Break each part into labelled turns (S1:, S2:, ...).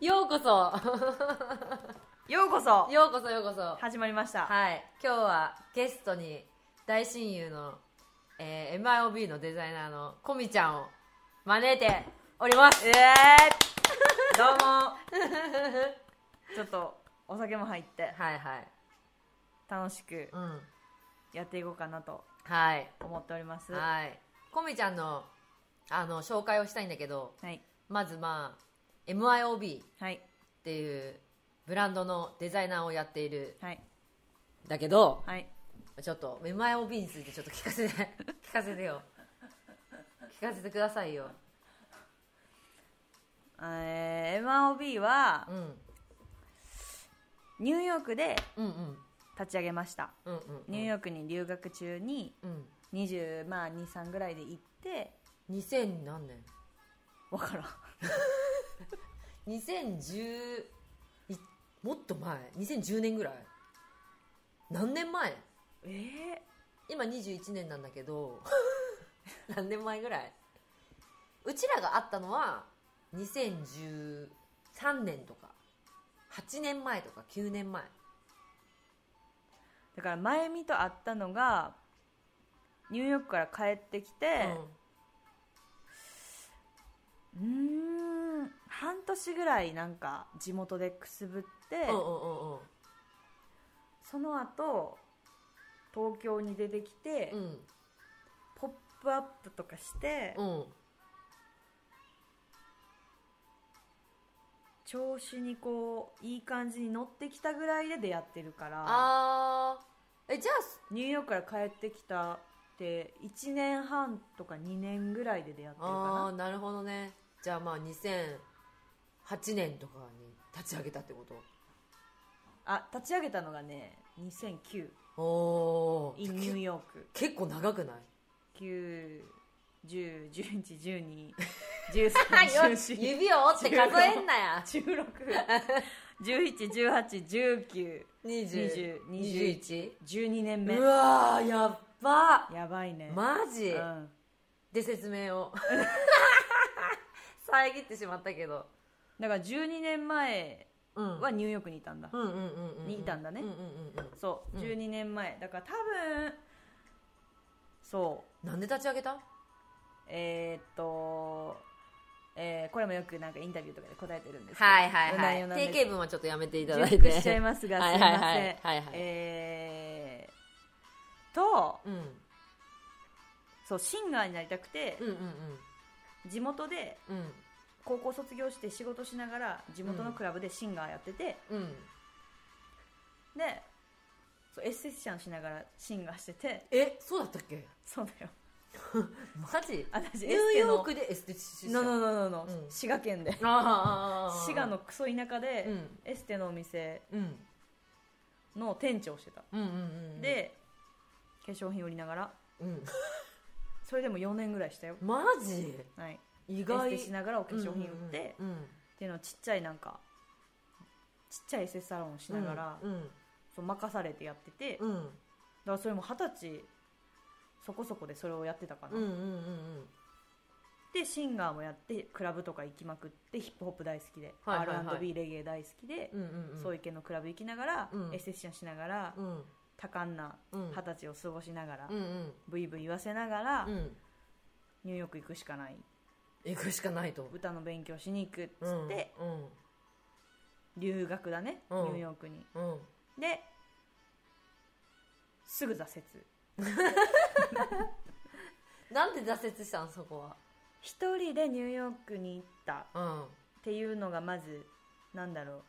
S1: ようこそ
S2: ようこそ
S1: ようこそようこそは
S2: 始まりました、
S1: い今日はゲストに大親友の、えー MIOB のデザイナーのこみちゃんを招いております
S2: えー、どうも ちょっとお酒も入って
S1: はいはい
S2: 楽しく
S1: うん
S2: やっていこうかなと
S1: はい
S2: 思っておりますは
S1: はいこみちゃんのあの紹介をしたいんだけど
S2: い
S1: まずまあ MIOB っ
S2: はい
S1: ていうブランドのデザイナーをやっている
S2: はい
S1: んだけど
S2: はい
S1: ちょっと MIOB についてちょっと聞かせて 聞かせてよ聞かせてくださいよ
S2: えー MROB は
S1: うん
S2: ニューヨークで
S1: うんうん
S2: 立ち上げました
S1: うんうんうん
S2: ニューヨークに留学中に
S1: うん
S2: 2 0まあ23ぐらいで行って
S1: 2000何年
S2: わからん
S1: 2010いもっと前2010年ぐらい何年前
S2: ええ
S1: 今21年なんだけ ど何年前ぐらいうちらが会ったのは2013年とか8年前とか9年前
S2: だから前見と会ったのがニューヨークから帰ってきて、うーん半年ぐらいなんか地元でくすぶって、
S1: うんうんうんうんうん
S2: その後東京に出てきて、
S1: うん
S2: ポップアップとかして、
S1: うん
S2: 調子にこういい感じに乗ってきたぐらいで出会ってるから
S1: あーえじゃ
S2: ニューヨークから帰ってきたって1年半とか2年ぐらいで出会ってる
S1: あああー
S2: か
S1: なるほどねじゃあまあ2008年とかに立ち上げたってこと
S2: なあ立ち上げたのがね2009
S1: おお
S2: in ニューヨーク
S1: 結構長くない
S2: 9 10 11 12 13 14
S1: 指を折って数えんな や
S2: 十六、十一、十八、十九、
S1: 20
S2: 20
S1: 21
S2: 十二年目
S1: う。わーやっば
S2: やばいね。
S1: マ
S2: う
S1: ジ、
S2: ん。
S1: で説明を 遮ってしまったけど、
S2: だから十二年前
S1: うん、
S2: はニューヨークにいたんだ。
S1: うんうんうんうん
S2: にいたんだね
S1: うんうんうんう
S2: そう、
S1: うん
S2: 十二年前。だから多分、そう、
S1: ん、なんで立ち上げた
S2: えーっと、えーこれもよくなんかインタビューとかで答えてるんですけど
S1: はいはい
S2: 内容な
S1: は
S2: ん
S1: い。
S2: で
S1: 定
S2: すけ
S1: 型文はちょっとやめていた
S2: ど
S1: だい
S2: 重
S1: て。
S2: 複しちゃいますが、
S1: はい
S2: すいま
S1: はい
S2: せん。
S1: はい。はいはい。
S2: えーと、
S1: うん。
S2: そう、シンガーになりたくて、
S1: うんうん
S2: 地元で
S1: うん。うん。
S2: 高校卒業して仕事しながら地元のクラブでシンガーやってて、
S1: うん。
S2: でそうエッセッションしながらシンガーしてて
S1: え、そうだったっけ
S2: そうだよ
S1: マジ
S2: 私
S1: ニュ
S2: エ
S1: ー
S2: ステ
S1: ヨー
S2: の
S1: クでエステティシャン。
S2: ののののの、
S1: うん
S2: 滋賀県で
S1: ああ。
S2: 滋賀の。クソ田舎で、
S1: うん
S2: エステのお店
S1: うん。
S2: の店長をしてた、
S1: うんうんうん。、
S2: で化粧品売りながら
S1: うん。
S2: それでも4年ぐらいしたよ、
S1: マジ
S2: はい、
S1: 意
S2: エス
S1: 外。
S2: テしながらお化粧品売って、っ
S1: うんうん
S2: ていうのをちっちゃいなんかちっちゃいエステサロンをし
S1: うん。
S2: ながら、
S1: うん。
S2: そう任されてやってて、
S1: うん。
S2: だからそれも二十歳そこそこでそれをやってたかな、
S1: うんうんうんうん。
S2: でシンガーもやってクラブとか行きまくってヒップホップ大好きで、
S1: はいはいはい
S2: R&B レゲエ大好きで、
S1: うんうんうん。
S2: そういう系のクラブ行きながら、
S1: うん
S2: エッセッションしながら、
S1: うん。
S2: 多感な
S1: うん。
S2: 二十歳を過ごしながら、
S1: うんうん。
S2: ブイブイ言わせながら、
S1: うん。
S2: ニューヨーク行くしかない
S1: 行くしかないと。
S2: 歌の勉強しに行くっつ
S1: うん
S2: って、
S1: うん。
S2: 留学だね、
S1: うん
S2: ニューヨークに
S1: うん。
S2: ですぐ挫折
S1: なんで挫折したんそこは。
S2: 一人でニューヨークに行った
S1: うん。
S2: っていうのがまずなんだろう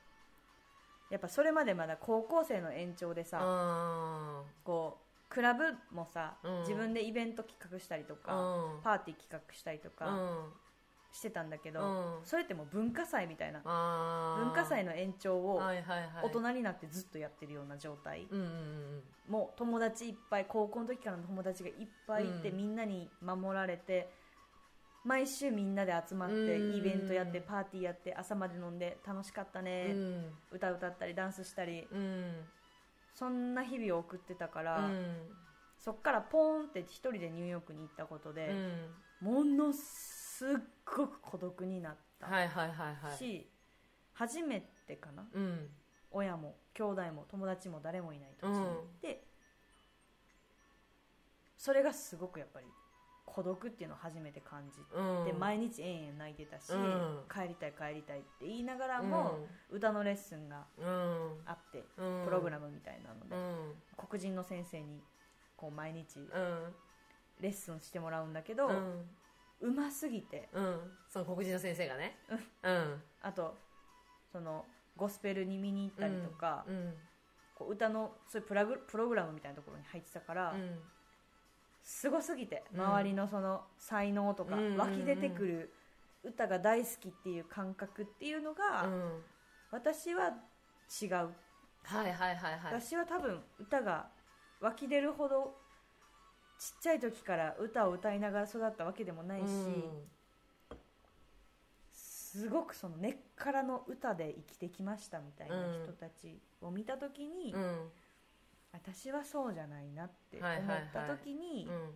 S2: やっぱそれまでまだ高校生の延長でさ、
S1: あ
S2: こうクラブもさ、
S1: うん
S2: 自分でイベント企画したりと
S1: あ
S2: か、パーティー企画したりと
S1: う
S2: か
S1: ん
S2: してたんだけ
S1: う
S2: ど、
S1: ん
S2: それってもう文化祭みたいな
S1: あー
S2: 文化祭の延長を
S1: はいはいはい
S2: 大人になってずっとやってるような状態、
S1: うんうんうん
S2: もう友達いっぱい高校の時からの友達がいっぱいいて、
S1: うん
S2: みんなに守られて毎週みんなで集まって
S1: うん
S2: イベントやってパーティーやって朝まで飲んで楽しかったね、
S1: うん
S2: 歌歌ったりダンスしたり
S1: うん
S2: そんな日々を送ってたから、
S1: うん
S2: そっからポーンって一人でニューヨークに行ったこと
S1: う
S2: で、
S1: ん
S2: ものすすっごく孤独になったし、
S1: はいはいはいはい
S2: 初めてかな
S1: うん
S2: 親も兄弟も友達も誰もいない土地に行って、それがすごくやっぱり孤独っていうのを初めて感じて、
S1: うん
S2: 毎日延々泣いてたし、
S1: うん
S2: 帰りたい帰りたいって言いながらも、歌のレッスンが
S1: うん
S2: あって、
S1: うん
S2: プログラムみたいなの
S1: う
S2: で、
S1: ん
S2: 黒人の先生にこう毎日
S1: うん
S2: レッスンしてもらうんだけど、
S1: うん
S2: うますぎて
S1: うんその黒人の先生がねうん
S2: あとそのゴスペルに見に行ったりとか、
S1: うん
S2: こう歌のそういうプラグプログラムみたいなところに入ってたから、
S1: うん
S2: すごすぎて
S1: うん
S2: 周りのその才能とか、
S1: うん
S2: 湧き出てくる歌が大好きっていう感覚っていうのが、
S1: うん
S2: 私は違う、
S1: はいはいはいはい
S2: 私は多分歌が湧き出るほどちっちゃい時から歌を歌いながら育ったわけでもないし、
S1: うん
S2: すごくその根っからの歌で生きてきましたみたいな人たちを見た時に、
S1: うん
S2: 私はそうじゃないなって思
S1: はいはいはい
S2: った時に、
S1: うん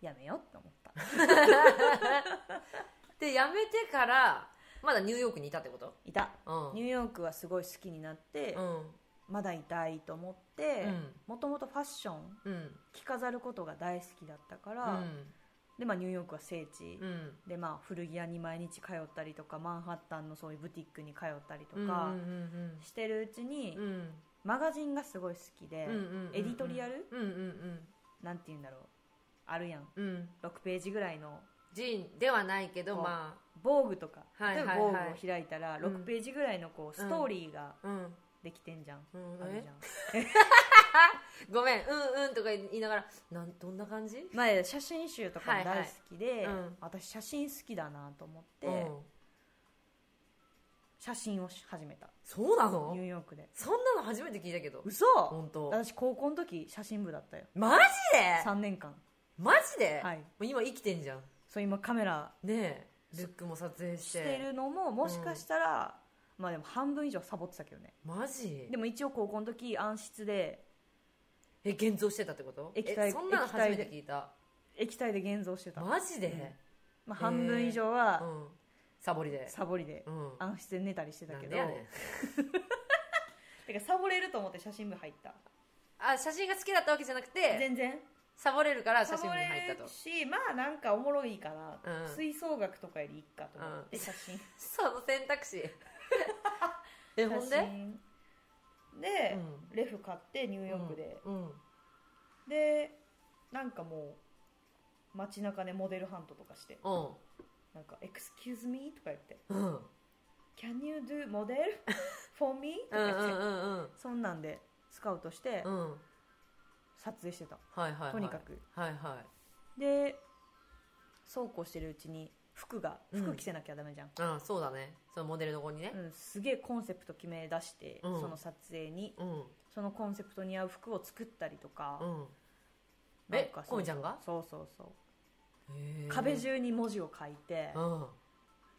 S2: やめようって思った
S1: で辞めてからまだニューヨークにいたってこと
S2: いた
S1: うん
S2: ニューヨークはすごい好きになって、
S1: うん
S2: まだいたいと思って
S1: うん
S2: もともとファッション
S1: うん
S2: 着飾ることが大好きだったか
S1: う
S2: ら、
S1: ん
S2: でまあ、ニューヨークは聖地、
S1: うん
S2: でまあ、古着屋に毎日通ったりとかマンハッタンのそういうブティックに通ったりと
S1: うん
S2: か
S1: うん
S2: してるうちに、
S1: うんうん
S2: マガジンがすごい好きで、
S1: うんうんうん
S2: エディトリアル
S1: うんうん
S2: なんて言うんだろうあるやん
S1: うんうん
S2: 6ページぐらいの
S1: ジーンではないけど
S2: そう
S1: ま
S2: 防具とか
S1: はい
S2: 例えば
S1: はい
S2: 防
S1: はい
S2: 具を開いたら
S1: うん
S2: 6ページぐらいのこうストーリーが
S1: あうん
S2: できてんじゃん、
S1: うん
S2: あるじゃん
S1: ごめんうんうんとか言いながらなんどんな感じ
S2: まあ、写真集とかも大好きで、
S1: いうん
S2: 私写真好きだなと思って、
S1: うん
S2: 写真をし始めた
S1: そうな
S2: ニュ
S1: の
S2: ーヨークで
S1: そんなの初めて聞いたけど
S2: 嘘
S1: 本当
S2: 私高校の時写真部だったよ
S1: マジで
S2: 3年間
S1: マジで
S2: はい
S1: もう今生きてんじゃん
S2: そう今カメラ
S1: ねえルックも撮影し
S2: して
S1: て
S2: るのももしかしたら、まあでも半分以上サボってたけどね
S1: マジ
S2: でも一応高校の時暗室で
S1: え現像してたってこと
S2: 液体
S1: えそんなの
S2: 液体
S1: 初
S2: で
S1: めて聞いた
S2: 液体で現像してた、ま
S1: マジで
S2: あ、半分以上は
S1: うんサボりで
S2: サボりで
S1: うん
S2: 暗室で寝たりしてた
S1: なん
S2: け
S1: で
S2: ど、
S1: やねん
S2: てかサボれると思って写真部入った
S1: あ写真が好きだったわけじゃなくて
S2: 全然
S1: サボれるから写
S2: サ
S1: 真
S2: ボ
S1: 部に
S2: れ
S1: 入っ
S2: る
S1: たと
S2: しまあなんかおもろいかな、
S1: うん
S2: 吹奏楽とかよりいいかと思って写真、
S1: その選択 肢えほん
S2: 写
S1: で
S2: 真で、
S1: う
S2: レフ買ってニューヨークで、
S1: うん
S2: でなんかもう街中でモデルハントとかして
S1: うん
S2: なんか「Excuse me」とか言って
S1: うん
S2: 「Can you do model for me?」
S1: う
S2: とか
S1: ん
S2: 言って、
S1: うんうん
S2: そんなんでスカウトして
S1: うんうん
S2: 撮影してた、
S1: はいはいはい
S2: とにかく
S1: はいは
S2: でそうこうしてるうちに服が
S1: うん
S2: 服着せなきゃダメじゃん、
S1: いうんそうだねそのモデルの子にね
S2: うん、すげえコンセプト決め出して、
S1: うん
S2: その撮影に
S1: うん
S2: そのコンセプトに合う服を作ったりとか、
S1: うん
S2: なん
S1: え
S2: か
S1: コミちゃんが
S2: そうそうそう
S1: へー
S2: 壁中に文字を書いて
S1: うん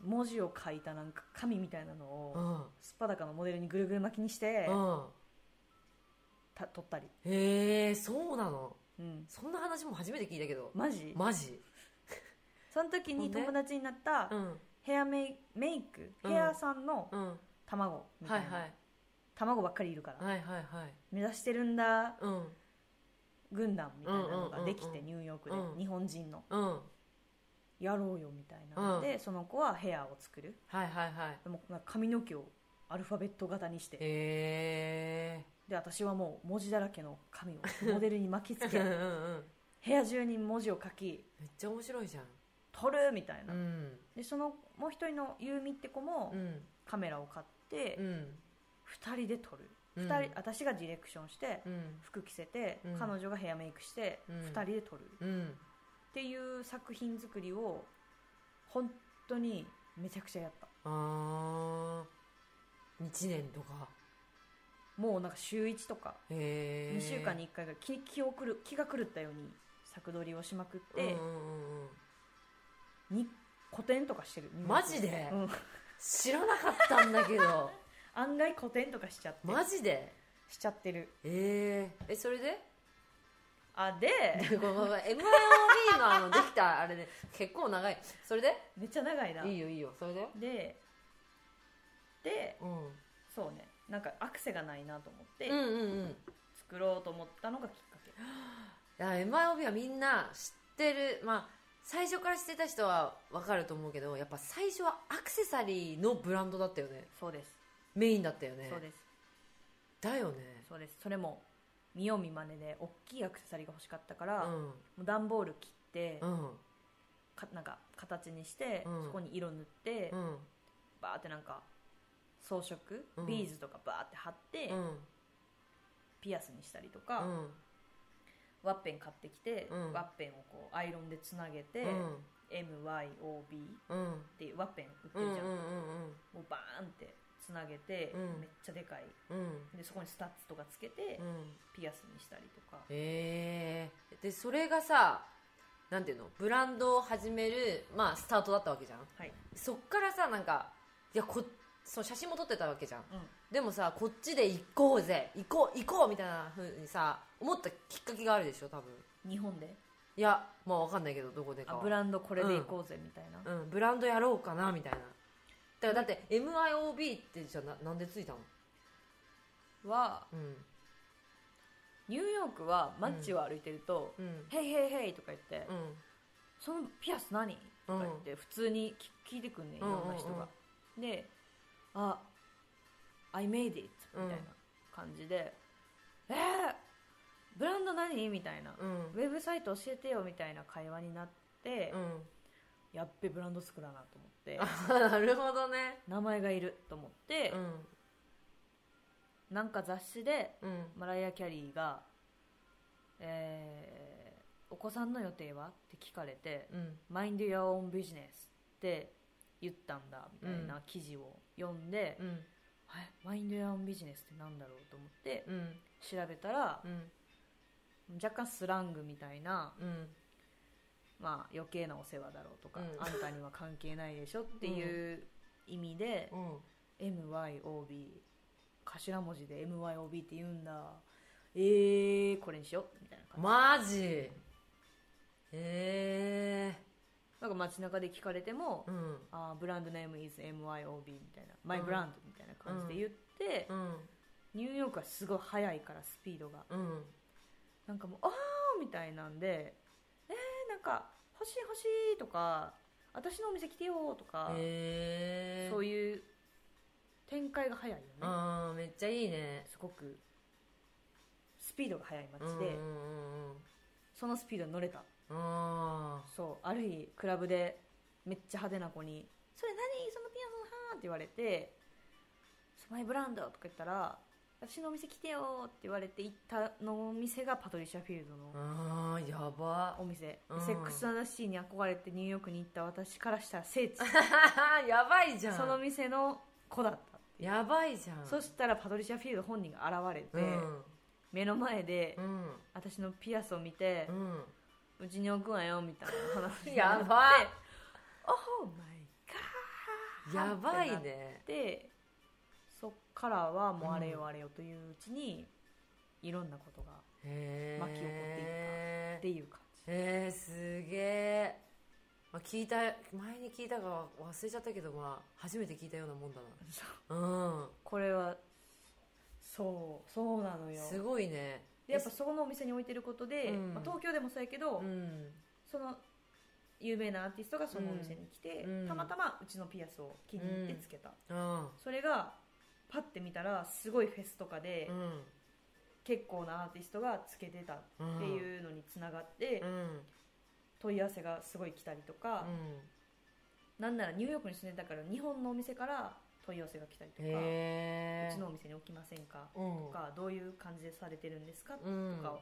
S2: 文字を書いたなんか紙みたいなの
S1: う
S2: を
S1: ん
S2: すっぱだかのモデルにぐるぐる巻きにして
S1: うん
S2: た撮ったり、
S1: へえそうなの
S2: うん、
S1: そんな話も初めて聞いたけど
S2: マジ
S1: マジ
S2: その時に友達になった
S1: うん
S2: ヘアメイメイク
S1: うん
S2: ヘアさんの
S1: うん
S2: 卵み
S1: は
S2: た
S1: い
S2: いな、
S1: はい
S2: 卵ばっかりいるから
S1: はいはいはい
S2: 目指してるんだ
S1: うん
S2: 軍団みたいなのができ
S1: うんうんうん
S2: て
S1: うん
S2: ニューヨークで
S1: うん
S2: 日本人の
S1: うんはい
S2: やろうよみたいなのでその子はヘアを作る
S1: はいはい
S2: でもなんか髪の毛をアルファベット型にして
S1: へえ
S2: で私はもう文字だらけの髪をモデルに巻きつ
S1: う
S2: け
S1: んうんうん
S2: 部屋中に文字を書き
S1: めっちゃ面白いじゃん
S2: 撮るみたいな、
S1: うん
S2: でそのもう一人のユーミって子も
S1: うん
S2: カメラを買って
S1: うん
S2: 2人で撮る、
S1: うん
S2: 二人私がディレクションして
S1: うん
S2: 服着せて、
S1: うん
S2: 彼女がヘアメイクして
S1: うん
S2: 2人で撮る、っ
S1: うん
S2: ていう作品作りを本当にめちゃくちゃやった
S1: あー1年とか
S2: もうなんか週1とか
S1: へえ
S2: 2週間に1回が気気をくる気が狂ったように作撮りをしまくって
S1: うん、うんうんうん
S2: に個展とかしてる
S1: マジで
S2: うん
S1: 知らなかったんだけど
S2: 案外個展とかしちゃって
S1: マジで
S2: しちゃってる
S1: えええそれで
S2: あ で
S1: ごめんごめん MIOB のあのできたあれで結構長いそれで
S2: めっちゃ長いない
S1: いよいいよそれで
S2: でで
S1: うん
S2: そうねなんかアクセがないなと思って
S1: うんうんうん
S2: 作ろうと思ったのがきっかけ、
S1: いや MIOB はみんな知ってるまあ最初から知ってた人は分かると思うけどやっぱ最初はアクセサリーのブランドだったよね
S2: そうです、
S1: メインだったよね
S2: そうです
S1: だよね
S2: そうですそれも見よう見まねで大きいアクセサリーが欲しかったか
S1: う
S2: ら、も
S1: ん
S2: う段ボール切って、
S1: うん
S2: かなんか形にして、
S1: うん
S2: そこに色塗って、
S1: うん
S2: バーってなんか装飾、
S1: うん
S2: ビーズとかバーって貼って、
S1: うん
S2: ピアスにしたりと
S1: う
S2: か、
S1: ん
S2: ワッペン買ってきて、
S1: うん
S2: ワッペンをこうアイロンでつなげて、MYOB
S1: うんうん
S2: っていうワッペン売って
S1: うんうん
S2: るじゃん、も
S1: う
S2: うバーンってつなげて、
S1: うん
S2: めっちゃでかい
S1: んうん
S2: でそこにスタッツとかつけて、
S1: うん
S2: ピアスにしたりとか、
S1: へえでそれがさなんていうのブランドを始める、まあ、スタートだったわけじゃん
S2: はい、
S1: そっからさなんかいやこそう写真も撮ってたわけじゃん
S2: うん、
S1: でもさこっちで行こうぜ行こう行こうみたいな風にさ思ったきっかけがあるでしょ多分
S2: 日本で
S1: いやまあわかんないけどどこでか
S2: あ
S1: は
S2: ブランドこれでいこうぜみたいな、
S1: うん、ブランドやろうかなみたいなだからだって MIOB ってじゃあななんでついたの
S2: は
S1: うん
S2: ニューヨークは街を歩いてると
S1: うん
S2: 「ヘイヘイヘイ」とか言って「
S1: うん
S2: そのピアス何?」とか言って普通に聞聞いてくんねいろんな人
S1: うんうん
S2: が、で「あ I made it」
S1: うん
S2: みたいな感じで「えー、ブランド何?」みたいな、
S1: うん
S2: ウェブサイト教えてよ」みたいな会話になって、
S1: うん
S2: やっべブランド作らなと思って
S1: あなるほどね
S2: 名前がいると思って、
S1: うん
S2: なんか雑誌で
S1: うん
S2: マライア・キャリーが、えーお子さんの予定は?」って聞かれて
S1: うん
S2: 「Mind your own business」って言ったんだみたいな記事を読んで
S1: うん
S2: 「はい Mind your own business」ってなんだろうと思って
S1: うん
S2: 調べたら
S1: うん
S2: 若干スラングみたいな、
S1: うん
S2: まあ、余計なお世話だろうとか、
S1: うん
S2: あんたには関係ないでしょっていう意味で
S1: う、ん
S2: MYOB 頭文字で MYOB って言うんだえー、これにしようみたいな感
S1: マ
S2: じ
S1: ジへえ
S2: なんか街中で聞かれても、
S1: うん
S2: あーブランドネーム is MYOB みたいな、マイブランドみたいな感じで言って、
S1: うん
S2: ニューヨークはすごい速いからスピードが
S1: うん
S2: なんかもう「あー」みたいなんで「えー、なんか欲しい欲しい」とか「私のお店来てよ」とか、
S1: へえ
S2: そういう展開が早いよね、
S1: あーめっちゃいいね
S2: すごくスピードが速い街
S1: うんうん
S2: で、
S1: うんうん
S2: そのスピードに乗れた
S1: あ
S2: そうある日クラブでめっちゃ派手な子に「それ何そのピアノはーん」って言われて「スマイブランド」とか言ったら「私のお店来てよ」って言われて行ったのお店がパトリシア・フィールド
S1: ー
S2: の
S1: あーやば
S2: お店、
S1: うん
S2: セックスアンドシーに憧れてニューヨークに行った私からしたら聖地
S1: やばいじゃん
S2: その店の子だったっていう
S1: やばいじゃん
S2: そしたらパトリシア・フィールド本人が現れて、
S1: うん
S2: 目の前で
S1: うん
S2: 私のピアスを見て
S1: う、ん
S2: うちに置くわよみたいな話にな
S1: や
S2: って
S1: ばい
S2: オーマイ
S1: やばいね
S2: でそっからはもうあれよあれよといううちに、いろんなことが
S1: へえ
S2: 巻き起こっっていう感じ
S1: えー、すげえ、まあ、聞いた前に聞いたか忘れちゃったけど、まあ、初めて聞いたようなもんだな
S2: これはそうそうなの
S1: うん
S2: よ
S1: すごいね
S2: でやっぱそこのお店に置いてることで、
S1: うん
S2: まあ、東京でもそうやけど、
S1: うん
S2: その有名なアーティストがそのお店に来て、
S1: うん
S2: たまたまうちのピアスを気に入ってつけた、
S1: うん
S2: それがパッて見たらすごいフェスとかで、
S1: うん
S2: 結構なアーティストがつけてたっていうのにつながって、
S1: うん
S2: 問い合わせがすごい来たりとか、なんならニューヨークに住んでたから日本のお店から問い合わせが来たりと
S1: うん
S2: か、
S1: へえ
S2: うちのお店に置きませんか
S1: うん
S2: とかどういう感じでされてるんですかと
S1: うん
S2: かを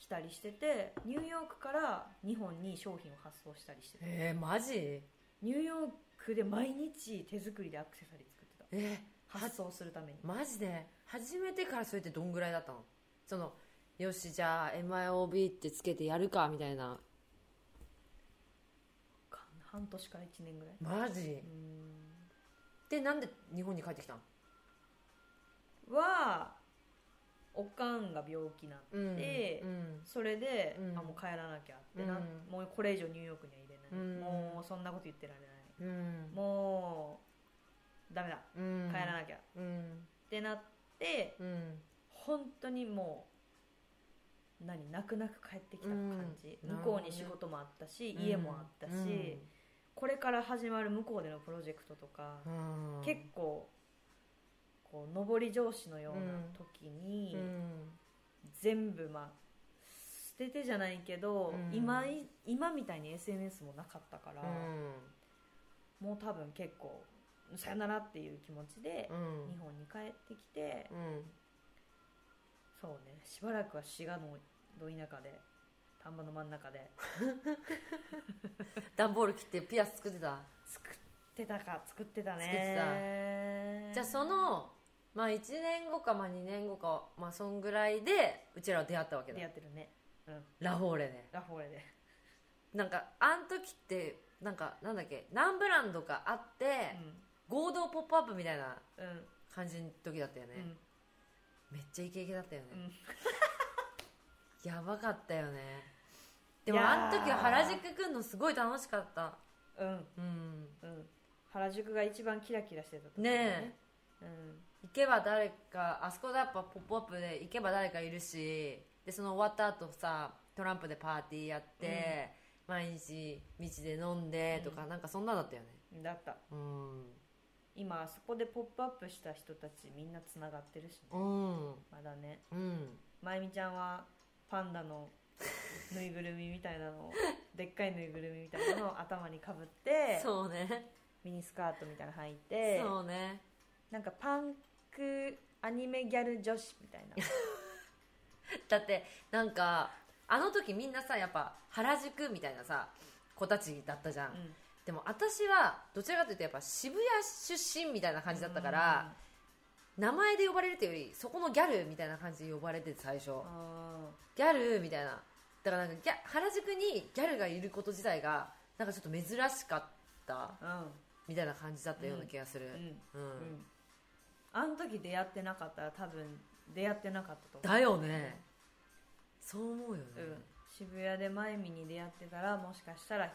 S2: 来たりしててニューヨークから日本に商品を発送したりしてて
S1: えー、マジ
S2: ニューヨークで毎日手作りでアクセサリー作ってた
S1: え
S2: 発送するために
S1: マジで初めてからそれってどんぐらいだったのそのよしじゃあ MIOB ってつけてやるかみたいな
S2: か半年から1年ぐらい
S1: マジでなんで日本に帰ってきたの
S2: はおかんが病気な
S1: うん
S2: で
S1: うん
S2: それで、
S1: うん
S2: あもう帰らなきゃってな、
S1: うん
S2: もうこれ以上ニューヨークには入れない、
S1: うん
S2: もうそんなこと言ってられない
S1: うん
S2: もうダメだ
S1: うん
S2: 帰らなきゃ、っ
S1: うん
S2: てなって
S1: うん
S2: 本当にもう何泣く泣く帰ってきた感じ、
S1: うん
S2: 向こうに仕事もあったし、家もあったし、
S1: うん
S2: これから始まる向こうでのプロジェクトとか、
S1: うん
S2: 結構こう上り上司のような
S1: うん
S2: 時に、
S1: うん
S2: 全部まあ捨ててじゃないけど、
S1: うん
S2: 今い今みたいに SNS もなかったから、もう多分結構さよならっていう気持ちで
S1: う、ん
S2: 日本に帰ってきて、
S1: うん
S2: そうねしばらくは滋賀のど田舎で田んぼの真ん中で
S1: 段ボール切ってピアス作ってた
S2: 作ってたか作ってたね
S1: 作じゃあそのまあ1年後かまあ2年後かまあそんぐらいでうちらは出会ったわけだ
S2: でやってるねうん
S1: ラフォーレで
S2: ラフォーレで
S1: なんかあん時ってなんかなんだっけ何ブランドかあって、合同ポップアップみたいな
S2: うんうん
S1: 感じの時だったよね、めっちゃイケイケだったよね、 やばかったよねでも
S2: いや
S1: あ
S2: ー
S1: の時は原宿くんのすごい楽しかった
S2: うんうん
S1: うん
S2: うん原宿が一番キラキラしてた時
S1: ね
S2: えうん
S1: 行けば誰かあそこでやっぱ「ポップアップで行けば誰かいるしでその終わった後さトランプでパーティーやって、毎日道で飲んでとか、なんかそんなだったよね
S2: だった
S1: うん
S2: 今あそこで「ポップアップした人たちみんなつながってるしね
S1: うん
S2: まだね
S1: うん
S2: まゆみちゃんはパンダのぬいぐるみみたいなのをでっかいぬいぐるみみたいなのを頭にかぶって
S1: そうね、
S2: ミニスカートみたいなの履いて
S1: そうね
S2: なんかパンクアニメギャル女子みたいな
S1: だってなんかあの時みんなさやっぱ原宿みたいなさ子たちだったじゃん、
S2: うん
S1: でも私はどちらかというとやっぱ渋谷出身みたいな 感じだったから、名前で呼ばれるというよりそこのギャルみたいな感じで呼ばれてて最初
S2: うんあ
S1: ギャルみたいなだからなんかギャ原宿にギャルがいること自体がなんかちょっと珍しかった
S2: ー
S1: みたいな感じだったような気がする
S2: うんうん
S1: うん、
S2: うんあの時出会ってなかったら多分出会ってなかったと思う
S1: だよねそう思うよね、
S2: うん、渋谷でまゆみに出会ってたらもしかしたら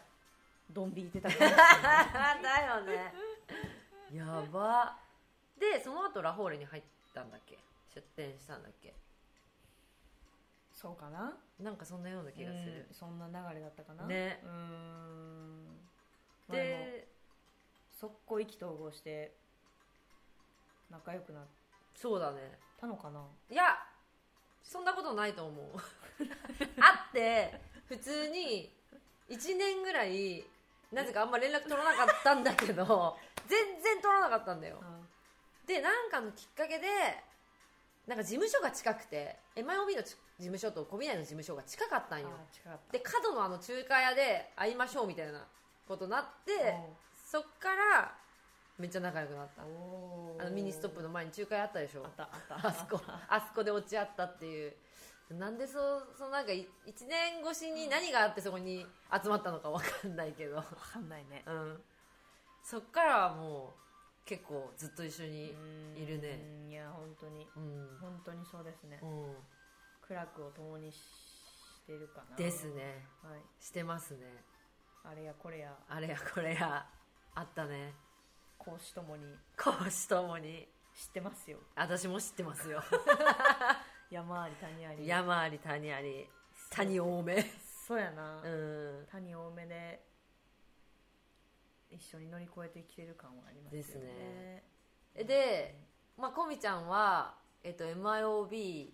S2: ドン引いてたかもしれない
S1: だよねやばでその後ラホールに入ったんだっけ出店したんだっけ
S2: そうかな
S1: なんかそんなような気がする
S2: うん、そんな流れだったかな
S1: ね
S2: うーんで
S1: で
S2: 速攻意気投合して仲良くなっ
S1: そうだね
S2: たのかない
S1: やそんなことないと思うあって普通に1年ぐらいなぜかあんま連絡取らなかったんだけど全然取らなかったんだよでなんかのきっかけでなんか事務所が近くて MIOB のち事務所と小宮の事務所が近かったんよ
S2: あ近かった
S1: で角のあの中華屋で会いましょうみたいなことになってそっからめっちゃ仲良くなった
S2: おー
S1: あのミニストップの前に中華屋あったでしょ
S2: あったあった
S1: あそこあそこで落ち合ったっていうなんでそうそのなんか1年越しに何があってそこに集まったのかわかんないけど、
S2: 分かんないね
S1: うん、そっからはもう結構ずっと一緒にいるね
S2: うんいや本当に
S1: うん、
S2: 本当にそうですね
S1: うん、
S2: 苦楽を共にししてるかな
S1: ですね
S2: はい
S1: してますね
S2: あれやこれや
S1: あれやこれやあったね
S2: 講師ともに
S1: 講師ともに
S2: 知ってますよ
S1: 私も知ってますよ
S2: 山あり谷あり
S1: 山あり谷あり谷多め
S2: そうやな、
S1: うん
S2: 谷多めで一緒に乗り越えてきてる感はありますよね
S1: ですねえで、まあ、コミちゃんは、えっと、MIOB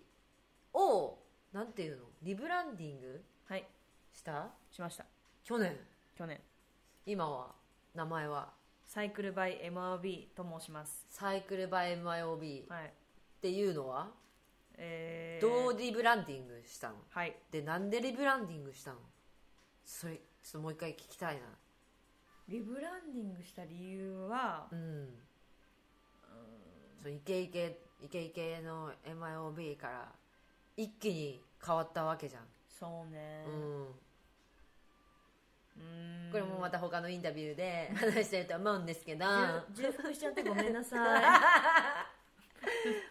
S1: をなんていうのリブランディング
S2: はい
S1: した
S2: しました
S1: 去年
S2: 去年
S1: 今は名前は
S2: サイクルバイ MRB と申します
S1: サイクルバイ MIOB っ
S2: はい
S1: ていうのは、
S2: えー、
S1: どうリブランディングしたの
S2: はい
S1: でなんでリブランディングしたのそれちょっともう一回聞きたいな
S2: リブランディングした理由は
S1: うんそのイケイケイケイケの MIOB から一気に変わったわけじゃん、
S2: そうね
S1: うん、
S2: うーん
S1: これもまた他のインタビューで話してると思うんですけど
S2: じゅ重複しちゃってごめんなさい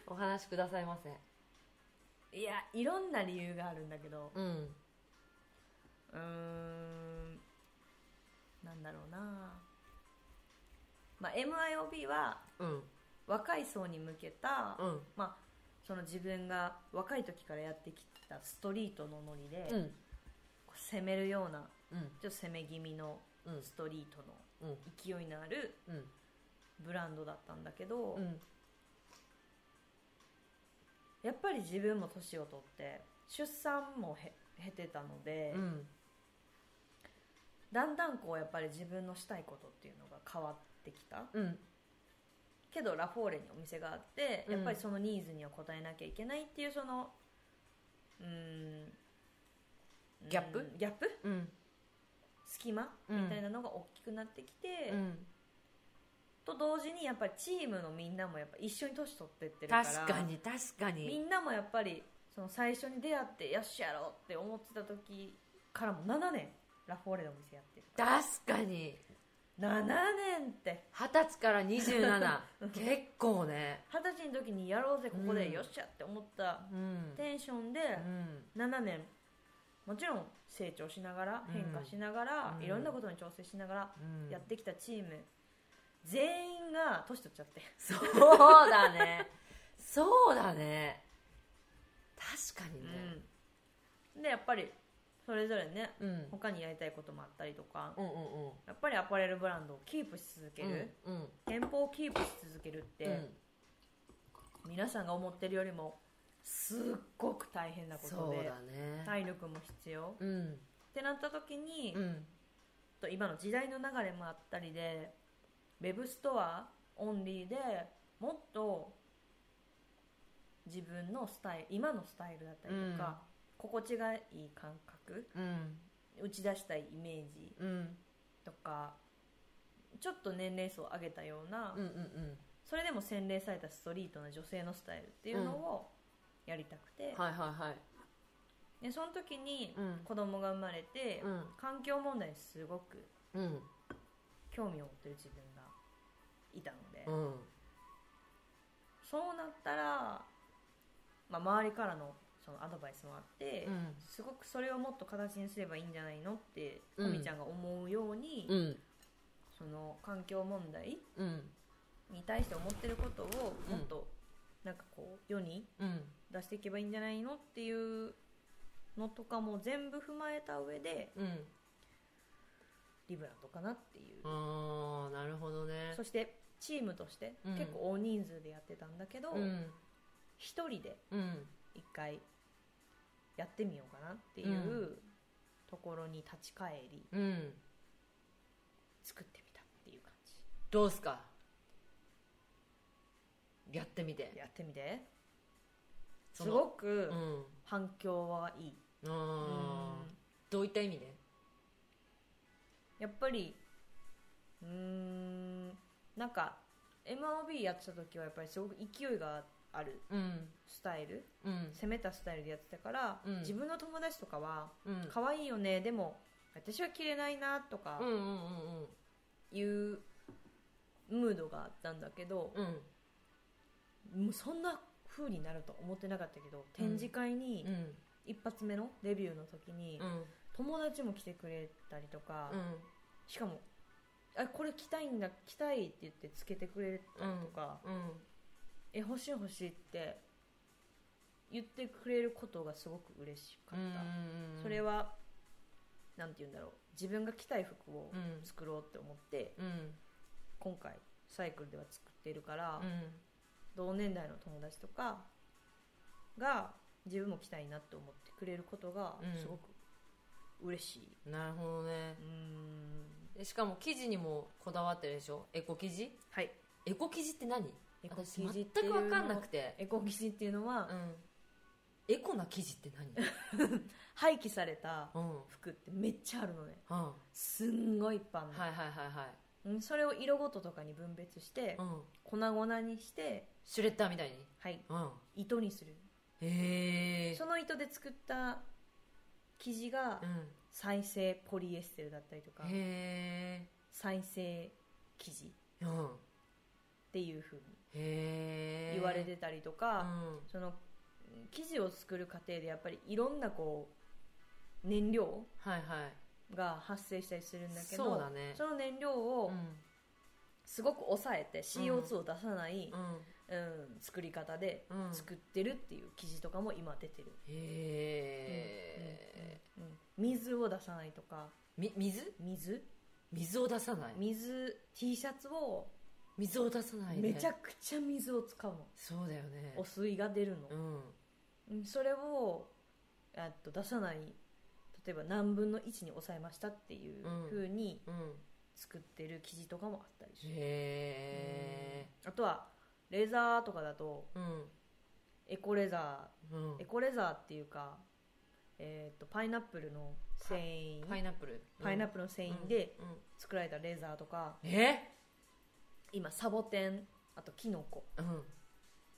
S1: お話しくださいませ
S2: いやいろんな理由があるんだけど
S1: うん
S2: うーんなんだろうな、まあ、MIOB は
S1: うん
S2: 若い層に向けた、
S1: うん
S2: まあ、その自分が若い時からやってきたストリートのノリで、
S1: うん
S2: こう攻めるような
S1: うん
S2: ちょっと攻め気味の
S1: うん
S2: ストリートの
S1: うん
S2: 勢いのある
S1: うん
S2: ブランドだったんだけど、
S1: うん
S2: やっぱり自分も年を取って出産もへ経てたので、
S1: うん
S2: だんだんこうやっぱり自分のしたいことっていうのが変わってきた
S1: うん
S2: けどラフォーレにお店があって
S1: うん
S2: やっぱりそのニーズには応えなきゃいけないっていうそのうーん
S1: ギャップ
S2: うんギャップ
S1: うん
S2: 隙間
S1: うん
S2: みたいなのが大きくなってきて、
S1: うん
S2: と同時にやっぱりチームのみんなもやっぱ一緒に年取ってってるから
S1: 確かに確か
S2: み
S1: に
S2: んなもやっぱりその最初に出会ってよっしゃやろうって思ってた時からも7年ラフォーレのお店やってるか
S1: 確かに
S2: ら7年って
S1: 二十歳から27結構ね
S2: 二十歳の時にやろうぜここ
S1: う
S2: で
S1: ん
S2: よっしゃって思った
S1: うん
S2: テンションで
S1: うん
S2: 7年もちろん成長しながら
S1: うん
S2: 変化しながら、
S1: うん
S2: いろんなことに挑戦しながら
S1: うん
S2: やってきたチーム、全員が年取っちゃって
S1: そうだねそうだね確かにね
S2: うんでやっぱりそれぞれね
S1: うん
S2: 他にやりたいこともあったりとか
S1: うんうんうん
S2: やっぱりアパレルブランドをキープし続ける、
S1: うんうん
S2: 店舗をキープし続けるって、
S1: うん
S2: 皆さんが思ってるよりもすっごく大変なこ
S1: そ
S2: と
S1: う
S2: で
S1: だね
S2: 体力も必要、っ
S1: うん
S2: てなった時に、
S1: うん
S2: と今の時代の流れもあったりでウェブストアオンリーでもっと自分のスタイル今のスタイルだったりとか、心地がいい感覚
S1: うん
S2: 打ち出したいイメージ
S1: うん
S2: とかちょっと年齢層を上げたような、
S1: うんうん
S2: それでも洗練されたストリートな女性のスタイルっていうのをやりたくて
S1: うん、はいはいはい
S2: でその時に
S1: うん
S2: 子供が生まれて、
S1: うん
S2: 環境問題にすごく
S1: うん
S2: 興味を持ってる自分がいたので、
S1: うん
S2: そうなったら、まあ、周りからのそのアドバイスもあって、
S1: うん
S2: すごくそれをもっと形にすればいいんじゃないのって
S1: うん
S2: こみちゃんが思うように、
S1: うん
S2: その環境問題
S1: うん
S2: に対して思ってることをもっとなんかこう世に
S1: うん
S2: 出していけばいいんじゃないのっていうのとかも全部踏まえた上で
S1: うん
S2: リブランドかなっていう、
S1: ああなるほどね
S2: そしてチームとして
S1: うん
S2: 結構大人数でやってたんだけど、
S1: うん
S2: 一人で
S1: うん
S2: 一回やってみようかなっていう、
S1: う
S2: ところに立ち返り
S1: うん
S2: 作ってみたっていう感
S1: どうすかやってみて
S2: じやってみて
S1: そ
S2: す
S1: の
S2: ごく
S1: うん
S2: 反響はいい、
S1: あ
S2: うん
S1: ーどういった意味で
S2: やっぱりうーんなんか MOB やってた時はやっぱりすごく勢いがある
S1: うん
S2: スタイル
S1: うん
S2: 攻めたスタイルでやってたから、
S1: うん
S2: 自分の友達とかは
S1: うん
S2: 可愛いよねでも私は着れないなとか
S1: うんうんうん
S2: いうムードがあったんだけど、
S1: うん
S2: もうそんな風になると思ってなかったけど展示会に
S1: うん
S2: 一発目のデビューの時に
S1: うん
S2: 友達も来てくれたりとか、
S1: うん
S2: しかもあこれ着たいんだ着たいって言ってつけてくれたりとか、
S1: うん
S2: え欲しい欲しいって言ってくれることがすごく嬉しかった、
S1: うん
S2: それはなんて言うんだろう自分が着たい服を
S1: うん
S2: 作ろうって思って、
S1: うん
S2: 今回サイクルでは作っているから、
S1: うん
S2: 同年代の友達とかが自分も着たいなって思ってくれることが
S1: うん
S2: すごく嬉しい、
S1: なるほどね
S2: うーん、
S1: でしかも生地にもこだわってるでしょエコ生地
S2: はい
S1: エコ生地って何
S2: エコ
S1: 私
S2: 生地ってい
S1: 全
S2: う
S1: く
S2: の
S1: 分かんなくて
S2: エコ生地っていうのは、
S1: うんエコな生地って
S2: 廃棄された
S1: 何うん
S2: 服ってめっちゃあるのね
S1: うんは
S2: すんごいいっぱいある
S1: い
S2: の
S1: はいはいはい
S2: うんそれを色ごととかに分別して
S1: うん
S2: 粉々にして
S1: シュレッダーみたいに
S2: はい
S1: うん
S2: 糸にする
S1: へえ
S2: その糸で作った生地が
S1: うん
S2: 再生ポリエステルだったりとか
S1: へ
S2: 再生生地っ
S1: えうん
S2: ていう風に
S1: へえ
S2: 言われてたりと
S1: う
S2: か、
S1: ん
S2: その生地を作る過程でやっぱりいろんなこう燃料
S1: はいはい
S2: が発生したりするんだけど
S1: そうだね
S2: その燃料
S1: う
S2: を
S1: ん
S2: すごく抑えて CO2 を出さない、うん作り方で
S1: うん
S2: 作ってるっていう記事とかも今出てる、
S1: へえ、
S2: うんうん水を出さないとか
S1: み水
S2: 水
S1: 水を出さない
S2: 水 T シャツを
S1: 水を出さないね
S2: めちゃくちゃ水を使うの、
S1: そうだよね
S2: お水が出るの
S1: う、ん
S2: うんそれをえっと出さない例えば何分の1に抑えましたっていう
S1: うん
S2: 風に
S1: うん
S2: 作ってる記事とかもあったりする、
S1: へえ
S2: うんあとはレザーとかだと
S1: うん
S2: エコレザ
S1: うん
S2: ーエコレザーっていうか、えっとパイナップルの繊維
S1: パイナップル
S2: パイナッ
S1: プ
S2: プルの繊維で
S1: うんうん
S2: 作られたレザーとか、
S1: え
S2: 今サボテンあとキノコ
S1: うん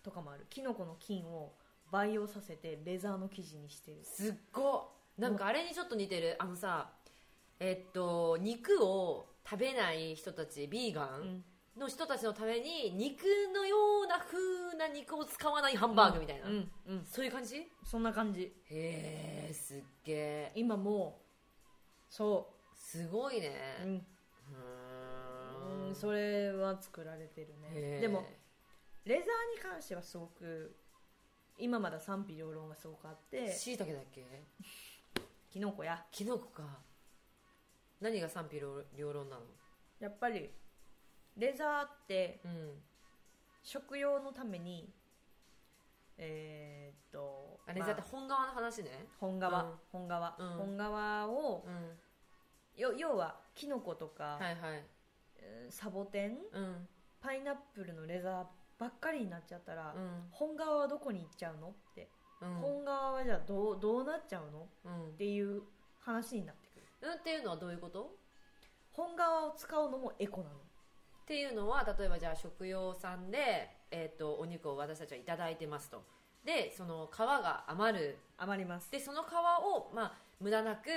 S2: とかもあるキノコの菌を培養させてレザーの生地にしてる
S1: すっごいなんかあれにちょっと似てるあのさえっと肉を食べない人たちビーガ
S2: う
S1: ン
S2: ん
S1: の人たちのために肉のような風な肉を使わないハンバーグみたいな、
S2: うんうん
S1: そういう感じへ
S2: そんな感じ
S1: えすっげえ
S2: 今もうそ
S1: すごいね
S2: ううん、
S1: う
S2: うん、それは作られてる
S1: へ
S2: ね
S1: え
S2: でもレザーに関してはすごく今まだ賛否両論がすごくあって
S1: しいたけだっけ
S2: キノコや
S1: キノコか何が賛否両両論なの
S2: やっぱりレザーって
S1: うん
S2: 食用のためにえーっと
S1: あれ
S2: ま
S1: だって本側の話ね
S2: 本革、
S1: うん
S2: 本革、
S1: うん
S2: 本革を
S1: うん
S2: よ要はキノコとか、
S1: はいはい
S2: えーサボテン
S1: うん
S2: パイナップルのレザーばっかりになっちゃったら、
S1: うん
S2: 本革はどこに行っちゃうのって、
S1: うん
S2: 本革はじゃあどうどうなっちゃうの
S1: うん
S2: っていう話になってくる
S1: うんっていうのはどういうこと
S2: 本革を使うのもエコなの
S1: っていうのは例えばじゃあ食用さんで、えー、とお肉を私たちはいただいてますとでその皮が余る
S2: 余ります
S1: でその皮を、まあ、無駄なく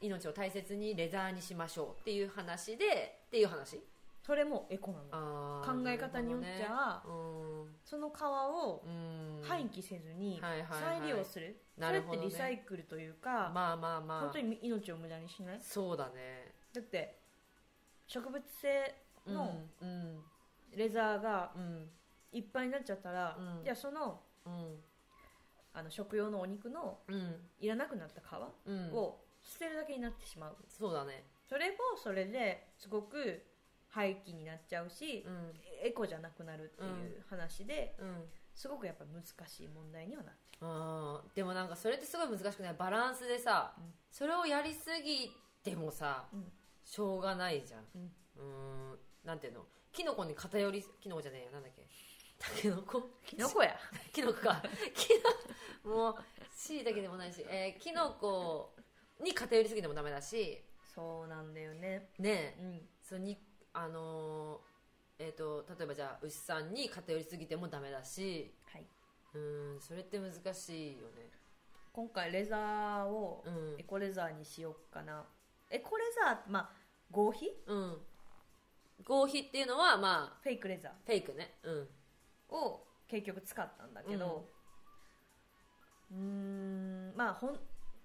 S1: 命を大切にレザーにしましょうっていう話でっていう話
S2: それもエコなの
S1: あー
S2: 考え方によっち
S1: なる
S2: ゃ、
S1: ほどね
S2: その革を
S1: うーんうーん
S2: 廃棄せずに
S1: はいはいはい
S2: 再利用する、
S1: なるほどね
S2: それってリサイクルというか、
S1: まあまあまあ
S2: 本当に命を無駄にしない
S1: そうだね
S2: だって植物性の
S1: うんうん
S2: レザーが
S1: うん
S2: いっぱいになっちゃったら、
S1: うん
S2: じゃあその
S1: うん
S2: あの食用のお肉の
S1: うん
S2: いらなくなった
S1: うん
S2: 皮を捨てるだけになってしまう、
S1: そうだね
S2: それもそれですごく廃棄になっちゃうし、
S1: うん
S2: エコじゃなくなるっていう話で
S1: うん
S2: すごくやっぱ難しい問題にはなってる
S1: あーでもなんかそれってすごい難しくないバランスでさ、
S2: うん
S1: それをやりすぎてもさ、
S2: うん
S1: しょうがないじゃん
S2: う
S1: う
S2: ん
S1: ーんなんていうのキノコに偏りキノコじゃねえやなんだっけタケノコ
S2: キノコや
S1: キノコかキノもうしいだけでもないし、えーキノコに偏りすぎてもダメだし
S2: そうなんだよね
S1: ねえ
S2: うん
S1: そのにあのーえっ、と例えばじゃあ牛さんに偏りすぎてもダメだし
S2: はい、
S1: うーんそれって難しいよね
S2: 今回レザーを
S1: うん
S2: エコレザーにしようかな、エコレザーまあ合皮
S1: うん合皮っていうのはまあ
S2: フェイクレザ
S1: フェイクねうん
S2: ーを結局使ったんだけどうーんまあほん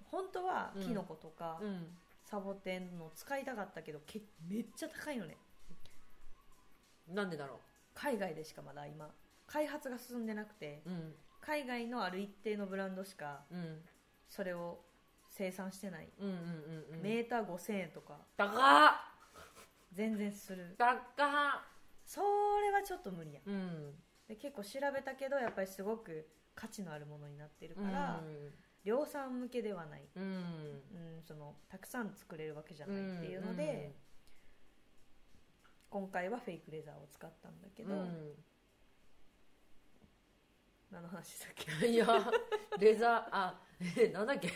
S2: 本当はキノコとか
S1: うん
S2: サボテンの使いたかったけどけめっちゃ高いのね
S1: なんでだろ
S2: 海外でしかまだ今開発が進んでなくて
S1: ううん
S2: 海外のある一定のブランドしか
S1: うん
S2: それを生産してない、
S1: うんうんうんうん
S2: メーター5000円とか
S1: 高っ
S2: 全然する
S1: 高っ
S2: それはちょっと無理やん
S1: うん
S2: で結構調べたけどやっぱりすごく価値のあるものになってる
S1: う
S2: から、
S1: ん
S2: 量産向けではない、
S1: うん
S2: うん、そのたくさん作れるわけじゃないっていうので、今回はフェイクレザーを使ったんだけ
S1: け
S2: ど、何の話だっ け
S1: いやレザーあえなんだっけ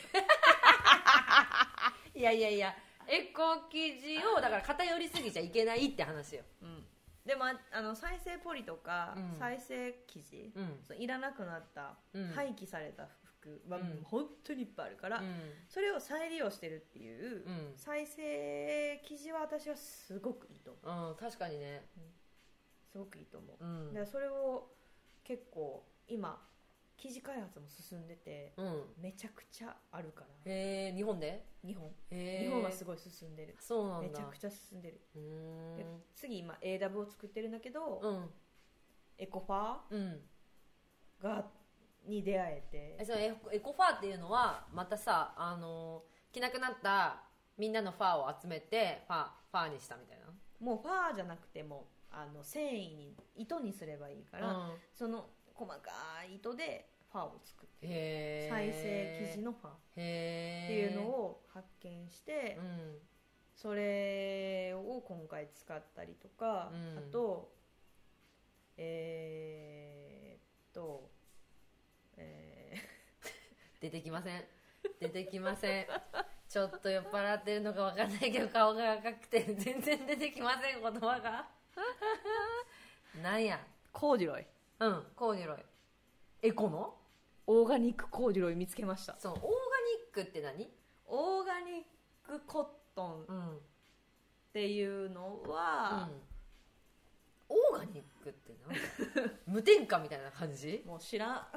S1: いやいやいやエコ生地をだから偏りすぎちゃいけないって話よ
S2: うんでもああの再生ポリとか、
S1: うん
S2: 再生生地、
S1: うん
S2: そういらなくなった、
S1: うん
S2: 廃棄された服は、
S1: うん
S2: 本当にいっぱいあるから、
S1: うん
S2: それを再利用してるっていう、
S1: うん
S2: 再生生地は私はすごくいいと思う
S1: うん確かにね
S2: すごくいいと思う
S1: うん
S2: でそれを結構今生地開発も進んでて
S1: うん
S2: めちゃくちゃあるから
S1: へえ日本で
S2: 日本
S1: へえ
S2: 日本はすごい進んでる
S1: そうなんだ
S2: めちゃくちゃ進んでる
S1: うーん
S2: で次今 AW を作ってるんだけど
S1: うん
S2: エコファ
S1: うん
S2: ーがに出会え
S1: え
S2: て
S1: そのエコエコファーっていうのはまたさあの着なくなったみんなのファーを集めてファーファーにしたみたいな
S2: もうファーじゃなくてもあの繊維に糸にすればいいから、
S1: うん、
S2: その細かい糸でファーを作ってる
S1: へえ
S2: 再生生地のファー
S1: へ
S2: って
S1: え
S2: いうのを発見して、
S1: うん
S2: それを今回使ったりとか、
S1: うん
S2: あとえー、っとえ
S1: 出てきません出てきません ちょっと酔っ払ってるのかわかんないけど顔が赤くて全然出てきません言葉が なんや
S2: ー、コーデュロイ
S1: うんコーデュロイエコの
S2: オーガニックコーデュロイ見つけました
S1: そのオーガニックって何
S2: オーガニックコットンっ
S1: うん
S2: ていうのは、
S1: オーガニックってなん だ無添加みたいな感じ
S2: もう知らん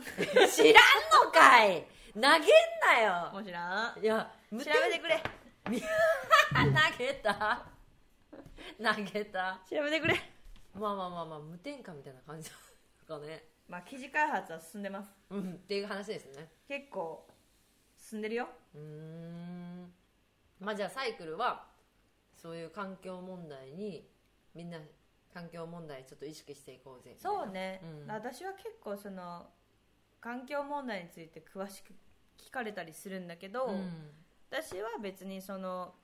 S1: 知らんのかい投げんな
S2: も
S1: よ
S2: う知らん調
S1: いや無
S2: べ
S1: 添加
S2: てくれ
S1: 投げた 投げた
S2: 調べてくれ
S1: まあまあまあまあ無添加みたいな感じだね
S2: まあ生地開発は進んでます
S1: うんっていう話ですね
S2: 結構進んでるよ
S1: うーんまあじゃあサイクルはそういう環境問題にみんな環境問題ちょっと意識していこうぜみたいな
S2: そうね、
S1: うん
S2: 私は結構その環境問題について詳しく聞かれたりするんだけど、
S1: うん
S2: 私は別にその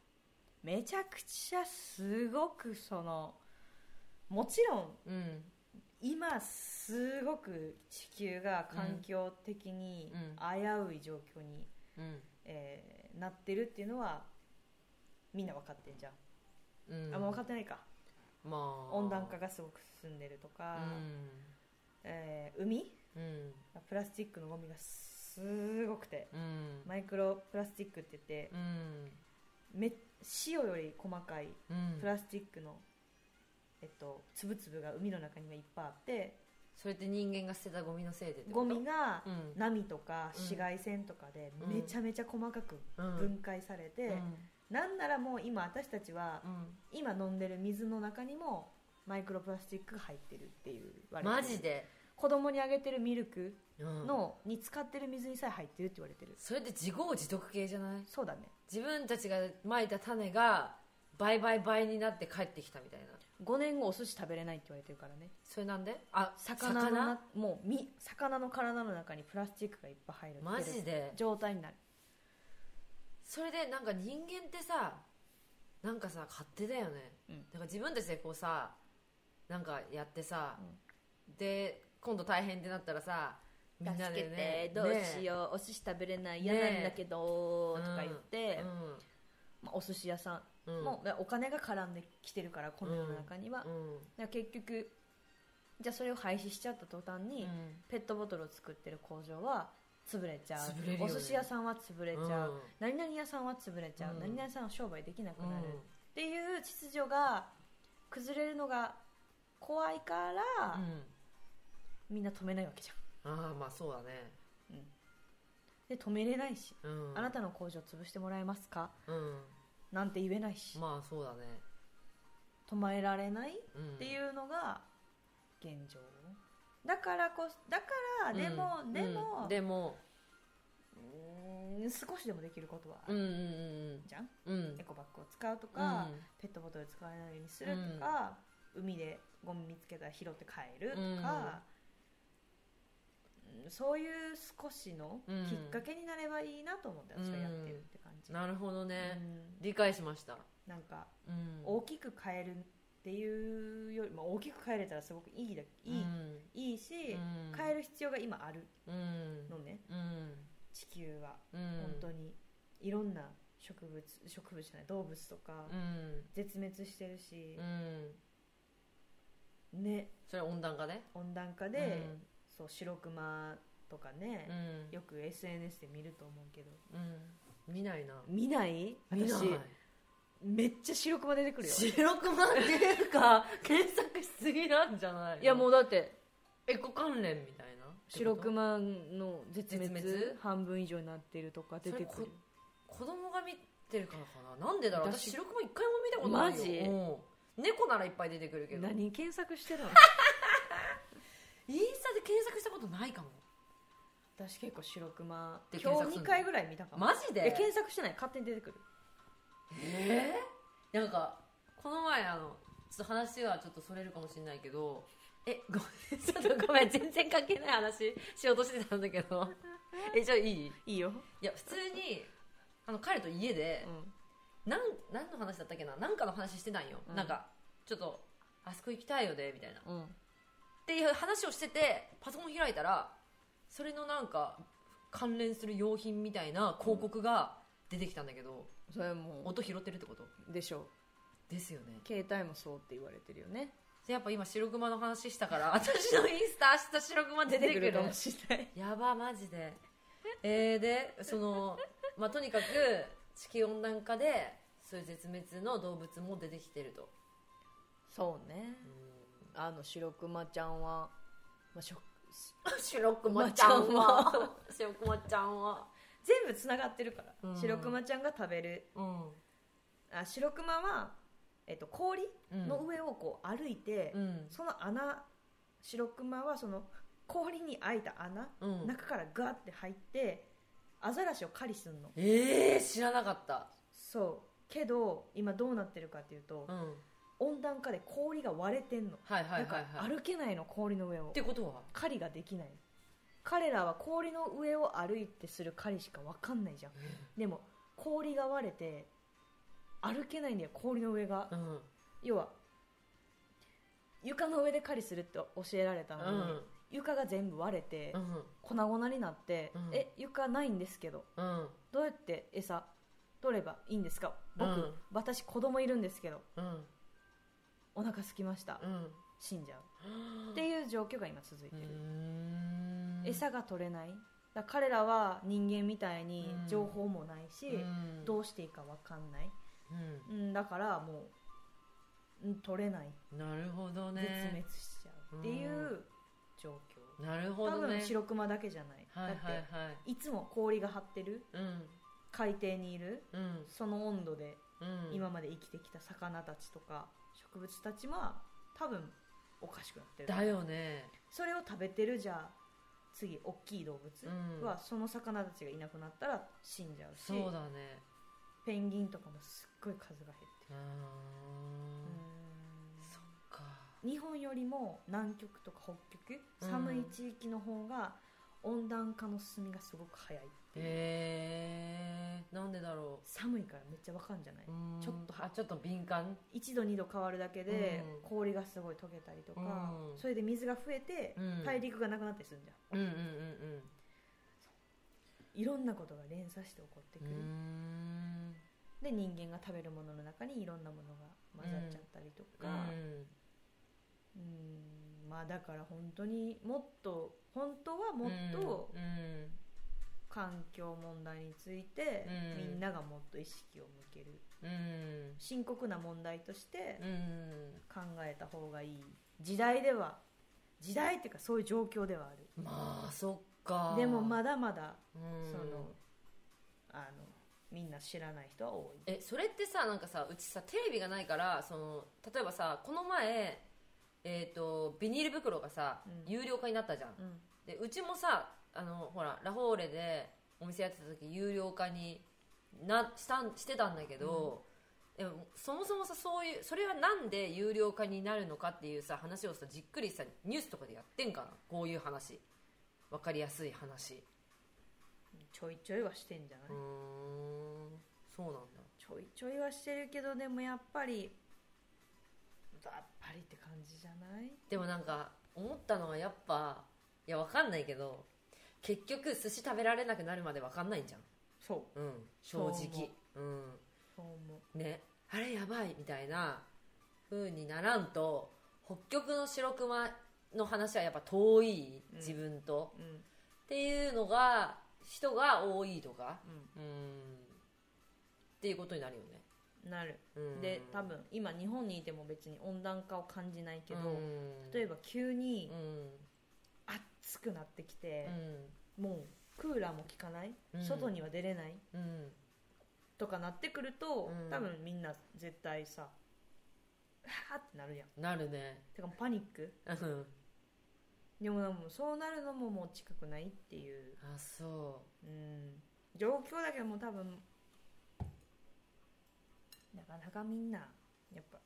S2: めちゃくちゃすごくそのもちろん
S1: うん
S2: 今すごく地球が環境的に危うい状況に、
S1: うん
S2: えーなってるっていうのはみんな分かってんじゃん、
S1: うん
S2: あんま分かってないか
S1: まあ
S2: 温暖化がすごく進んでるとか、えー海
S1: うんうん
S2: プラスチックのゴミがすごくて
S1: うん
S2: マイクロプラスチックって言って
S1: うん
S2: め塩より細かい
S1: うん
S2: プラスチックの、えっと、粒々が海の中にはいっぱいあって
S1: それって人間が捨てたゴミのせいでってこ
S2: ゴ
S1: と
S2: ミが
S1: うん
S2: 波とか
S1: うん
S2: 紫外線とかで
S1: うん
S2: めちゃめちゃ細かく
S1: うん
S2: 分解されて、
S1: うん
S2: なんならもう今私たちは
S1: うん
S2: 今飲んでる水の中にもマイクロプラスチックが入ってるっていう割れ
S1: マ
S2: てる
S1: ジで
S2: 子供にあげてるミルク
S1: うん
S2: のに使ってる水にさえ入ってるって言われてる
S1: それって自業自得系じゃない
S2: そうだね
S1: 自分たちがまいた種が倍倍倍になって帰ってきたみたいな
S2: 5年後お寿司食べれないって言われてるからね
S1: それなんであ
S2: 魚のなもうみ魚の体の中にプラスチックがいっぱい入る
S1: マジで
S2: 状態になる
S1: それでなんか人間ってさなんかさ勝手だよね、
S2: うん
S1: なんか自分たちでこうさなんかやってさ、
S2: うん
S1: で今度大変ってなったらさみんなでねよ
S2: よう、お寿司食べれない
S1: ね
S2: ど
S1: うん
S2: て
S1: う、
S2: まあ、お寿司屋さ
S1: んうん
S2: んも、だからお金が絡んできてるからこの世の中には、
S1: う
S2: だか
S1: ん
S2: ら結局じゃあそれを廃止しちゃった途端に、
S1: うん
S2: ペットボトルを作ってる工場は潰れちゃう
S1: 潰れるよ
S2: お
S1: ね
S2: 寿司屋さんは潰れちゃう、
S1: うん
S2: 何々屋さんは潰れちゃう、
S1: うん
S2: 何々屋さんは商売できな
S1: う
S2: くなる、
S1: ん
S2: っていう秩序が崩れるのが怖いから、
S1: うん
S2: みんな止めないわけじゃ
S1: ああまあそうだね、
S2: ん、で止めれないし、
S1: うん、
S2: あなたの工場潰してもらえますか
S1: うん
S2: なんて言えないし、
S1: まあそうだね、
S2: 止められないっ
S1: うん、
S2: ていううのが現状だからこだからでも、
S1: ん
S2: でも、
S1: うんでも
S2: うーん少しでもできることはあ
S1: うん
S2: る
S1: うんうん
S2: じゃん、
S1: うんうん
S2: エコバッグを使うとか、ペットボトル使わないようにするとか、海でゴミ見つけたら拾って帰るとか、うんそういう少しの
S1: うん
S2: きっかけになればいいなと思って私はやってるって感じ、
S1: なるほどね、
S2: うん
S1: 理解しました、
S2: なんか
S1: うん、
S2: 大きく変えるっていうより、まあ、大きく変えれたらすごくいいだいい,、いいし、
S1: うん
S2: 変える必要が今ある
S1: うんうん
S2: のね地球は、
S1: うん
S2: 本当にいろんな植物植物じゃない動物とか、
S1: うん
S2: 絶滅してるし
S1: う、ん
S2: ね
S1: それ温暖化ね
S2: 温暖化で、そう白クマとかね
S1: うん、うん
S2: よく SNS で見ると思うけど
S1: うん、見ないな
S2: 見ない
S1: 見ない
S2: 私めっちゃ白クマ出てくるよ
S1: 白熊っていうか検索しすぎなんじゃない
S2: いやも
S1: う
S2: うだって
S1: エコ関連みたいな
S2: 白
S1: ってこと
S2: 熊の絶滅
S1: 絶滅
S2: 半分以上になってるとか出てく
S1: それ
S2: る
S1: 子供が見てるからかななんでだろう私
S2: 私
S1: 白熊一回も見たことないよ
S2: マジ
S1: うん猫ならいっぱい出てくるけどイン
S2: 何検索してるの
S1: スタで検索したことないかも
S2: 私結構白熊
S1: で
S2: 今
S1: 検索す
S2: 日
S1: るの
S2: 2回ぐらい見たかも、
S1: マジ
S2: いや
S1: で
S2: 検索してない勝手に出てくる
S1: えー、なんかこの前あのちょっと話はちょっとそれるかもしれないけどえごめん ちょっとごめん全然関係ない話しようとしてたんだけ どえじゃあいいい
S2: いいよ、
S1: や普通にあの彼と家で
S2: う
S1: なん何の話だったっけななんかの話してないよ、
S2: うん
S1: なんかちょっとあそこ行きたいよねみたいなっ
S2: んうん、
S1: ていう話をしててパソコン開いたらそれのなんか関連する用品みたいな広告が出てきたんだけど、
S2: それも
S1: 音拾ってるってこと
S2: うでしょ
S1: ですよね
S2: う携帯もそうって言われてるよね
S1: でやっぱ今白熊の話した から私のインスタ明日白熊出てくる
S2: かもしれない
S1: やばマジでえー、でその、まあ、とにかく地球温暖化でそういう絶滅の動物も出てきてると
S2: そうね
S1: うん
S2: あの白熊ちゃんは、まあ、しょ
S1: 白熊
S2: ちゃん
S1: は白熊ちゃんは
S2: 全部つながってるから、
S1: うん
S2: 白熊ちゃんが食べる
S1: うん
S2: あ白熊は、えっと、氷
S1: うん
S2: の上をこう歩いて、
S1: うん
S2: その穴白熊はその氷に開いた穴、
S1: うん
S2: 中からガーって入ってアザラシを狩りすんの
S1: えー、知らなかった
S2: そうけど今どうなってるかっていうと
S1: う、ん
S2: 温暖化で氷が割れてんの、
S1: はいはいはい
S2: だから
S1: はいっ
S2: 歩けないの氷の上を
S1: てことは
S2: 狩りができない彼らは氷の上を歩いてする狩りしか分かんないじゃんでも氷が割れて歩けないんだよ氷の上が、
S1: うん
S2: 要は床の上で狩りするって教えられたのに、床が全部割れて、
S1: うん
S2: 粉々になって、
S1: うん
S2: え床ないんですけど
S1: うん
S2: どうやって餌取ればいいんですか僕、
S1: うん
S2: 私子供いるんですけど
S1: うん
S2: お腹空きました、
S1: うん
S2: 死んじゃう
S1: うん
S2: っていう状況が今続いてる、
S1: うーん
S2: 餌が取れないだから彼らは人間みたいに
S1: うん
S2: 情報もないし、
S1: うん
S2: どうしていいか分かんない、
S1: うん
S2: うん、だからもううん取れない
S1: なるほど
S2: 絶滅
S1: ね
S2: しちゃうっていう状況、
S1: なるほ
S2: 多
S1: ど
S2: 分
S1: ね
S2: 白熊だけじゃない、
S1: はいはい
S2: だって
S1: はい
S2: いつも氷が張ってる
S1: うん
S2: 海底にいる
S1: うん
S2: その温度で
S1: うん
S2: 今まで生きてきた魚たちとか植物たちは多分おかしくなってる
S1: だよね
S2: それを食べてるじゃあ次大きい動
S1: うん
S2: 物はその魚たちがいなくなったら死んじゃうし、
S1: そうだね
S2: ペンギンとかもすっごい数が減って
S1: うー
S2: る
S1: んそっか
S2: 日本よりも南極とか北極
S1: うん
S2: 寒い地域の方が温暖化の進みがすごく早いっていう、
S1: へえなんでだろ
S2: 寒いからめっちゃわかんじゃないう
S1: う、ーん
S2: ちょっと
S1: あちょっと敏感
S2: 1度2度変わるだけで
S1: うん
S2: 氷がすごい溶けたりとか、
S1: うん
S2: それで水が増えて
S1: うん
S2: 大陸がなくなったりするんじゃん、
S1: うんうんうん
S2: いろんなことが連鎖して起こって
S1: うん
S2: く
S1: う
S2: る、
S1: ーん
S2: で人間が食べるものの中にいろんなものが混ざっちゃったりとか、
S1: うん
S2: うんまあだから本当にもっと本当はもっと
S1: うん
S2: 環境問題について
S1: うん
S2: みんながもっと意識を向ける
S1: うん
S2: 深刻な問題として
S1: うん
S2: 考えた方がいい時代では時代っていうかそういう状況ではある
S1: まあそっか
S2: でも
S1: だ
S2: まだまだ
S1: そ
S2: そのあのみんな知らない人は多い
S1: えそれってさなんかさうちさテレビがないからその例えばさこの前えっ、とビニール袋がさ、
S2: うん
S1: 有料化になったじゃん
S2: うん
S1: でうちもさあのほらラフォーレでお店やってた時有料化になしたんしてたんだけど、でもそもそもさそういうそれはなんで有料化になるのかっていうさ話をさじっくりさニュースとかでやってんかなこういう話わかりやすい話
S2: ちょいちょいはしてんじゃない、
S1: うーんそうなんだ
S2: ちょいちょいはしてるけどでもやっぱりやっぱりって感じじゃない
S1: でもなんか思ったのはやっぱいやわかんないけど結局寿司食べられなくなるまでわかんないんじゃん
S2: そう
S1: うん正直うん
S2: そう思
S1: ねあれやばいみたいな風にならんと北極の白熊の話はやっぱ遠い
S2: うん
S1: 自分と、
S2: ううん
S1: っていうのが人が多いとかうんっていうことになるよね、
S2: うんなる
S1: うん、
S2: で多分今日本にいても別に温暖化を感じないけど
S1: うん
S2: 例えば急に
S1: うん
S2: 暑くなってきて、
S1: う
S2: もうクーラーも効かない、
S1: うん
S2: 外には出れない
S1: んうん
S2: とかなってくると、
S1: うん
S2: 多分みんな絶対さはあってなるやん
S1: なるね
S2: てかもうパニック
S1: うん
S2: でももうそうなるのももう近くないっていう、
S1: あそ
S2: うん、状況だけどもう多分なかなかみんなやっぱ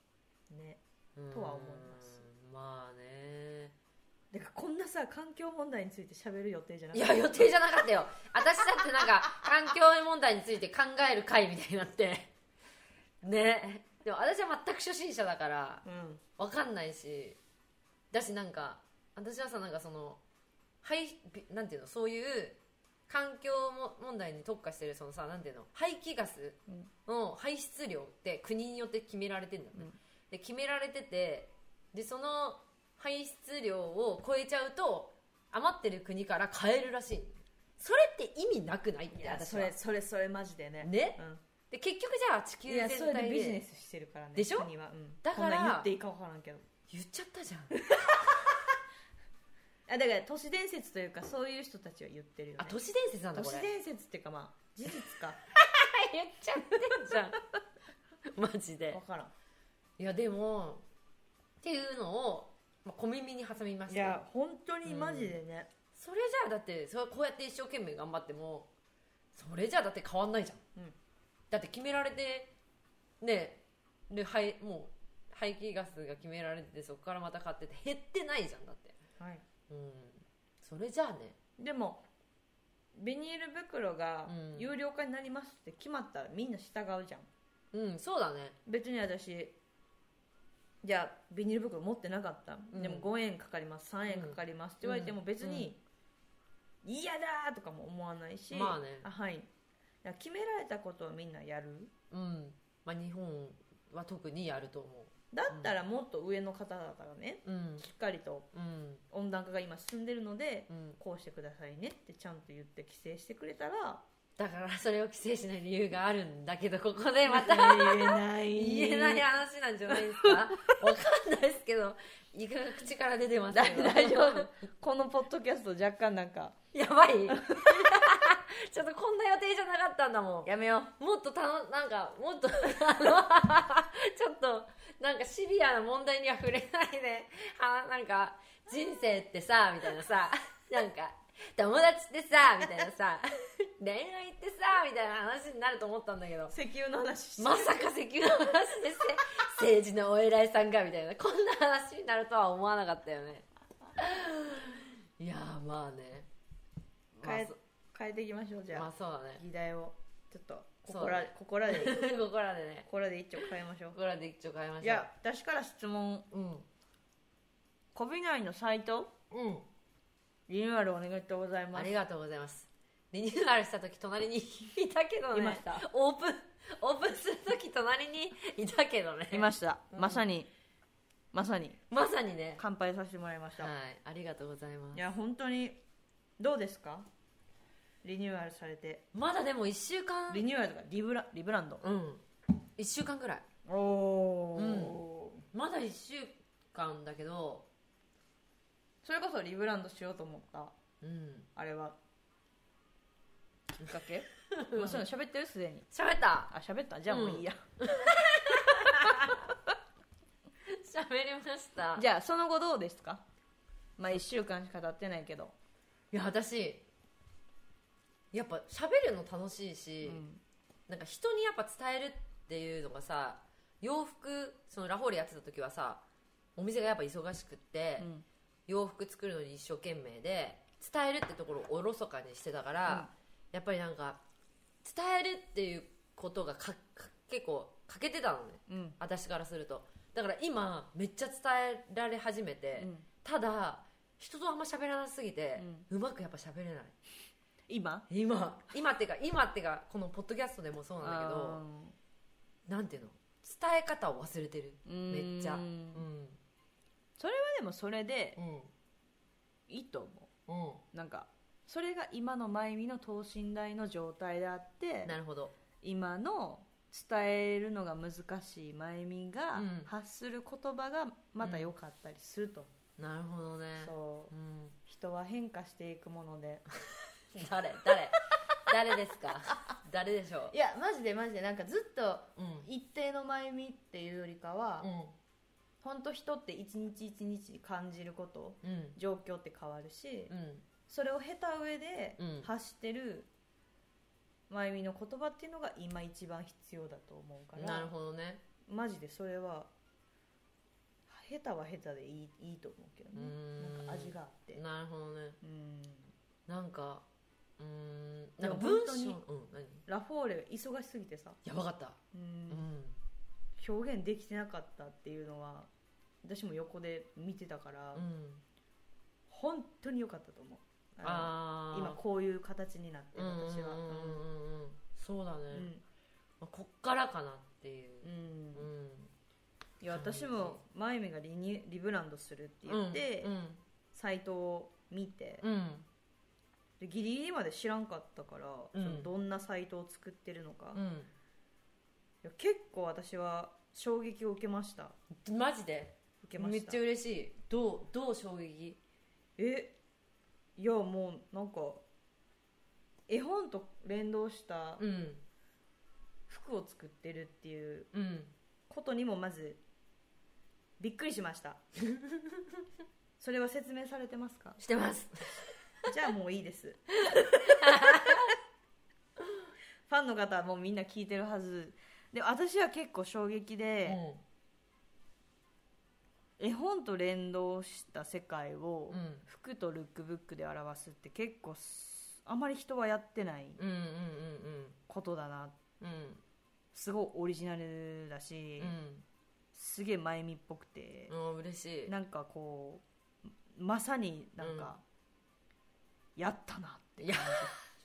S2: ね
S1: ううん
S2: とは思います
S1: まあね
S2: だからこんなさ環境問題について喋る予定じゃないかった
S1: や予定じゃなかったよ私だってなんか環境問題について考える会みたいになってねでも私は全く初心者だから
S2: うん
S1: わかんないしだしなんか私はさなんかその廃びなんていうのそういう環境も問題に特化してるそのさなんていうの排気ガス
S2: うん
S1: の排出量って国によって決められてんだよね、
S2: うん
S1: で決められててでその排出量を超えちゃうと余ってる国から買えるらしいそれって意味なくないって
S2: いや
S1: 私は
S2: それそれそれマジでね
S1: ね
S2: うん
S1: で結局じゃあ地球
S2: いや
S1: 全
S2: それ
S1: 体
S2: で
S1: で
S2: ビジネスしてるからね
S1: でしょ
S2: 国は、うん、
S1: だから
S2: こんなん言っていいか分からんけど
S1: 言っちゃったじゃん
S2: あだから都市伝説というかそういう人たちは言ってるよね
S1: あ都市伝説なんだ
S2: 都
S1: これ
S2: 市伝説っていうかまあ事実か
S1: 言っちゃってんじゃん マジで
S2: 分からん
S1: いやでもっていうのを、まあ、小耳に挟みまし
S2: い
S1: た
S2: や本当にマジでね、
S1: それじゃあだってそれこうやって一生懸命頑張ってもそれじゃあだって変わんないじゃん、
S2: うん
S1: だって決められてねではいもう排気ガスが決められててそこからまた買ってて減ってないじゃんだって
S2: はい、
S1: うんそれじゃあね
S2: でもビニール袋が
S1: うん
S2: 有料化になりますって決まったらみんな従うじゃん
S1: うんそうだね
S2: 別に私じゃあビニール袋持ってなかった、
S1: うん
S2: でも5円かかります3円かかりますって言われても
S1: うん
S2: 別に嫌、だーとかも思わないし、
S1: まあね
S2: はいだから決められたことをみんなやる
S1: うんまあ日本は特にやると思
S2: だったらもっと上の方だからね、
S1: ううん
S2: しっかりと
S1: うん
S2: 温暖化が今進んでるので
S1: うん
S2: こうしてくださいねってちゃんと言って規制してくれたら
S1: だからそれを規制しない理由があるんだけどここでまた
S2: 言 えない
S1: 言えない話なんじゃないです かわかんないですけどいく口から出てます
S2: だ
S1: けど
S2: 大丈夫このポッドキャスト若干なんか
S1: やばい ちょっとこんな予定じゃなかったんだも
S2: やめようん
S1: もっとたのなんかもっとあの ちょっとなんかシビアな問題には触れないであなんか人生ってさみたいなさなんか友達ってさみたいなさ恋愛ってさみたいな話になると思ったんだけど
S2: 石油の話して
S1: まさか石油の話でせ政治のお偉いさんがみたいなこんな話になるとは思わなかったよねいやーまあねまあ
S2: 変え
S1: そ
S2: 変えていきましょうじゃあ、
S1: まあそうだね
S2: 議題をちょっとこ
S1: そう
S2: こら、
S1: ね
S2: ここらでこ
S1: ここらでね
S2: こらで一丁変えましょう
S1: ここらで一丁変えましょう
S2: じゃあ私から質問
S1: うん
S2: コビナイのサイト
S1: うん
S2: リニューアルお願いとござい
S1: あ
S2: ます
S1: りがとうございますリニューアルした時隣に いたけどね
S2: いました
S1: オープンオープンする時隣にいたけどね
S2: いました、
S1: うん
S2: まさにまさに
S1: まさにね
S2: 乾杯させてもらいました、
S1: はいありがとうございます
S2: いや本当にどうですかリニューアルされて
S1: まだでも1週間
S2: リニューアルとかリブラリブランド
S1: うん1週間ぐらい
S2: おお、
S1: まだ1週間だけど、
S2: それこそリブランドしようと思った
S1: うん、
S2: あれはきっか けもうそういうの喋ってるすでに
S1: 喋った
S2: あ喋ったじゃあもういいや、
S1: 喋りました
S2: じゃあその後どうですかまあ1週間しか経ってないけど、
S1: いや私やっぱ喋るの楽しいし、なんか人にやっぱ伝えるっていうのがさ洋服そのラフォールやってた時はさお店がやっぱ忙しくって、
S2: うん
S1: 洋服作るのに一生懸命で伝えるってところをおろそかにしてたから、やっぱりなんか伝えるっていうことがかか結構欠けてたのね
S2: うん
S1: 私からするとだから今めっちゃ伝えられ始めて、
S2: うん
S1: ただ人とあんま喋らなすぎて、うまくやっぱ喋れない
S2: 今
S1: 今今っていうか今っていうかこのポッドキャストでもそうなんだけどなんていうの伝え方を忘れてる
S2: あー
S1: めっちゃ
S2: う
S1: うんん
S2: それはでもそれで
S1: うん
S2: いいと思
S1: うん、
S2: うなんかそれが今の真由美の等身大の状態であって
S1: なるほど
S2: 今の伝えるのが難しい真由美が
S1: うん
S2: 発する言葉がまた良かったりすると思う、
S1: なるほどね
S2: そう
S1: う、ん、
S2: 人は変化していくもので
S1: 誰誰誰ですか 誰でしょ
S2: いやマジでマジでなんかずっと
S1: ううん
S2: 一定の前みっていうよりかは、
S1: う
S2: ほんと人って一日一日感じること
S1: ん
S2: 状況って変わるし、
S1: うん
S2: それを経た上で
S1: うん
S2: 発してるまゆみの言葉っていうのが今一番必要だと思うか
S1: なる
S2: ら
S1: ほどね
S2: マジでそれは下手は下手でいいいいと思うけどね
S1: うーん
S2: なんか味があって
S1: なるほどね
S2: うん
S1: なんかうーんなんか
S2: でも
S1: 文
S2: 本当
S1: 章
S2: に
S1: うん何
S2: ラフォーレ忙しすぎてさ、
S1: やばかった
S2: うん
S1: うん
S2: 表現できてなかったっていうのは私も横で見てたから、
S1: うん
S2: 本当に良かったと思うあの
S1: ああ
S2: 今こういう形になってる私は
S1: う
S2: うん
S1: うんうんう
S2: ん
S1: んうんそうだね、まあ、こっからかなっていう
S2: うんうん
S1: うん
S2: いや私もまゆみがリニリブランドするって言って、
S1: うん
S2: サイトを見て、
S1: うん
S2: でギリギリまで知らんかったから、
S1: うん
S2: そのどんなサイトを作ってるのか、
S1: う
S2: い
S1: ん、
S2: や結構私は衝撃を受けました
S1: うん、マジで
S2: 受けま
S1: め
S2: し
S1: ったちゃ嬉しいどうどう衝撃
S2: えいやもうなんか絵本と連動した
S1: うん
S2: 服を作ってるっていう
S1: うん
S2: ことにもまずびっくりしました それは説明されてますか
S1: してます
S2: じゃあもういいです ファンの方はもうみんな聞いてるはずで私は結構衝撃で、絵本と連動した世界を
S1: うんうん
S2: 服とルックブックで表すって結構すあまり人はやってない
S1: うんうん
S2: ことだな
S1: うんうん
S2: すごいオリジナルだし、
S1: う
S2: すげえ前見っぽくて、
S1: んうん嬉しい
S2: なんかこうまさになんか、やったなって
S1: いや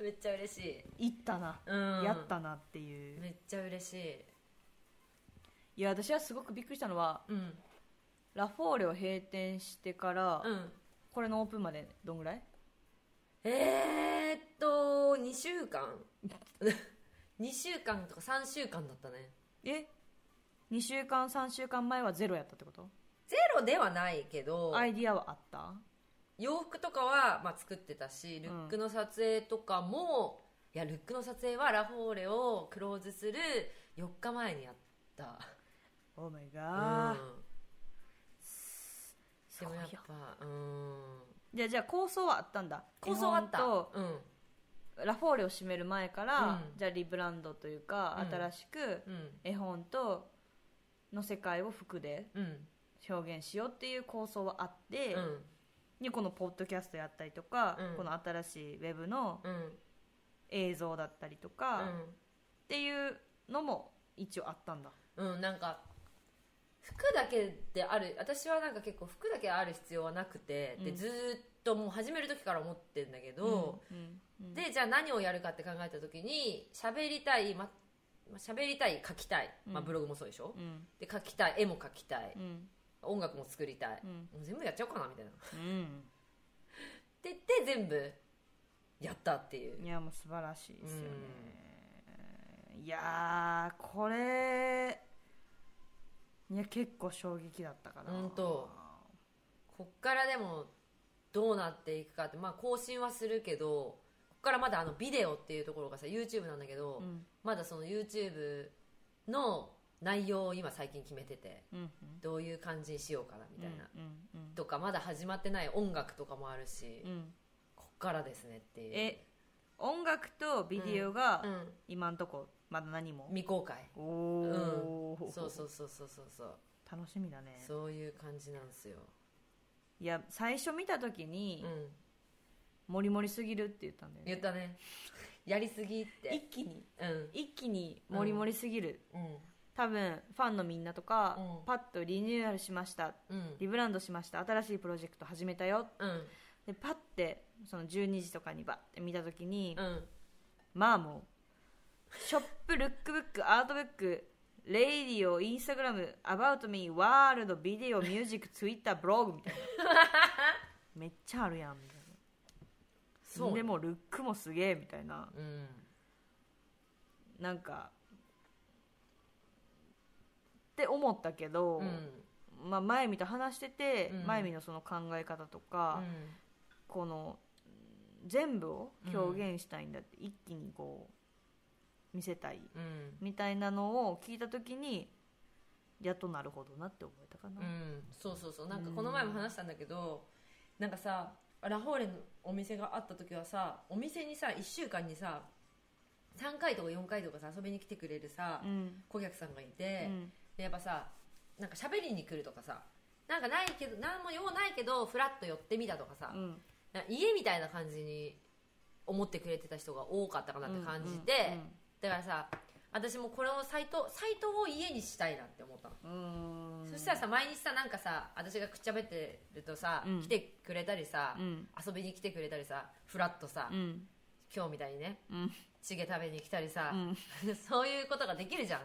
S1: めっちゃ嬉しい
S2: 行ったな、
S1: うん
S2: やったなっていう
S1: めっちゃ嬉しい
S2: いや私はすごくびっくりしたのは
S1: うん
S2: ラフォーレを閉店してから、
S1: うん
S2: これのオープンまでどんぐらい
S1: えー、っと2週間2週間とか3週間だったね
S2: え2週間3週間前はゼロやったってこと
S1: ゼロではないけど
S2: アイディアはあった
S1: 洋服とかは、まあ、作ってたしルックの撮影とかも、いやルックの撮影はラフォーレをクローズする4日前にやった
S2: オーマイ
S1: う
S2: ガー
S1: ん
S2: す
S1: で
S2: ご
S1: も
S2: い
S1: や
S2: よ
S1: っぱうん
S2: じゃあじゃあ構想はあったんだ
S1: 構想はあった
S2: 絵本と
S1: うん
S2: ラフォーレを閉める前から、
S1: うん
S2: じゃあリブランドというか、
S1: うん
S2: 新しく
S1: うん
S2: 絵本との世界を服で
S1: うん
S2: 表現しようっていう構想はあって、
S1: うん
S2: でこのポッドキャストやったりとか、
S1: うん
S2: この新しいウェブの
S1: うん
S2: 映像だったりとか、っていうのも一応あったんだ
S1: うん、うん、なんか服だけである私はなんか結構服だけある必要はなくて、で
S2: うん
S1: ずーっともう始める時から思ってんだけど、
S2: うんうん
S1: でじゃあ何をやるかって考えた時に喋りたい、ま、ま喋りたい書きたい、まあ、
S2: うん
S1: ブログもそうでしょ、
S2: うん
S1: で書きたい絵も描きたい
S2: うん
S1: 音楽も作りたい、
S2: うん
S1: もう全部やっちゃおうかなみたいなって言って全部やったっていう
S2: いやもう素晴らしいですよね、いやーこれいや結構衝撃だったかな
S1: ほんとこっからでもどうなっていくかって、まあ、更新はするけどこっからまだあのビデオっていうところがさ YouTube なんだけど、
S2: うん
S1: まだその YouTube の内容を今最近決めてて
S2: うんうん
S1: どういう感じにしようかなみたいな、
S2: うんうん
S1: とかまだ始まってない音楽とかもあるし、
S2: うんうん
S1: こっからですねっていう
S2: え音楽とビデオ
S1: う
S2: が
S1: ん、
S2: 今んとこまだ何も、
S1: 未公開
S2: おおー、
S1: そうそうそうそうそうそう
S2: 楽しみだね
S1: そういう感じなんですよ、
S2: いや最初見た時に
S1: うん、
S2: モリモリすぎるって言ったんだよ
S1: 言っ
S2: ね
S1: たねやりすぎって
S2: 一気に
S1: うん
S2: 一気にモリモリすぎる、
S1: うん
S2: 多分ファンのみんなとか、
S1: うん
S2: パッとリニューアルしました
S1: うん
S2: リブランドしました新しいプロジェクト始めたよ
S1: うん
S2: でパッてその12時とかにバッて見た時に、
S1: うん
S2: まあもうショップルックブックアートブックレイディオインスタグラムアバウトミーワールドビデオミュージックツイッターブログみたいなめっちゃあるやんみたいな
S1: そう
S2: でもうルックもすげえみたいな
S1: うん
S2: なんかって思ったけど、
S1: うん
S2: まあ、前見と話してて、
S1: うん
S2: 前見のその考え方と
S1: う
S2: か、
S1: ん
S2: このうん全部を表現したいんだって、一気にこう見せたい
S1: うん
S2: みたいなのを聞いた時にやっとなるほどなって思えたかな、
S1: うんそうそうそうなんかこの前も話したんだけど、なんかさラフォーレのお店があった時はさお店にさ1週間にさ3回とか4回とかさ遊びに来てくれるさ、
S2: うん
S1: 顧客さんがいうて、
S2: ん
S1: でやっぱさなんか喋りに来るとかさなんかないけど何も用ないけどフラッと寄ってみたとかさ、
S2: うん
S1: なんか家みたいな感じに思ってくれてた人が多かったかなって感じて、だからさ私もこれをサイトサイトを家にしたいなって思ったの、
S2: うんうんうん
S1: そしたらさ毎日さなんかさ私がくっちゃべってるとさ、
S2: うん
S1: 来てくれたりさ、
S2: うん
S1: 遊びに来てくれたりさフラッとさ、
S2: うん
S1: 今日みたいにね
S2: うん
S1: チゲ食べに来たりさ
S2: う、ん
S1: そういうことができるじゃんっ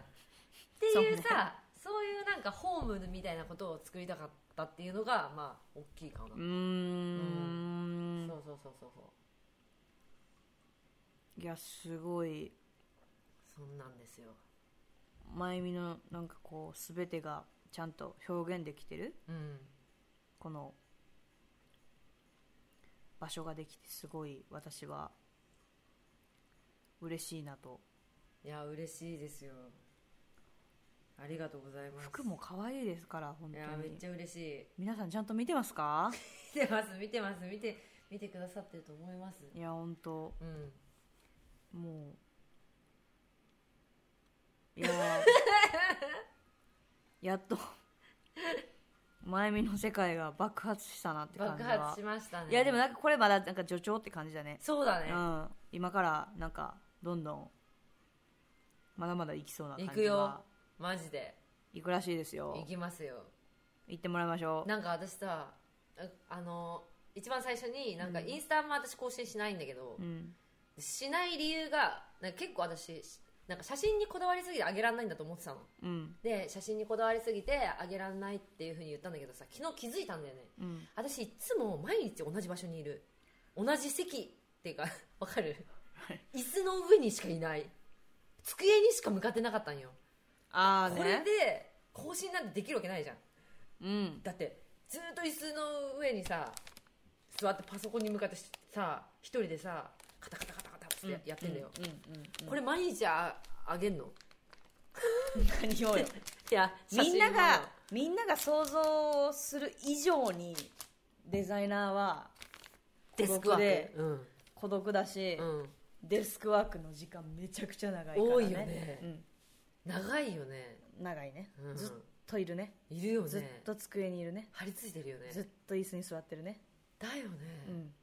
S1: ていう
S2: そうね
S1: さそう,、いうなんかホームみたいなことを作りたかったっていうのがまあ大きいかな、
S2: うーん
S1: そうそうそうそうそう
S2: いやすごい
S1: そんなんですよ
S2: 真由美のなんかこう全てがちゃんと表現できてる
S1: うん
S2: この場所ができてすごい私は嬉しいなと
S1: いや嬉しいですよありがとうございます
S2: 服も可愛いですから本
S1: い
S2: 当
S1: やめっ
S2: に
S1: ちゃ嬉しい
S2: 皆さんちゃんと見てますか
S1: 見てます見てます見て見てくださってると思います
S2: いや本当
S1: うん
S2: もういや ーやっと前見の世界が爆発したなって感
S1: 爆
S2: じは
S1: 発しましたね
S2: いやでもなんかこれまだなんか助長って感じだね
S1: そうだね
S2: うん、今からなんかどんどんまだまだ行きそうな感じ
S1: 行
S2: は
S1: くよマジで
S2: 行くらしいですよ
S1: 行きますよ
S2: 行ってもらいましょう
S1: なんか私さああの一番最初になんかインスタも私更新しないんだけど、
S2: うん
S1: しない理由がなんか結構私なんか写真にこだわりすぎてあげられないんだと思ってたの
S2: うん
S1: で写真にこだわりすぎてあげられないっていうふうに言ったんだけどさ昨日気づいたんだよね
S2: うん
S1: 私いつも毎日同じ場所にいる同じ席っていうか わかる椅子の上にしかいない机にしか向かってなかったんよ
S2: ああ
S1: これ
S2: ね
S1: で更新なんてできるわけないじゃん
S2: うん
S1: だってずっと椅子の上にさ座ってパソコンに向かってさ一人でさカタカタカタカタってやってんだよ、
S2: うんうんうんうん
S1: これ毎日ああげんの
S2: 何をよ
S1: いや
S2: みんながみんなが想像する以上にデザイナーは
S1: デスクワー
S2: で
S1: ク、うん
S2: 孤独だし、
S1: うん、
S2: デスクワークの時間めちゃくちゃ長いから、ね、
S1: 多いよね
S2: う
S1: 長いよね、
S2: ん、長いね、
S1: うん
S2: ずっといるね
S1: いるよね
S2: ずっと机にいるね
S1: 張り付いてるよ
S2: ずっ
S1: ね
S2: と椅子に座ってるね、
S1: だよね、
S2: うん、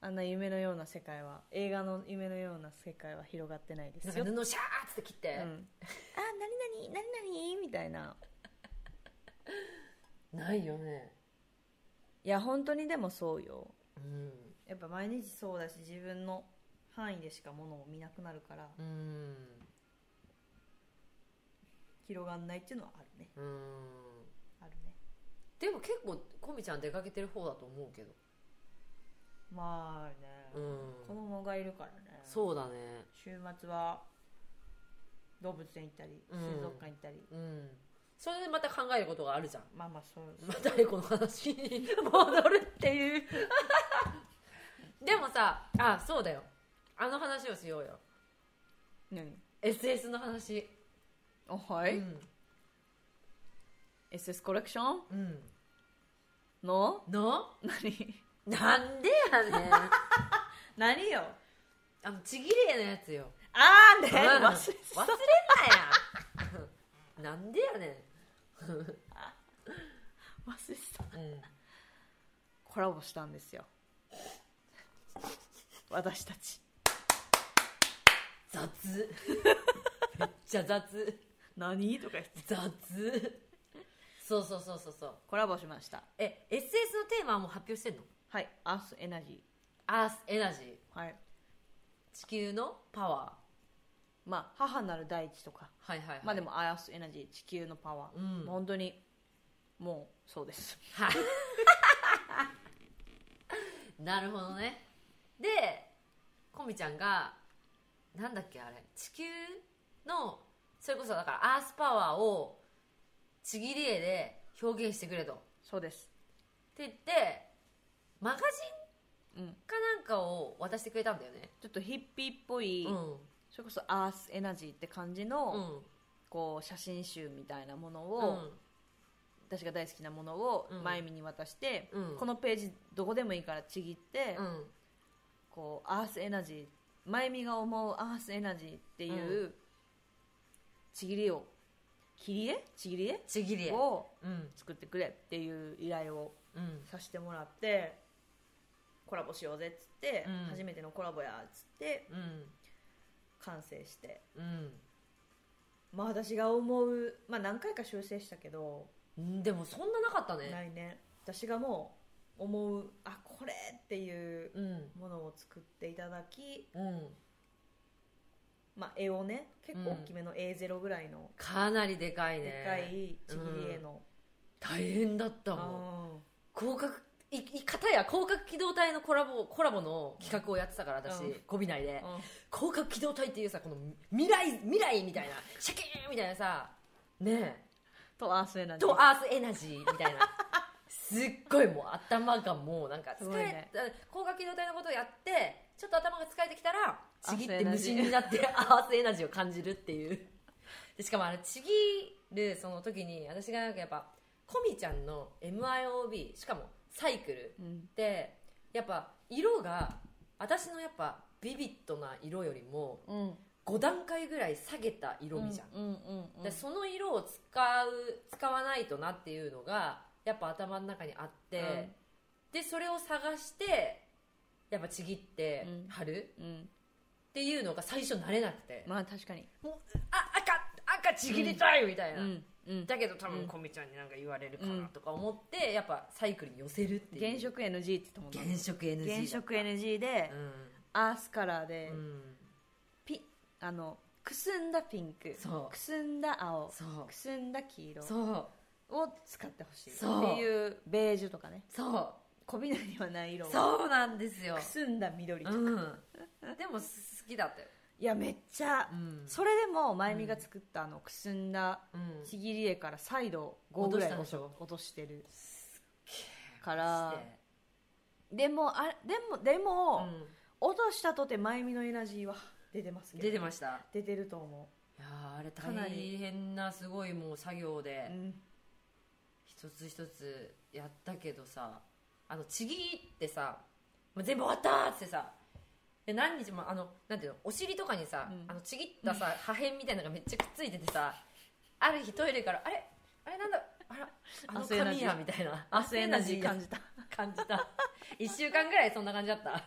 S2: あんな夢のような世界は映画の夢のような世界は広がってないですよ、うん、
S1: なんか布シャーって切って、
S2: あ何々何々みたいな
S1: ないよね
S2: いや本当にでもそうよ
S1: うん
S2: やっぱ毎日そうだし自分の範囲でしかものを見なくなるから
S1: うん
S2: 広がんないっていうのはあるね
S1: うん
S2: あるね
S1: でも結構こみちゃん出かけてる方だと思うけど
S2: まあね、
S1: うん
S2: 子供がいるからね
S1: そうだね
S2: 週末は動物園行ったり
S1: うん
S2: 水族館行ったり、
S1: うんそれでまた考えることがあるじゃん
S2: まあまあそう
S1: またこの話に戻るっていうでもさあそうだよあの話をしようよ
S2: 何
S1: SS の話
S2: あは
S1: う
S2: い、
S1: ん、
S2: SS コレクション
S1: うん、
S2: の
S1: の
S2: 何
S1: なんでやねん
S2: 何よ
S1: あのちぎれのやつよ
S2: あーね
S1: うん
S2: 忘れて
S1: 忘れたやん なんでやね
S2: た忘れてた
S1: ん、うん、
S2: コラボしたんですよ私たち
S1: 雑めっちゃ雑
S2: 何とか言って
S1: 雑そうそうそうそうそう
S2: コラボしました
S1: え SS のテーマはもう発表してんの
S2: はいアースエナジ
S1: アースエナジー
S2: ーはい
S1: 地球のパワ
S2: まあ母なる大地とか
S1: ーはいはい、はい、
S2: まあでもアースエナジー地球のパワー、
S1: うん
S2: もう本当にもうそ うです
S1: はい なるほどねでこみちゃんがなんだっけあれ地球のそれこそだからアースパワーをちぎり絵で表現してくれと。っ
S2: そうです
S1: て言って、マガジ
S2: うん
S1: ンかなんかを渡してくれたんだよね。
S2: ちょっとヒッピーっぽい、
S1: うん。
S2: それこそアースエナジーって感じ
S1: う
S2: の、
S1: ん。
S2: こう写真集みたいなもの
S1: う
S2: を、
S1: ん。
S2: 私が大好きなものを
S1: うん
S2: まゆみに渡して、
S1: うん
S2: このページどこでもいいからちぎって、
S1: うん。
S2: こうアースエナジーまゆみが思うアースエナジーっていう、ちぎりを切り絵ちぎり
S1: ちぎり
S2: 絵
S1: 絵。
S2: を
S1: うん。
S2: 作ってくれっていう依頼を
S1: うん。
S2: させてもらってコラボしようぜっつって、
S1: うん
S2: 初めてのコラボやっつって
S1: うん。
S2: 完成して
S1: うん。
S2: まあ私が思うまあ何回か修正したけど
S1: うんでもそんななかったね
S2: 来年私がもう思うあこれっていう
S1: うん
S2: ものを作っていただき、
S1: うん
S2: まあ、絵をね結構大きめの A0 ぐらいの、
S1: かなりでかいね
S2: でっかいちぎり絵の、
S1: 大変だった
S2: あ
S1: もん広角いい方や広角機動隊のコラボコラボの企画をやってたから私
S2: うん
S1: こびないで
S2: ーうん
S1: 広角機動隊っていうさこの未来未来みたいなシャキーンみたいなさね
S2: とアースエナ
S1: え
S2: ジー
S1: とアースエナジーみたいなすっごいもう頭がもうなんか
S2: す
S1: 疲
S2: ごい
S1: れ、
S2: ね
S1: 広角機動隊のことをやってちょっと頭が疲れてきたらちぎっ
S2: アー
S1: て
S2: スエ
S1: 無心
S2: ナジー
S1: になって アースエナジーを感じるっていうでしかもあのちぎるその時に私がなんかやっぱコミちゃんの MIOB しかもサイクル
S2: うん
S1: ってやっぱ色が私のやっぱビビッドな色よりも
S2: うん
S1: 5段階ぐらい下げた色味じゃん、
S2: うんうんうん
S1: でその色を使う使わないとなっていうのがやっぱ頭の中にあって、でそれを探してやっぱちぎって
S2: うん
S1: 貼る
S2: うんうん
S1: っていうのが最初慣れなくて、
S2: まあ確かに
S1: もうあ赤赤ちぎりたいみたいうな、
S2: んうん
S1: だけど多
S2: う
S1: 分
S2: ん
S1: コミちゃんになんか言われるか
S2: う
S1: なんとか思ってやっぱサイクルに寄せるっていう
S2: 原色 NG って言ったもんな
S1: 原色 NG だ
S2: 原色 NG で、アースカラーで、
S1: うん、うん、
S2: ピあのくすんだピンク
S1: そう
S2: くすんだ青
S1: そう
S2: くすんだ黄色
S1: そう
S2: を使ってほしいっ
S1: そう
S2: ていうベージュとかね
S1: そう
S2: こびないにはない色を
S1: そうなんですよ
S2: くすんだ緑とか、
S1: う
S2: い
S1: んでも好きだったよ
S2: やめっちゃ、
S1: うん
S2: それでもまゆみが作ったあのくすんだ
S1: うん
S2: ちぎり絵から再度5ぐらい
S1: 落としたでしょ
S2: 落としてる
S1: か
S2: からでもあでもでも、落としたとてまゆみのエナジーは出てますけど
S1: 出てました
S2: 出てると思
S1: いやーあれ
S2: かな
S1: 大
S2: り
S1: 変なすごいもう作業
S2: う、
S1: で
S2: うん
S1: 一つ一つやったけどさあのちぎってさもう全部終わったっつってさで何日もあのなんていうのお尻とかにさ、
S2: うん
S1: あのちぎったさ破片みたいなのがめっちゃくっついててさある日トイレからあれあれなんだあらあの
S2: 汗エナジー
S1: 髪やみたい な
S2: アスエナジー
S1: 感
S2: 感じた
S1: 感じた1週間ぐらいそんな感じだった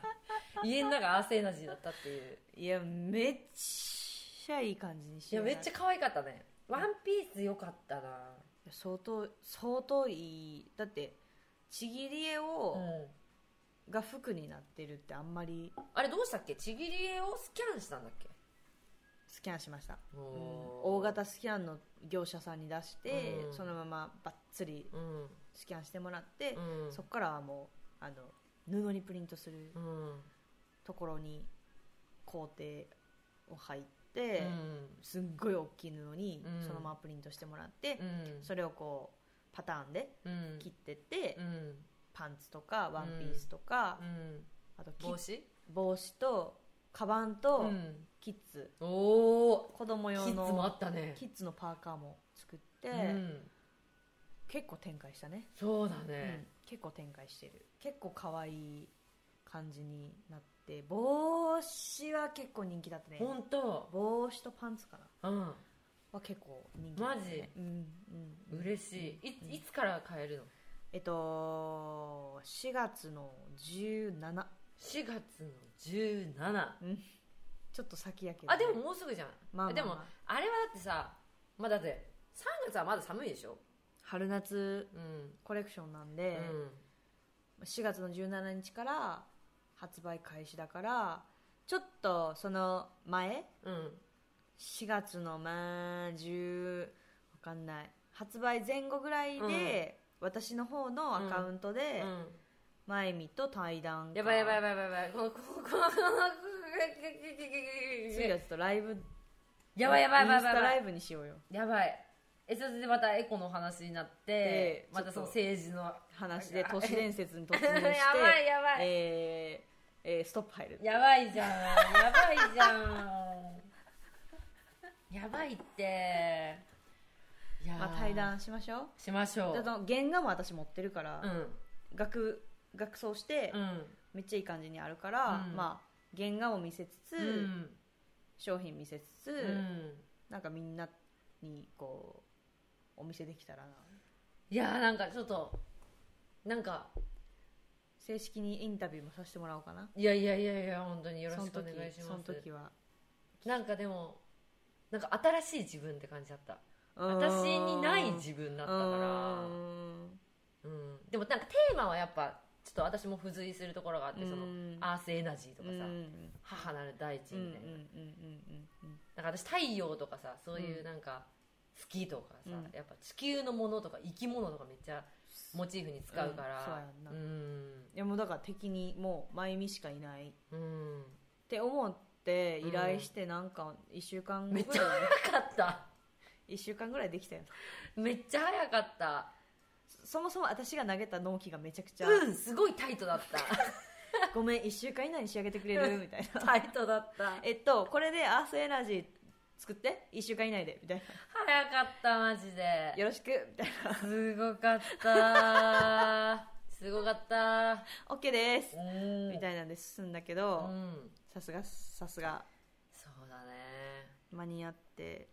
S1: 家の中アースエナジーだったっていう
S2: いやめっちゃいい感じにし
S1: いや
S2: ような
S1: めっちゃ可愛かったねワンピースよかったな
S2: 相当相当いいだってちぎり絵を、
S1: うん
S2: が服になってるってあんまり
S1: あれどうしたっけちぎり絵をスキャンしたんだっけ
S2: スキャンしました、うん大
S1: 大
S2: 型スキャンの業者さんに出して、
S1: うん
S2: そのままバッツリ
S1: うん
S2: スキャンしてもらって、
S1: うん
S2: そこからはもうあの布にプリントする
S1: うん
S2: ところに工程を入って、
S1: うん
S2: すっごい大きい布に
S1: うん
S2: そのままプリントしてもらって
S1: う、ん
S2: それをこうパターンで
S1: うん
S2: 切ってって、
S1: うん
S2: パンツとかワンピースとか、
S1: うん
S2: あとキッ
S1: 帽子
S2: 帽子とカバンと
S1: ん
S2: キッズ、
S1: おお
S2: 子供
S1: キッ
S2: 用
S1: ズもあ
S2: の
S1: ったね
S2: キッズのパーカーも作って、
S1: うん
S2: 結構展開したね、
S1: そうだ
S2: う
S1: ね
S2: ん結構展開してる結構可愛い感じになって帽子は結構人気だったね
S1: 本当
S2: 帽子とパンツかな
S1: うん
S2: は結構人気だったねうんうん
S1: 嬉しい
S2: うん
S1: いいつから買えるの
S2: えっと4月の17
S1: 4月の17
S2: ちょっと先やけどね、
S1: あでももうすぐじゃん、
S2: まあまあまあ
S1: でもあれはだってさまあだって3月はまだ寒いでしょ
S2: 春夏
S1: うん、
S2: コレクションなんで、4月の17日から発売開始だからちょっとその前
S1: うんうん
S2: 4月のまあ10わかんない発売前後ぐらいで、私の方のアカウントで、まゆみと対談会
S1: やばいやばいやばいやばいこのこのこのこの
S2: 次はちょっとライブ
S1: やばいやばいやばい
S2: インスタ
S1: やば
S2: ラ
S1: い
S2: イブにしようよ
S1: やばいえそれでまたエコの話になって
S2: で
S1: またその
S2: ちょっと
S1: 政治の
S2: 話で都市伝説に突
S1: や
S2: 入して
S1: ば いやばい、
S2: えーえーストップ入る
S1: やばいじゃんやばいじゃんやばいっていやー
S2: まあ、対談しましょう
S1: しましょ
S2: であ
S1: う
S2: の原画も私持ってるから、
S1: うん
S2: 学学装して、
S1: うん
S2: めっちゃいい感じにあるから、
S1: うん
S2: まあ原画を見せつつ、
S1: うん
S2: 商品見せつつ、
S1: うん
S2: なんかみんなにこうお見せできたらない
S1: やーなんかちょっとなんか
S2: 正式にインタビューもさせてもらおうかない
S1: やいやいやいや本当によろしくお願いし
S2: そ
S1: ま
S2: の
S1: す
S2: 時は
S1: なんかでもなんか新しい自分って感じだった私
S2: 私
S1: にない自分だったからうん、でもなんかテーマはやっぱちょっと私も付随するところがあって、そのアースエナジーとかさ、
S2: うん
S1: 母なる大地
S2: うんうん
S1: みたいな,、
S2: うんうんうん
S1: なんか私太陽とかさそういううんなんか月とかさ、
S2: うん
S1: やっぱ地球のものとか生き物とかめっちゃモチーフに使うから
S2: うんそうやんな
S1: うん
S2: いやもうだから敵にもう真由美しかいないっ
S1: うん
S2: て思って依頼してなんか1週間ぐ
S1: め
S2: ら
S1: っ
S2: い、
S1: ちゃ早かった
S2: 一週間ぐらいできたよ
S1: めっちゃ早かった
S2: そもそも私が投げた納期がめちゃくちゃ、
S1: うんすごいタイトだっ
S2: ごめん1週間以内に仕上げてくれ るみたい
S1: た
S2: な
S1: タイトだった
S2: えっとこれでアースエナジー作って1週間以内でみたい
S1: 早かったマジで
S2: なよろしくみたいな
S1: すごかったすごかった
S2: オッケーです
S1: うん
S2: みたいなんで進んだけ
S1: う
S2: ど
S1: ん
S2: さすがさすが
S1: そうだね
S2: 間に合って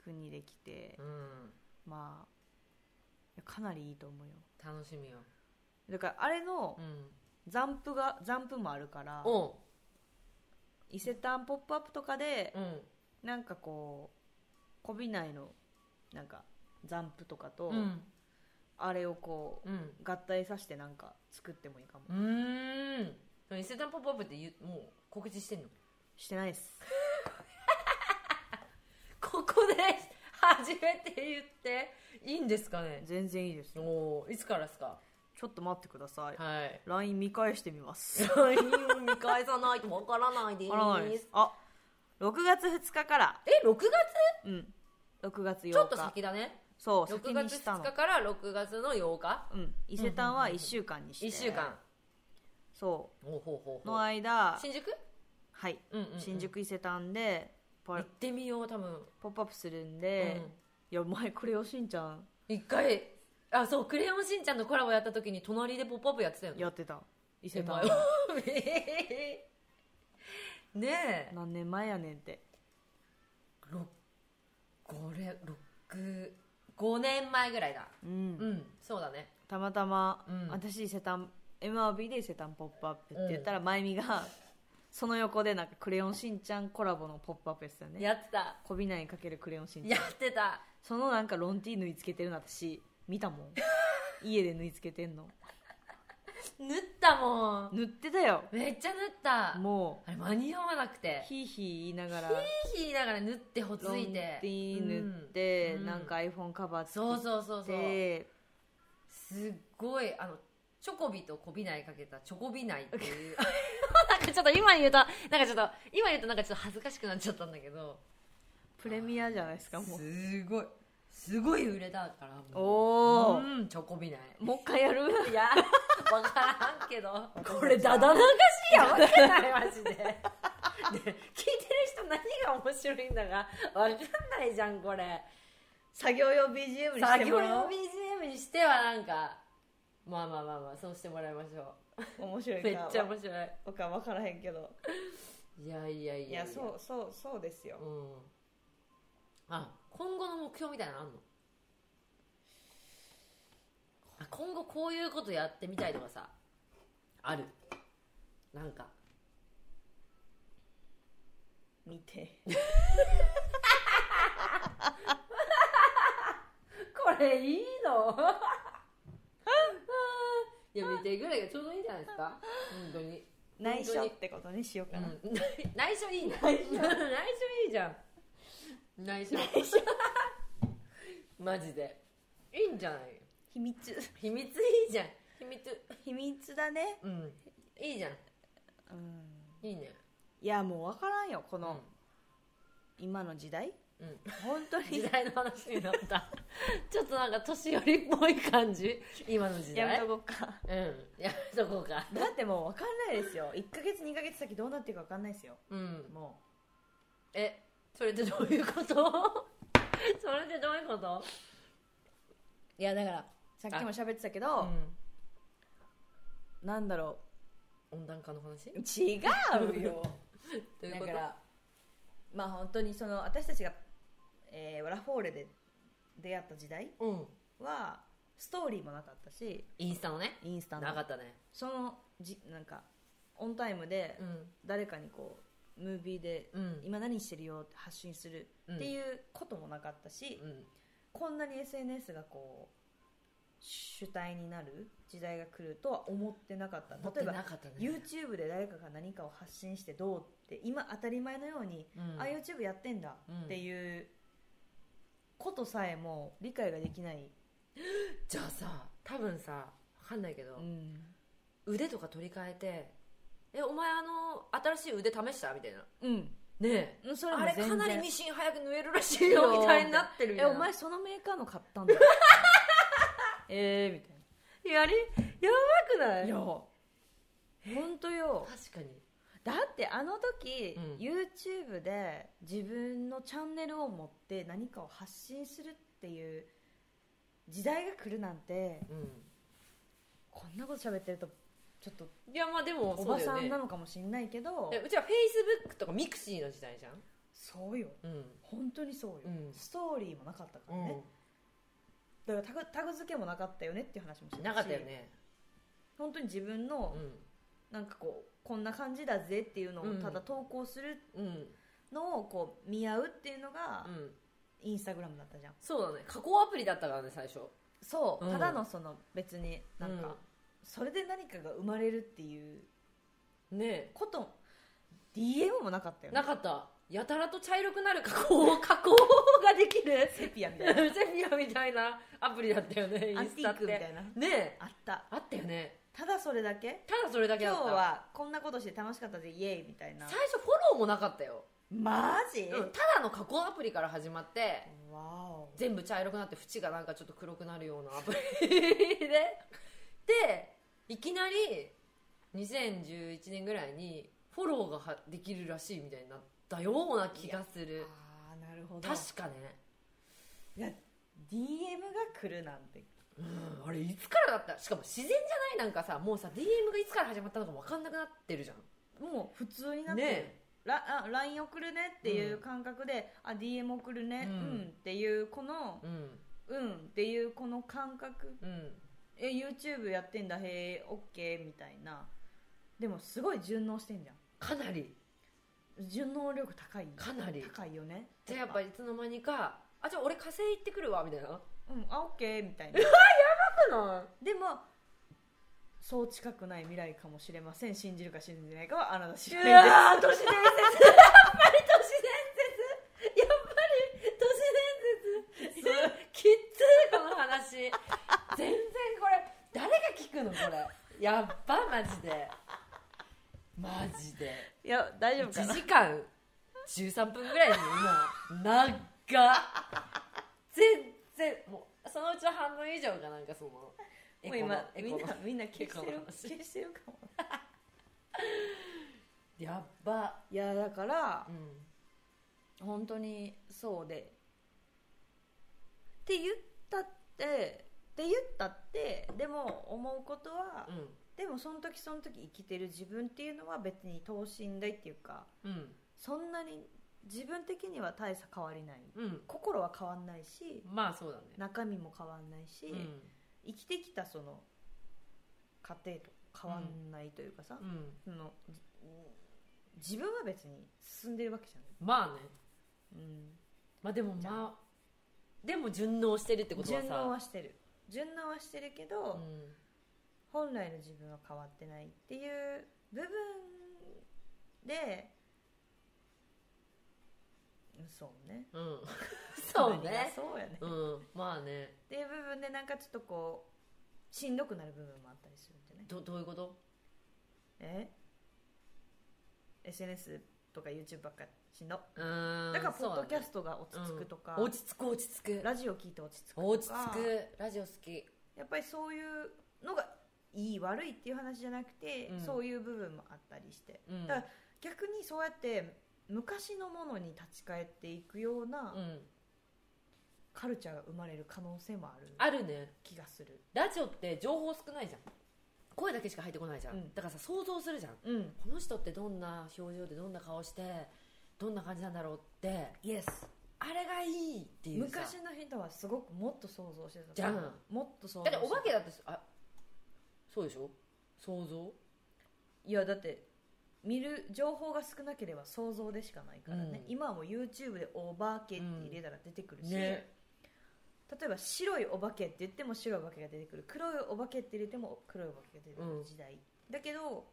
S2: 服にできて
S1: うん
S2: まあいやかなりいいと思うよ
S1: 楽しみよ
S2: だからあれの
S1: うん
S2: 残布が残布もあるから
S1: おう
S2: 伊勢丹ポップアップとかで
S1: うん
S2: なんかこうこびないのなんか残布とかと、
S1: うん
S2: あれをこ
S1: うん
S2: う合体させてなんか作ってもいいかも、
S1: うーんでも伊勢丹ポップアップって言うもう告知してんの
S2: してない です
S1: ここで初めて言っていいんですかね
S2: 全然いいですよ
S1: おういつからですか
S2: ちょっと待ってください、
S1: はい
S2: LINE 見返してみます
S1: 見返さないとわからないで
S2: あらないですあ6月2日から
S1: え6月
S2: うん6月8日
S1: ちょっと先だね
S2: そう
S1: 6
S2: 先に
S1: 月
S2: した
S1: 2
S2: の
S1: 日から6月の8日
S2: うん、伊勢丹は1週間にして
S1: 1週間
S2: そ
S1: ほうほうほ
S2: う
S1: う
S2: の
S1: ほう
S2: 間
S1: 新宿
S2: はい、
S1: うんうんうん
S2: 新宿伊勢丹でポ
S1: 行ってみよう多分
S2: ポップアップするんで、
S1: うん
S2: いや前これをしんちゃん
S1: 一回あそう「クレヨンしんちゃん」のコラボやった時に隣で「ポップアップやってたよね
S2: やってた伊勢
S1: 手前
S2: 丹
S1: をねえ
S2: 何年前やねんって
S1: ろこれ6 5年前ぐらいだ
S2: うん、
S1: うんそうだね
S2: たまたま、
S1: うん
S2: 私伊勢丹 MRB で伊勢丹ポップアップって言ったら、まゆみがその横でなんかクレヨンしんちゃんコラボのポップアップやってたよね
S1: やってた
S2: こびないかけるクレヨンしんちゃん
S1: やってた
S2: そのなんかロンティー縫い付けてるの私見た もん家で縫い付けてんの
S1: 縫ったもん
S2: 塗ってたよ
S1: めっちゃ縫った
S2: も
S1: あれ間に合わなく
S2: う
S1: て
S2: ヒーヒー言いながら
S1: ヒーヒーながら縫ってほつ
S2: ロン
S1: い
S2: テ
S1: て
S2: ィー塗って、なんか iPhone カバー作
S1: そ
S2: っ
S1: う
S2: て
S1: そうそうそう
S2: で、
S1: すっごいあのチョコビとこびないかけたチョコビないっていう なんかちょっと今言うとなんかちょっと今言うとなんかちょっと恥ずかしくなっちゃったんだけど
S2: プレミアじゃないですかもう
S1: すごいすごい売れたからもう
S2: おお、
S1: うんチョコビない
S2: もう一回やる
S1: いや分からんけどこれダダ流しやわけないマジでで聞いてる人何が面白いんだか分かんないじゃんこれ
S2: 作業用 BGM にし
S1: 作
S2: て
S1: 業
S2: も
S1: 用
S2: らおう
S1: BGM にしてはなんかまあまあまあまあそうしてもらいましょう
S2: 面白いか
S1: めっちゃ面白
S2: 僕は分からへんけど
S1: いいやいやいや
S2: いやそうそうそうですよ
S1: うんあ今後の目標みたいなのあんのあ今後こういうことやってみたいとかさあるなんか
S2: 見 て
S1: これいいの いや見てぐらいがちょうどいいんじゃないですか本当に
S2: 内緒
S1: 本
S2: ってことにしよう
S1: 当
S2: か
S1: に
S2: な、
S1: うん内緒いいね 内緒いいじゃん内緒内緒マジでいいんじゃない
S2: 秘密
S1: 秘密いい じゃん秘密
S2: 秘密だね
S1: うんいいじゃん
S2: うん
S1: いいね
S2: いやもう分からんよこ
S1: こ
S2: の、今の時代
S1: うん、
S2: 本当に
S1: 時代の話になった ちょっとなんか年寄りっぽい感じ今の時
S2: や
S1: 代
S2: めとこうか
S1: うんやめとこうか
S2: だってもう分かんないですよ1ヶ月2ヶ月先どうなってるか分かんないですよ
S1: うん
S2: も
S1: えそれってどういうこと それってどういうこと
S2: ういやだからさっきも喋ってたけど、
S1: う
S2: なんだろ
S1: ん、温暖化の話
S2: う違うよ
S1: という
S2: だ
S1: こ
S2: か
S1: と
S2: らまあ本当にその私たちが、えーラフォーレで出会った時代
S1: うん
S2: はストーリーもなかったし
S1: インスタのね
S2: インスタ
S1: な
S2: の
S1: かったね
S2: そのじなんかオンタイムで
S1: うん
S2: 誰かにこうムービーで
S1: うん
S2: 今何してるよって発信するっていうこともなかったし、
S1: うん
S2: こんなに SNS がこう主体になる時代が来るとは思ってなかった
S1: 持って
S2: 例え
S1: な
S2: ば
S1: かったね
S2: YouTube で誰かが何かを発信してどうって今当たり前のように、
S1: うん
S2: あ YouTube やってんだ
S1: うん
S2: っていうことさえも理解ができない、
S1: じゃあさ多分さ分かんないけど、
S2: うん
S1: 腕とか取り替えて「えお前あの新しい腕試した?」みたいな
S2: うん、
S1: ねえ
S2: うんそれも
S1: あれ
S2: 全然
S1: かなりミシン早く縫えるらしいよみたいになってる
S2: え
S1: よ
S2: お前そのメーカーの買った んだええみたい
S1: やりやばくな
S2: ないいや本当よ
S1: 確かに
S2: だってあの時、
S1: うん
S2: YouTube で自分のチャンネルを持って何かを発信するっていう時代が来るなんて
S1: うん
S2: こんなこと喋ってるとちょっと
S1: いやまあでも
S2: お
S1: そ
S2: ば
S1: うだ
S2: さ
S1: よ
S2: ん
S1: ね
S2: なのかもしんないけど
S1: えうちはフェイスブックとかミクシーの時代じゃん
S2: そうよ
S1: うん
S2: 本当にそうよ、
S1: うん
S2: ストーリーもなかったからね、だからタグタグ付けもなかったよねっていう話もし
S1: うん
S2: て
S1: なかったよね
S2: 本当に自分の
S1: うん
S2: なんかこうこんな感じだぜっていうのを
S1: うん
S2: ただ投稿する
S1: うん
S2: のをこう見合うっていうのが
S1: うん
S2: インスタグラムだったじゃん
S1: そうだね加工アプリだったからね最初
S2: そう、
S1: うん
S2: ただのその別になんか、
S1: うん
S2: それで何かが生まれるっていう
S1: ね
S2: こと DM もなかった
S1: え
S2: よね
S1: なかったやたらと茶色くなる加工 加工ができる
S2: セピアみたいな
S1: ゼミアみたいなアプリだったよ ねイ
S2: アン
S1: ン
S2: テ
S1: ス
S2: ィ
S1: タ
S2: ー
S1: って
S2: クみたいな
S1: ねえ
S2: あった
S1: あったよね
S2: ただそれだけ
S1: ただそれだけだ
S2: 今
S1: った
S2: 日はこんなことして楽しかったぜイエーイみたいな
S1: 最初フォローもなかったよ、
S2: マジ、
S1: うん、ただの加工アプリから始まって
S2: わお
S1: 全部茶色くなって縁がなんかちょっと黒くなるようなアプリででいきなり2011年ぐらいにフォローがはできるらしいみたいになったような気がする
S2: あーなるほど
S1: 確かね、
S2: いや DM が来るなんて
S1: うん、あれいつからだったしかも自然じゃないなんかさもうさ DM がいつから始まったのか分かんなくなってるじゃん
S2: もう普通になってる、
S1: ね
S2: ラあ LINE 送るねっていう感覚で、あ DM 送るね、
S1: う
S2: うんん、っていうこの
S1: えうん
S2: うんっていうこの感覚
S1: うん
S2: え YouTube やってんだへえ OK みたいなでもすごい順応してんじゃ
S1: かなり
S2: ん順応力高い
S1: かなり
S2: 高いよね
S1: じゃあやっぱいつの間にかあじゃあ俺火星行ってくるわみたいな
S2: うんあ OK みた いなでもそう近くない未来かもしれません信じるか信じないかはあなた次第
S1: い
S2: です
S1: やー都市伝説やっぱり都市伝説やっぱり都市伝説きっついこの話全然これ誰が聞くのこれやっばマジでマジで
S2: いや大丈夫か
S1: 1
S2: な
S1: 時間13分ぐらいに今長っ全然もうそのうちの半分以上がなんかそのエ
S2: も
S1: コ
S2: う
S1: の
S2: 今
S1: エ
S2: み
S1: コ
S2: ん
S1: の
S2: なみんな消して
S1: エコ
S2: る
S1: の話
S2: 消してるかも
S1: やっば
S2: いやだから
S1: うん
S2: 本当にそうでって言ったってって言ったってでも思うことは、
S1: う
S2: でもその時その時生きてる自分っていうのは別に等身大っていうか
S1: んうん
S2: そんなに自分的には大差変わりない
S1: うん
S2: 心は変わんないし
S1: まあそうだね
S2: 中身も変わんないし、
S1: うん
S2: 生きてきたその過程と変わんないというかさ、
S1: うん
S2: そのじ自分は別に進んでるわけじゃない。
S1: まあね
S2: うん
S1: まあでもまあでも順応してるってことは
S2: 順
S1: さ
S2: 応はしてる順応はしてるけど、
S1: うん
S2: 本来の自分は変わってないっていう部分でそうね
S1: うんそう
S2: 何が
S1: ね
S2: そうやね、
S1: う
S2: っ
S1: んまあね
S2: ていう部分でなんかちょっとこうしんどくなる部分もあったりするんじゃない
S1: どどういうこと
S2: え SNS ととか YouTube ばっかしんど
S1: うーん
S2: だからポッドキャ
S1: ト
S2: ストが落ち着くとか、
S1: 落ち着く落ち着く
S2: ラジオ聞いて落ち着くとか
S1: 落ち着くラジオ好き
S2: やっぱりそういうのがいい悪いっていう話じゃなくて、
S1: うん
S2: そういう部分もあったりして
S1: うん
S2: だから逆にそうやって昔のものに立ち返っていくような
S1: うん
S2: カルチャーが生まれる可能性もある
S1: あるね
S2: 気がする、
S1: ラジオって情報少ないじゃん声だけしか入ってこないじゃん、
S2: うん
S1: だからさ想像するじゃん
S2: うん
S1: この人ってどんな表情でどんな顔してどんな感じなんだろうって
S2: イエス
S1: あれがいいっていうさ
S2: 昔の人はすごくもっと想像してた
S1: じゃん
S2: もっと想像
S1: だってお
S2: して
S1: 化けだってあそうでしょ想像
S2: いやだって見る情報が少なければ想像でしかないからね、
S1: うん
S2: 今はもう YouTube で「お化け」って入れたら出てくるし、
S1: ね
S2: 例えば白いお化けって言っても白いお化けが出てくる黒いお化けって入れても黒いお化けが出てくる時代、だけど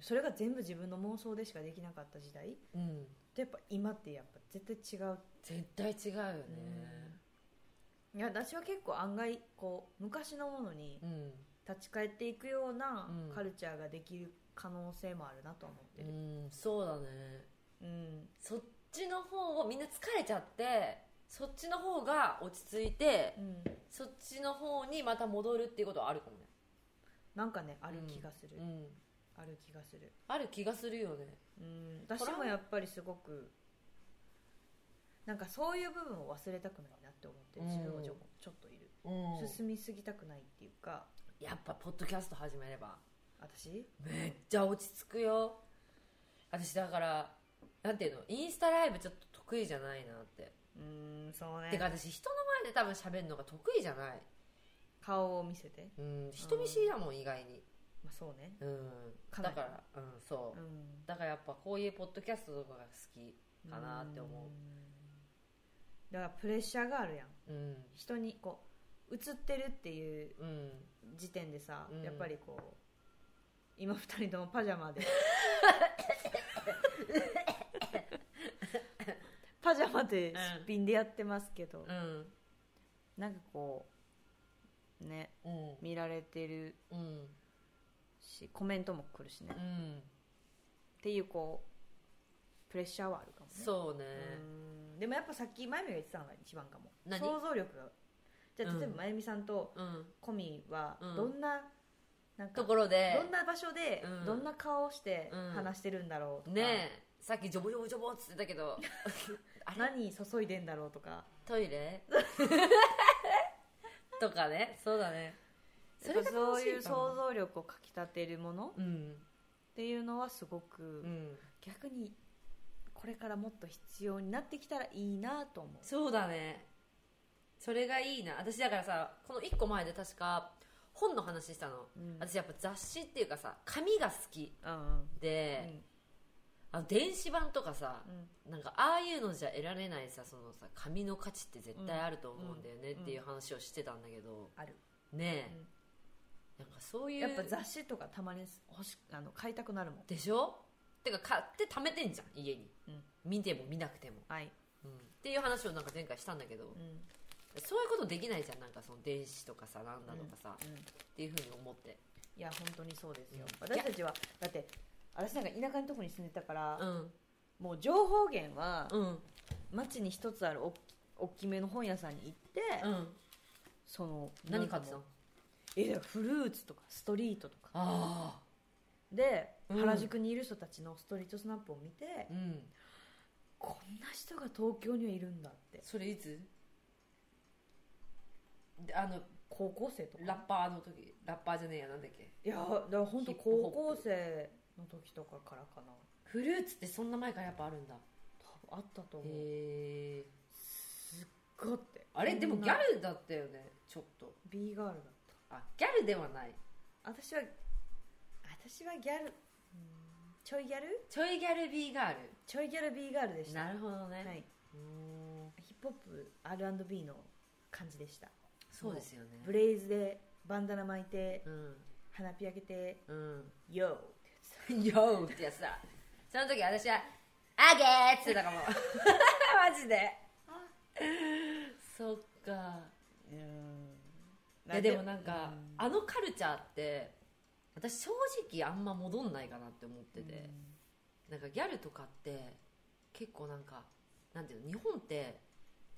S2: それが全部自分の妄想でしかできなかった時代
S1: うん
S2: とやっぱ今ってやっぱ絶対違う、
S1: 絶対違うよね
S2: いや私は結構案外こう昔のものに
S1: うん、
S2: 立ち返っていくような
S1: うん
S2: カルチャーができる可能性もあるなとは思ってる、
S1: うん、そうだね
S2: うん、
S1: そっちの方をみんな疲れちゃってそっちの方が落ち着いて
S2: うん、
S1: そっちの方にまた戻るっていうことはあるかもね
S2: なんかねある気がする、
S1: うん
S2: ある気がする
S1: ある気がするよね
S2: うん私もやっぱりすごくなんかそういう部分を忘れたくないなって思って
S1: う
S2: る
S1: ん
S2: 自分もちょちょっといる、
S1: うん
S2: 進みすぎたくないっていうか
S1: やっぱポッドキャスト始めれば
S2: 私
S1: めっちゃ落ち着くよ私だからなんていうのインスタライブちょっと得意じゃないなって、
S2: うんそう
S1: てか私人の前で多分喋るのが得意じゃない
S2: 顔を見せて
S1: うん人見知りだもん意外に
S2: まあそうね
S1: うん
S2: か
S1: だ
S2: なり
S1: からうんそうう、
S2: ん
S1: だからやっぱこういうポッドキャストとかが好きかなって思
S2: んだからプレッシャーがあるやん
S1: うん
S2: 人にこう映ってるっていう
S1: うん
S2: 時点でさ、
S1: うん
S2: やっぱりこう今二人ともパジャマでパジャマで
S1: うん
S2: すっぴんでやってますけど、
S1: うん
S2: なんかこうね
S1: うん
S2: 見られてる
S1: うん
S2: しコメントも来るしね、
S1: う
S2: っ
S1: ん
S2: ていうこうプレッシャーはあるかもね
S1: そうね
S2: うんでもやっぱさっきまゆみが言ってたのが一番かも
S1: 何
S2: 想像力がじゃあ例え
S1: うん
S2: ばまゆみさんと
S1: うん
S2: コミは
S1: うん
S2: どんな,、なんか
S1: ところで
S2: どんな場所で、
S1: うん
S2: どんな顔をして
S1: うん
S2: 話してるんだろうとか、
S1: ねえさっきジョボジョボジョボっつってたけ どあれ
S2: 何注いでんだろうとか
S1: トイ レとかねそうだね
S2: やっぱそういう
S1: 楽しかも
S2: 想像力をかきたてるものっ
S1: うん
S2: ていうのはすごく、
S1: うん
S2: 逆にこれからもっと必要になってきたらいいなと思う
S1: そうだねそれがいいな私だからさこの1個前で確か本の話したの、
S2: うん
S1: 私やっぱ雑誌っていうかさ紙が好き
S2: うん
S1: で、あの電子版とかさ、なんかああいうのじゃ得られないさそのさ紙の価値って絶対あると思うんだよね
S2: うん
S1: っていう話をしてたんだけど、
S2: ある
S1: ねえ、なんかそういう
S2: やっぱ雑誌とかたまに欲しあの買いたくなるもん
S1: でしょてか買って貯めてんじゃん家に、
S2: うん
S1: 見ても見なくても、
S2: はい、
S1: っていう話をなんか前回したんだけど、
S2: うん
S1: そういうことできないじゃんなんかその電子とかさなんだとかさ、っ
S2: うん
S1: ていうふうに思って
S2: いや本当にそうですよ、
S1: うん
S2: 私たちはだって私なんか田舎のとこに住んでたから、
S1: うん
S2: もう情報源は
S1: うん
S2: 街に一つあるおっき大きめの本屋さんに行って、
S1: うん
S2: その
S1: 何買ってた
S2: なん
S1: の
S2: かもうえだからフルーツとかストリートとか
S1: あ
S2: で、
S1: うん
S2: 原宿にいる人たちのストリートスナップを見て、
S1: あうん
S2: こんな人が東京にはいるんだって
S1: それいつであの
S2: 高校生とか
S1: ラッパーの時ラッパーじゃねえやなんだっけ
S2: いやだから本当
S1: ヒップホッ
S2: 高
S1: プ
S2: 校生の時とかからかな
S1: フルーツってそんな前からやっぱあるんだ
S2: 多分あったと思う
S1: へえ
S2: すっごって
S1: あれでも
S2: こん
S1: ギ
S2: な
S1: ャルだったよねちょっと
S2: B ガールだった
S1: あギャルではない
S2: 私は私はギャルうんちょいギャル
S1: ちょいギャル B ガー
S2: ちょいギャル B ガールで
S1: ル
S2: したは
S1: なるほどね、
S2: い、
S1: うーん
S2: ヒップホップ R&B の感じでした
S1: そうですよね
S2: ブレイズでバンダナ巻いて
S1: うん
S2: 花火上げて
S1: うん
S2: YO って
S1: よーってやつだその時私は「あげー」っつってたかも マジでそっか
S2: や
S1: いやでもなんかあのカルチャーって私正直あんま戻んないかなって思ってて、なんかギャルとかって結構なんかなんていうの日本って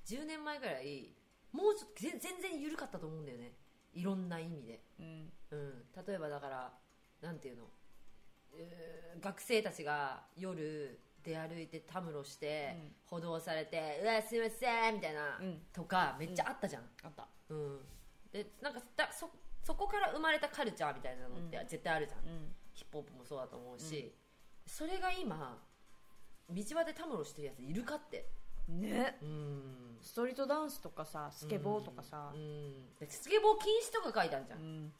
S1: 10年前ぐらいもうちょっと全全然緩かったと思うんだよねいろんな意味で、
S2: うん
S1: うん、例えばだからなんていうの、えー学生たちが夜出歩いてたむろして、
S2: うん
S1: 補導されて「うわすいません」みたいな、
S2: うん
S1: とかめっちゃあったじゃん、
S2: あった
S1: うん、でなんかだそそこから生まれたカルチャーみたいなのって
S2: うん
S1: 絶対あるじゃん、
S2: うん
S1: ヒップホップもそうだと思うし、それが今道端でたむろしてるやついるかって
S2: ね
S1: うん
S2: ストリートダンスとかさスケボーとかさ
S1: う、んでスケボー禁止とか書いたんじゃん、
S2: うん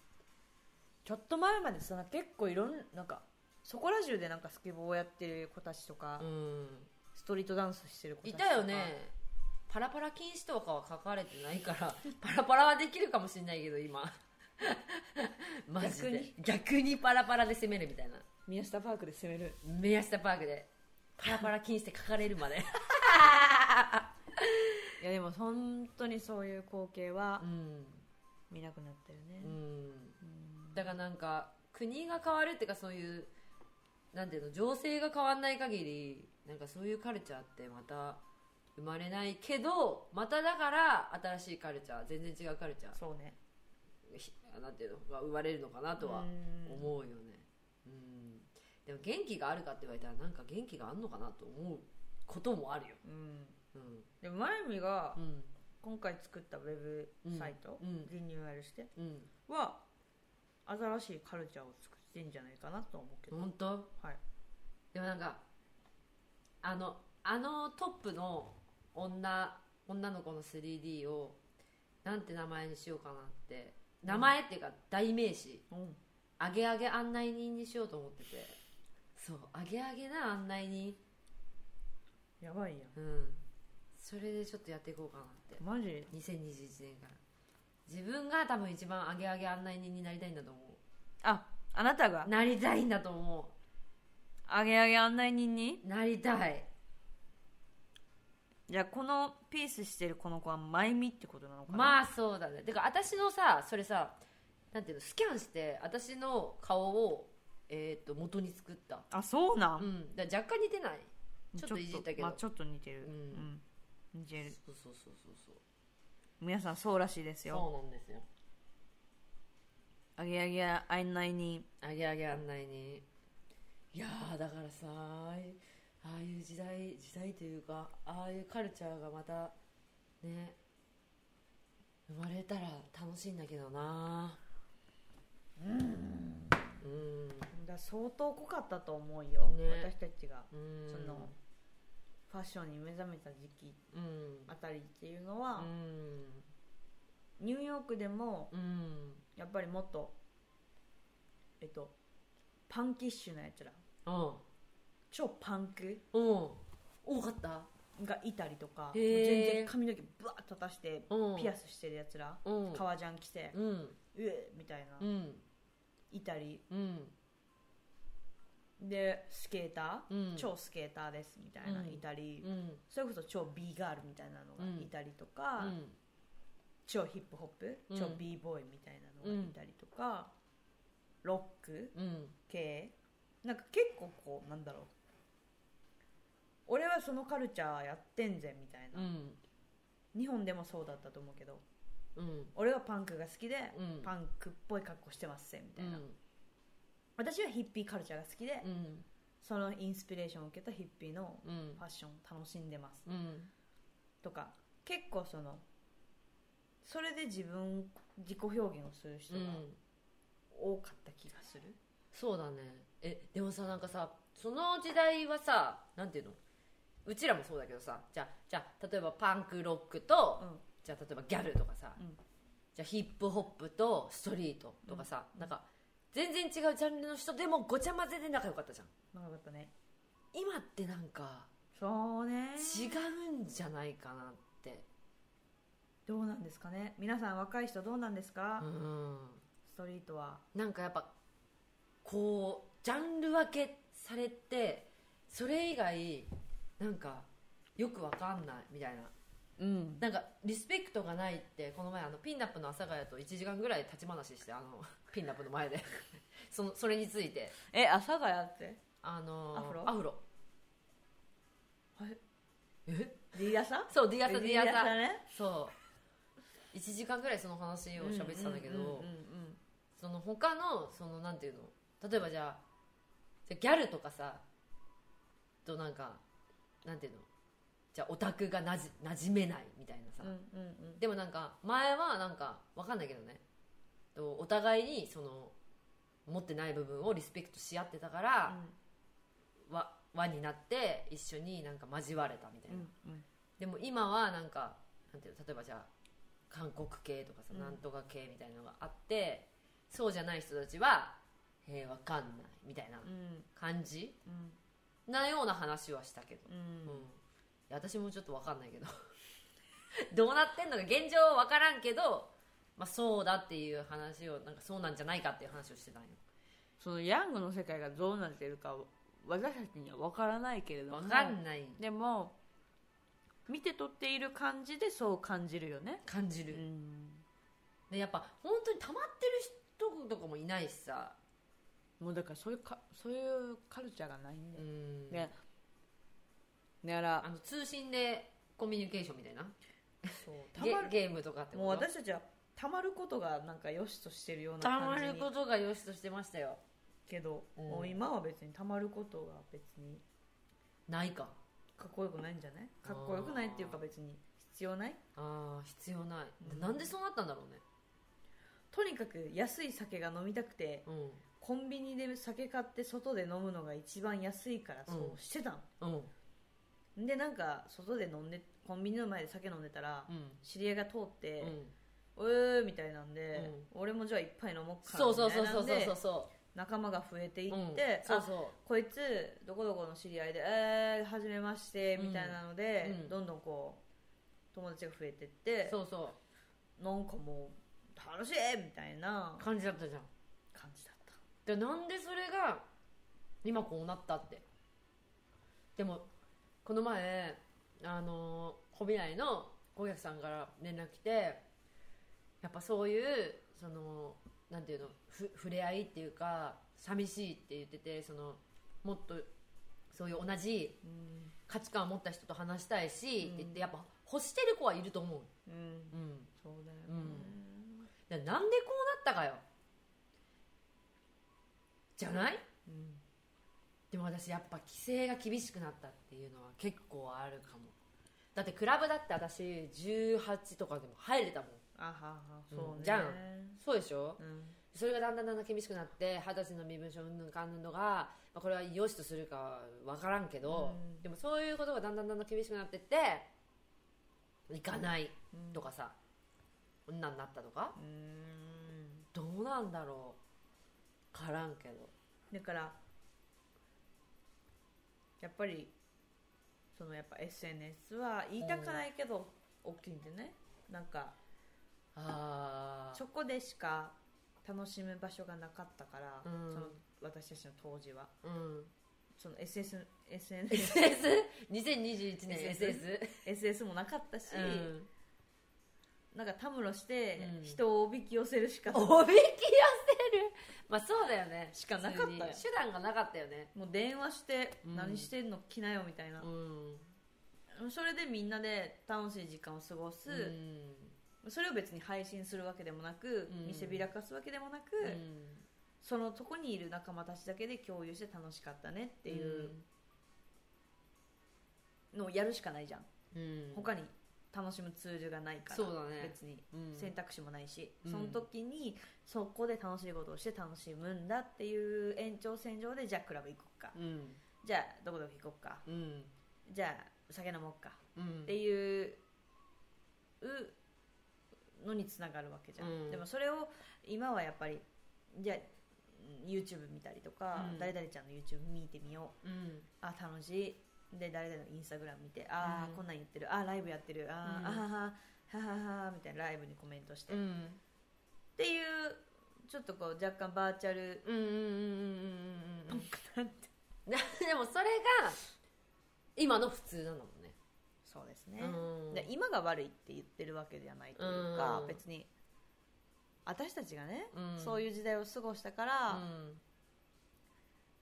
S2: ちょっと前までさ結構いろんなんかそこら中でなんかスケボーをやってる子たちとか、
S1: うん、
S2: ストリートダンスしてる子たち
S1: い
S2: とか
S1: たよねパラパラ禁止とかは書かれてないから パラパラはできるかもしれないけど今 マジで逆にパラパラで攻めるみたいな
S2: 宮下パークで攻める
S1: 宮下パークでパラパラ禁止って書かれるま で
S2: いやでも本当にそういう光景は
S1: うん
S2: 見なくなったよね、
S1: うん
S2: うん
S1: だからなんか国が変わるっていうかそういうなんていうの情勢が変わらない限りなんかそういうカルチャーってまた生まれないけどまただから新しいカルチャー全然違うカルチャ
S2: そうね
S1: ーひなんていうのが生まれるのかなとは思うよねうんでも元気があるかって言われたらなんか元気があるのかなと思うこともあるよ
S2: うん
S1: うん
S2: でも前見が
S1: うん
S2: 今回作ったウェブサイト、
S1: うんうん
S2: リニューアルして
S1: うん
S2: は新しいカルチャーを作ってんじゃないかなと思うけど、
S1: 本当
S2: はい
S1: でもなんかあのあのトップの女女の子の 3D をなんて名前にしようかなって名前っていうか代名詞
S2: うん
S1: あげあげ案内人にしようと思っててそうあげあげな案内人
S2: やばいや
S1: うんそれでちょっとやっていこうかなって
S2: んマジ
S1: 2021年から自分が多分一番あげあげ案内人になりたいんだと思
S2: ああなたが
S1: うなりたいんだと思
S2: あげあげ案内人に
S1: うなりたい
S2: じゃあこのピースしてるこの子はまゆみってことなのかなあ
S1: まあそうだねてか私のさそれさなんていうのスキャンして私の顔をえっ、と元に作った
S2: そうな、
S1: うんんだから若干似てないちょっといじったけど
S2: まあ、ちょっと似てる、
S1: う
S2: うんん似てる
S1: そうそうそうそうそう
S2: 皆さんそうらしいですよ
S1: そうなんですよ
S2: あげあげ案内人
S1: あげあげ案内にいやーだからさああいうああいう時代時代というかああいうカルチャーがまたね生まれたら楽しいんだけどなうん
S2: だ相当濃かったと思うよ、
S1: ね
S2: 私たちが
S1: うん
S2: そのファッションに目覚めた時期
S1: うん
S2: あたりっていうのは
S1: う、ん
S2: ニューヨークでも
S1: うん
S2: やっぱりもっとえっとパンキッシュなやつら
S1: うん
S2: 超パンク
S1: うん多かった
S2: がいたりとか
S1: へ
S2: 全
S1: ー
S2: 然髪の毛ブワーッと立たして
S1: うん
S2: ピアスしてるやつら
S1: うん
S2: 革ジャン着て
S1: うん
S2: うえみたいな
S1: うん
S2: いたり
S1: うん
S2: でスケータ
S1: うん
S2: ー超スケーターですみたいな
S1: うん
S2: いたり
S1: うん
S2: それこそ超 B ガールみたいなのがいたりと
S1: う
S2: か
S1: ん
S2: 超ヒップホップ
S1: うん
S2: 超 b ボーイみたいなのがいたりとかロック
S1: うん
S2: 系なんか結構こうなんだろう俺はそのカルチャーやってんぜみたいな、
S1: うん
S2: 日本でもそうだったと思うけど
S1: うん
S2: 俺はパンクが好きで、
S1: うん
S2: パンクっぽい格好してますぜみたいな、
S1: うん
S2: 私はヒッピーカルチャーが好きで、
S1: うん
S2: そのインスピレーションを受けたヒッピーの
S1: うん
S2: ファッション楽しんでます、
S1: うん
S2: とか結構そのそれで自分自己表現をする人
S1: う
S2: が
S1: ん
S2: 多かった気がする、
S1: そうだねえでもさなんかさその時代はさなんていうのうちらもそうだけどさじゃあじゃあ例えばパンクロックと、
S2: うん
S1: じゃあ例えばギャルとかさ、
S2: うん
S1: じゃあヒップホップとストリートとかさ、なんか全然違うジャンルの人でもごちゃ混ぜで仲良かったじゃん
S2: 長かったね
S1: 今ってなんか
S2: そうね
S1: 違うんじゃないかなって
S2: どうなんですかね皆さん若い人どうなんですか、
S1: うん
S2: ストリートは
S1: なんかやっぱこうジャンル分けされてそれ以外なんかよくわかんないみたいな
S2: うん
S1: なんかリスペクトがないってこの前あのピンナップの阿佐ヶ谷と1時間ぐらい 立ち話してあのピンナップの前でそのそれについて
S2: え阿佐ヶ谷って
S1: あのー
S2: アフロ
S1: アフロ
S2: はい
S1: え
S2: ディアさん
S1: そうディアサディアサ
S2: ね
S1: そう1時間ぐらいその話を喋ってたんだけど、
S2: うんうんうん
S1: その他のそのなんていうの例えばじゃあじゃあギャルとかさとなんかなんていうのじゃあオタクがなじ馴染めないみたいなさ、
S2: うんうんうんうん
S1: でもなんか前はなんかわかんないけどねとお互いにその持ってない部分をリスペクトし合ってたから、わ輪になって一緒になんか交われたみたいな、
S2: うんうん
S1: でも今はなんかなんていうの例えばじゃあ韓国系とかさ、
S2: うん
S1: なんとか系みたいなのがあってそうじゃない人たちは「えー、わかんない」みたいな
S2: うん
S1: 感じ
S2: うん
S1: なような話はしたけど、
S2: うん
S1: うんいや私もちょっとわかんないけど どうなってんのか現状はわからんけど、まあ、そうだっていう話をなんかそうなんじゃないかっていう話をしてたんよ
S2: そのヤングの世界がどうなってるか私たちには分からないけれども
S1: わかんない
S2: でも見て取っている感じでそう感じるよね
S1: 感じ
S2: う
S1: る、
S2: ん
S1: でやっぱ本当に溜まってる人とかもいないしさ
S2: もうだからそういうかそういうカルチャーがないんだ
S1: う
S2: よ
S1: ん
S2: ねだから
S1: あの通信でコミュニケーションみたいな
S2: た
S1: ゲ
S2: まる
S1: ゲームとかってこと
S2: もう私たちはたまることがなんか良しとしてるような
S1: たま
S2: 感じ
S1: る
S2: に
S1: ことが良しとしてましたよ
S2: けど、
S1: うん
S2: もう今は別にたまることが別に
S1: ないか
S2: かっこよくないんじゃないかっこよくないっていうか
S1: あー
S2: 別に必要ない
S1: ああ必要ない、
S2: うん
S1: なんでそうなったんだろうね
S2: とにかく安い酒が飲みたくて
S1: う
S2: コンビニで酒買って外で飲むのが一番安いからそうしてたの、
S1: んうん
S2: ん、でなんか外で飲んでコンビニの前で酒飲んでたら、
S1: うん
S2: 知り合いが通って
S1: うん、
S2: 「うー」みたいなんで、俺もじゃあ一杯飲もうか
S1: そうそうそう
S2: みたい
S1: そ
S2: な
S1: うんそう
S2: で
S1: そうそ
S2: 仲間が増えていっ
S1: う、
S2: て、
S1: うん、そう
S2: あ
S1: そ
S2: こいつどこどこの知り合いで「えー、はじめまして」
S1: うん
S2: みたいなので、
S1: うん
S2: どんどんこう友達が増えてっ
S1: う
S2: て
S1: そうそ
S2: なんかもう楽しいみたいな
S1: う感じだったじゃん
S2: 感じだった
S1: でなんでそれが今こうなったってでもこの前あの小宮内の小宮さんから連絡来てやっぱそういうそのなんていうのふ触れ合いっていうか寂しいって言っててそのもっとそういう同じ
S2: うん、
S1: 価値観を持った人と話したいし、って言っ
S2: うん
S1: てやっぱ欲してる子はいると思う、
S2: うん、
S1: うん、
S2: そうだよね、
S1: だからなんでこうなったかよじゃない
S2: うん
S1: でも私やっぱ規制が厳しくなったっていうのは結構あるかもだってクラブだって私18とかでも入れたもん
S2: あははそうね、
S1: うんじゃそうでしょ
S2: うん
S1: それがだんだんだんだん厳しくなって二十歳の身分証うんぬんかんぬんのが、まあ、これは良しとするかは分からんけど、
S2: うん
S1: でもそういうことがだんだんだんだん厳しくなってって行かないとかさ、女になったとか
S2: うん
S1: どうなんだろう分からんけど
S2: だからやっぱりそのやっぱ SNS は言いたくないけど大きいんでねなんか
S1: ああ
S2: そこでしか楽しむ場所がなかったから、
S1: うん
S2: その私たちの当時は
S1: うん
S2: その SS, SNS,
S1: SS2021 年 SS?
S2: SS もなかったし、
S1: うん
S2: なんかたむろして
S1: うん
S2: 人をおびき寄せるしか、
S1: おびき寄せるまあそうだよね
S2: しかなかったよ
S1: 普通に手段がなかったよね
S2: もう電話して
S1: うん
S2: 何してんの来なよみたいな
S1: う、ん
S2: それでみんなで楽しい時間を過ごす、
S1: うん
S2: それを別に配信するわけでもなく、
S1: うん
S2: 見せびらかすわけでもなく、
S1: うん
S2: そのとこにいる仲間たちだけで共有して楽しかったねっていうのをやるしかないじゃん、
S1: うん
S2: 他に楽しむツールがないから
S1: そうだね
S2: 別に
S1: うん
S2: 選択肢もないし、
S1: うん
S2: その時にそこで楽しいことをして楽しむんだっていう延長線上でじゃあクラブ行こうか、
S1: うん
S2: じゃあどこどこ行こうか
S1: うん
S2: じゃあお酒飲もうか
S1: うん
S2: っていううのにつながるわけじゃん、
S1: うん
S2: でもそれを今はやっぱりじゃあ YouTube 見たりとか、
S1: うん
S2: 誰々ちゃんの YouTube 見てみよう
S1: うん
S2: あ楽しいで誰々のインスタグラム見てああ、
S1: うん
S2: こんなん言ってるああライブやってるあー、
S1: うん
S2: あはははははみたいなライブにコメントして、
S1: う
S2: っ
S1: ん
S2: ていうちょっとこう若干バーチャル
S1: うんうんうんうんうんうん
S2: なんて
S1: でもそれが今の普通なんだもんね
S2: そうですね、
S1: うん
S2: で今が悪いって言ってるわけではないというか、
S1: うん
S2: 別に私たちがね、
S1: うん
S2: そういう時代を過ごしたから、
S1: うん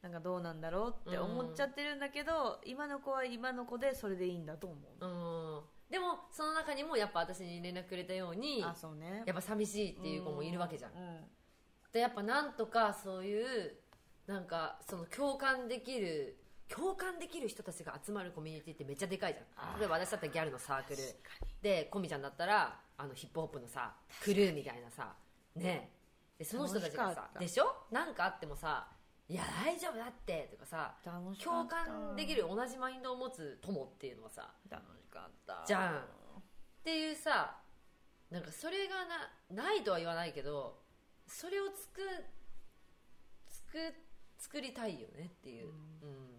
S2: なんがどうなんだろうって思っちゃってるんだけど、今の子は今の子でそれでいいんだと思う、
S1: うんでもその中にもやっぱ私に連絡くれたように
S2: あそうね
S1: やっぱ寂しいっていう子もいるわけじゃん、
S2: うんうん
S1: でやっぱなんとかそういうなんかその共感できる共感できる人たちが集まるコミュニティってめっちゃでかいじゃん
S2: あー
S1: 例えば私だったらギャルのサークル
S2: 確かに
S1: でコミちゃんだったらあのヒップホップのさクルーみたいなさねえでその人たちが
S2: 楽しか
S1: さ
S2: った
S1: でしょなんかあってもさ「いや大丈夫だって」とかさ
S2: 楽しか
S1: 共
S2: った
S1: 感できる同じマインドを持つ友っていうのはさ
S2: 楽しかった
S1: じゃんっていうさなんかそれがなないとは言わないけどそれをつくつく作りたいよねっていう、うん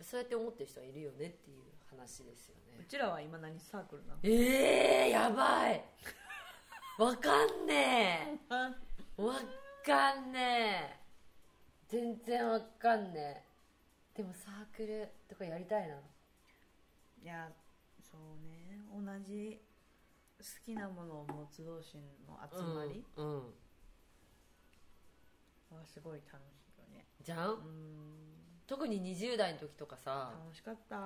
S1: そうやって思ってる人はいるよねっていう話ですよ
S2: う
S1: ね
S2: ちらは今何サークルなの
S1: えー、やばいわかんね
S2: あ
S1: えわかんねえ全然わかんねえでもサークルとかやりたいない
S2: やそうね同じ好きなものを持つ同士の集まり
S1: うん、うん、
S2: はすごい楽しいよね
S1: じゃん
S2: うん
S1: 特に20代の時とかさ、
S2: 楽しかった、うん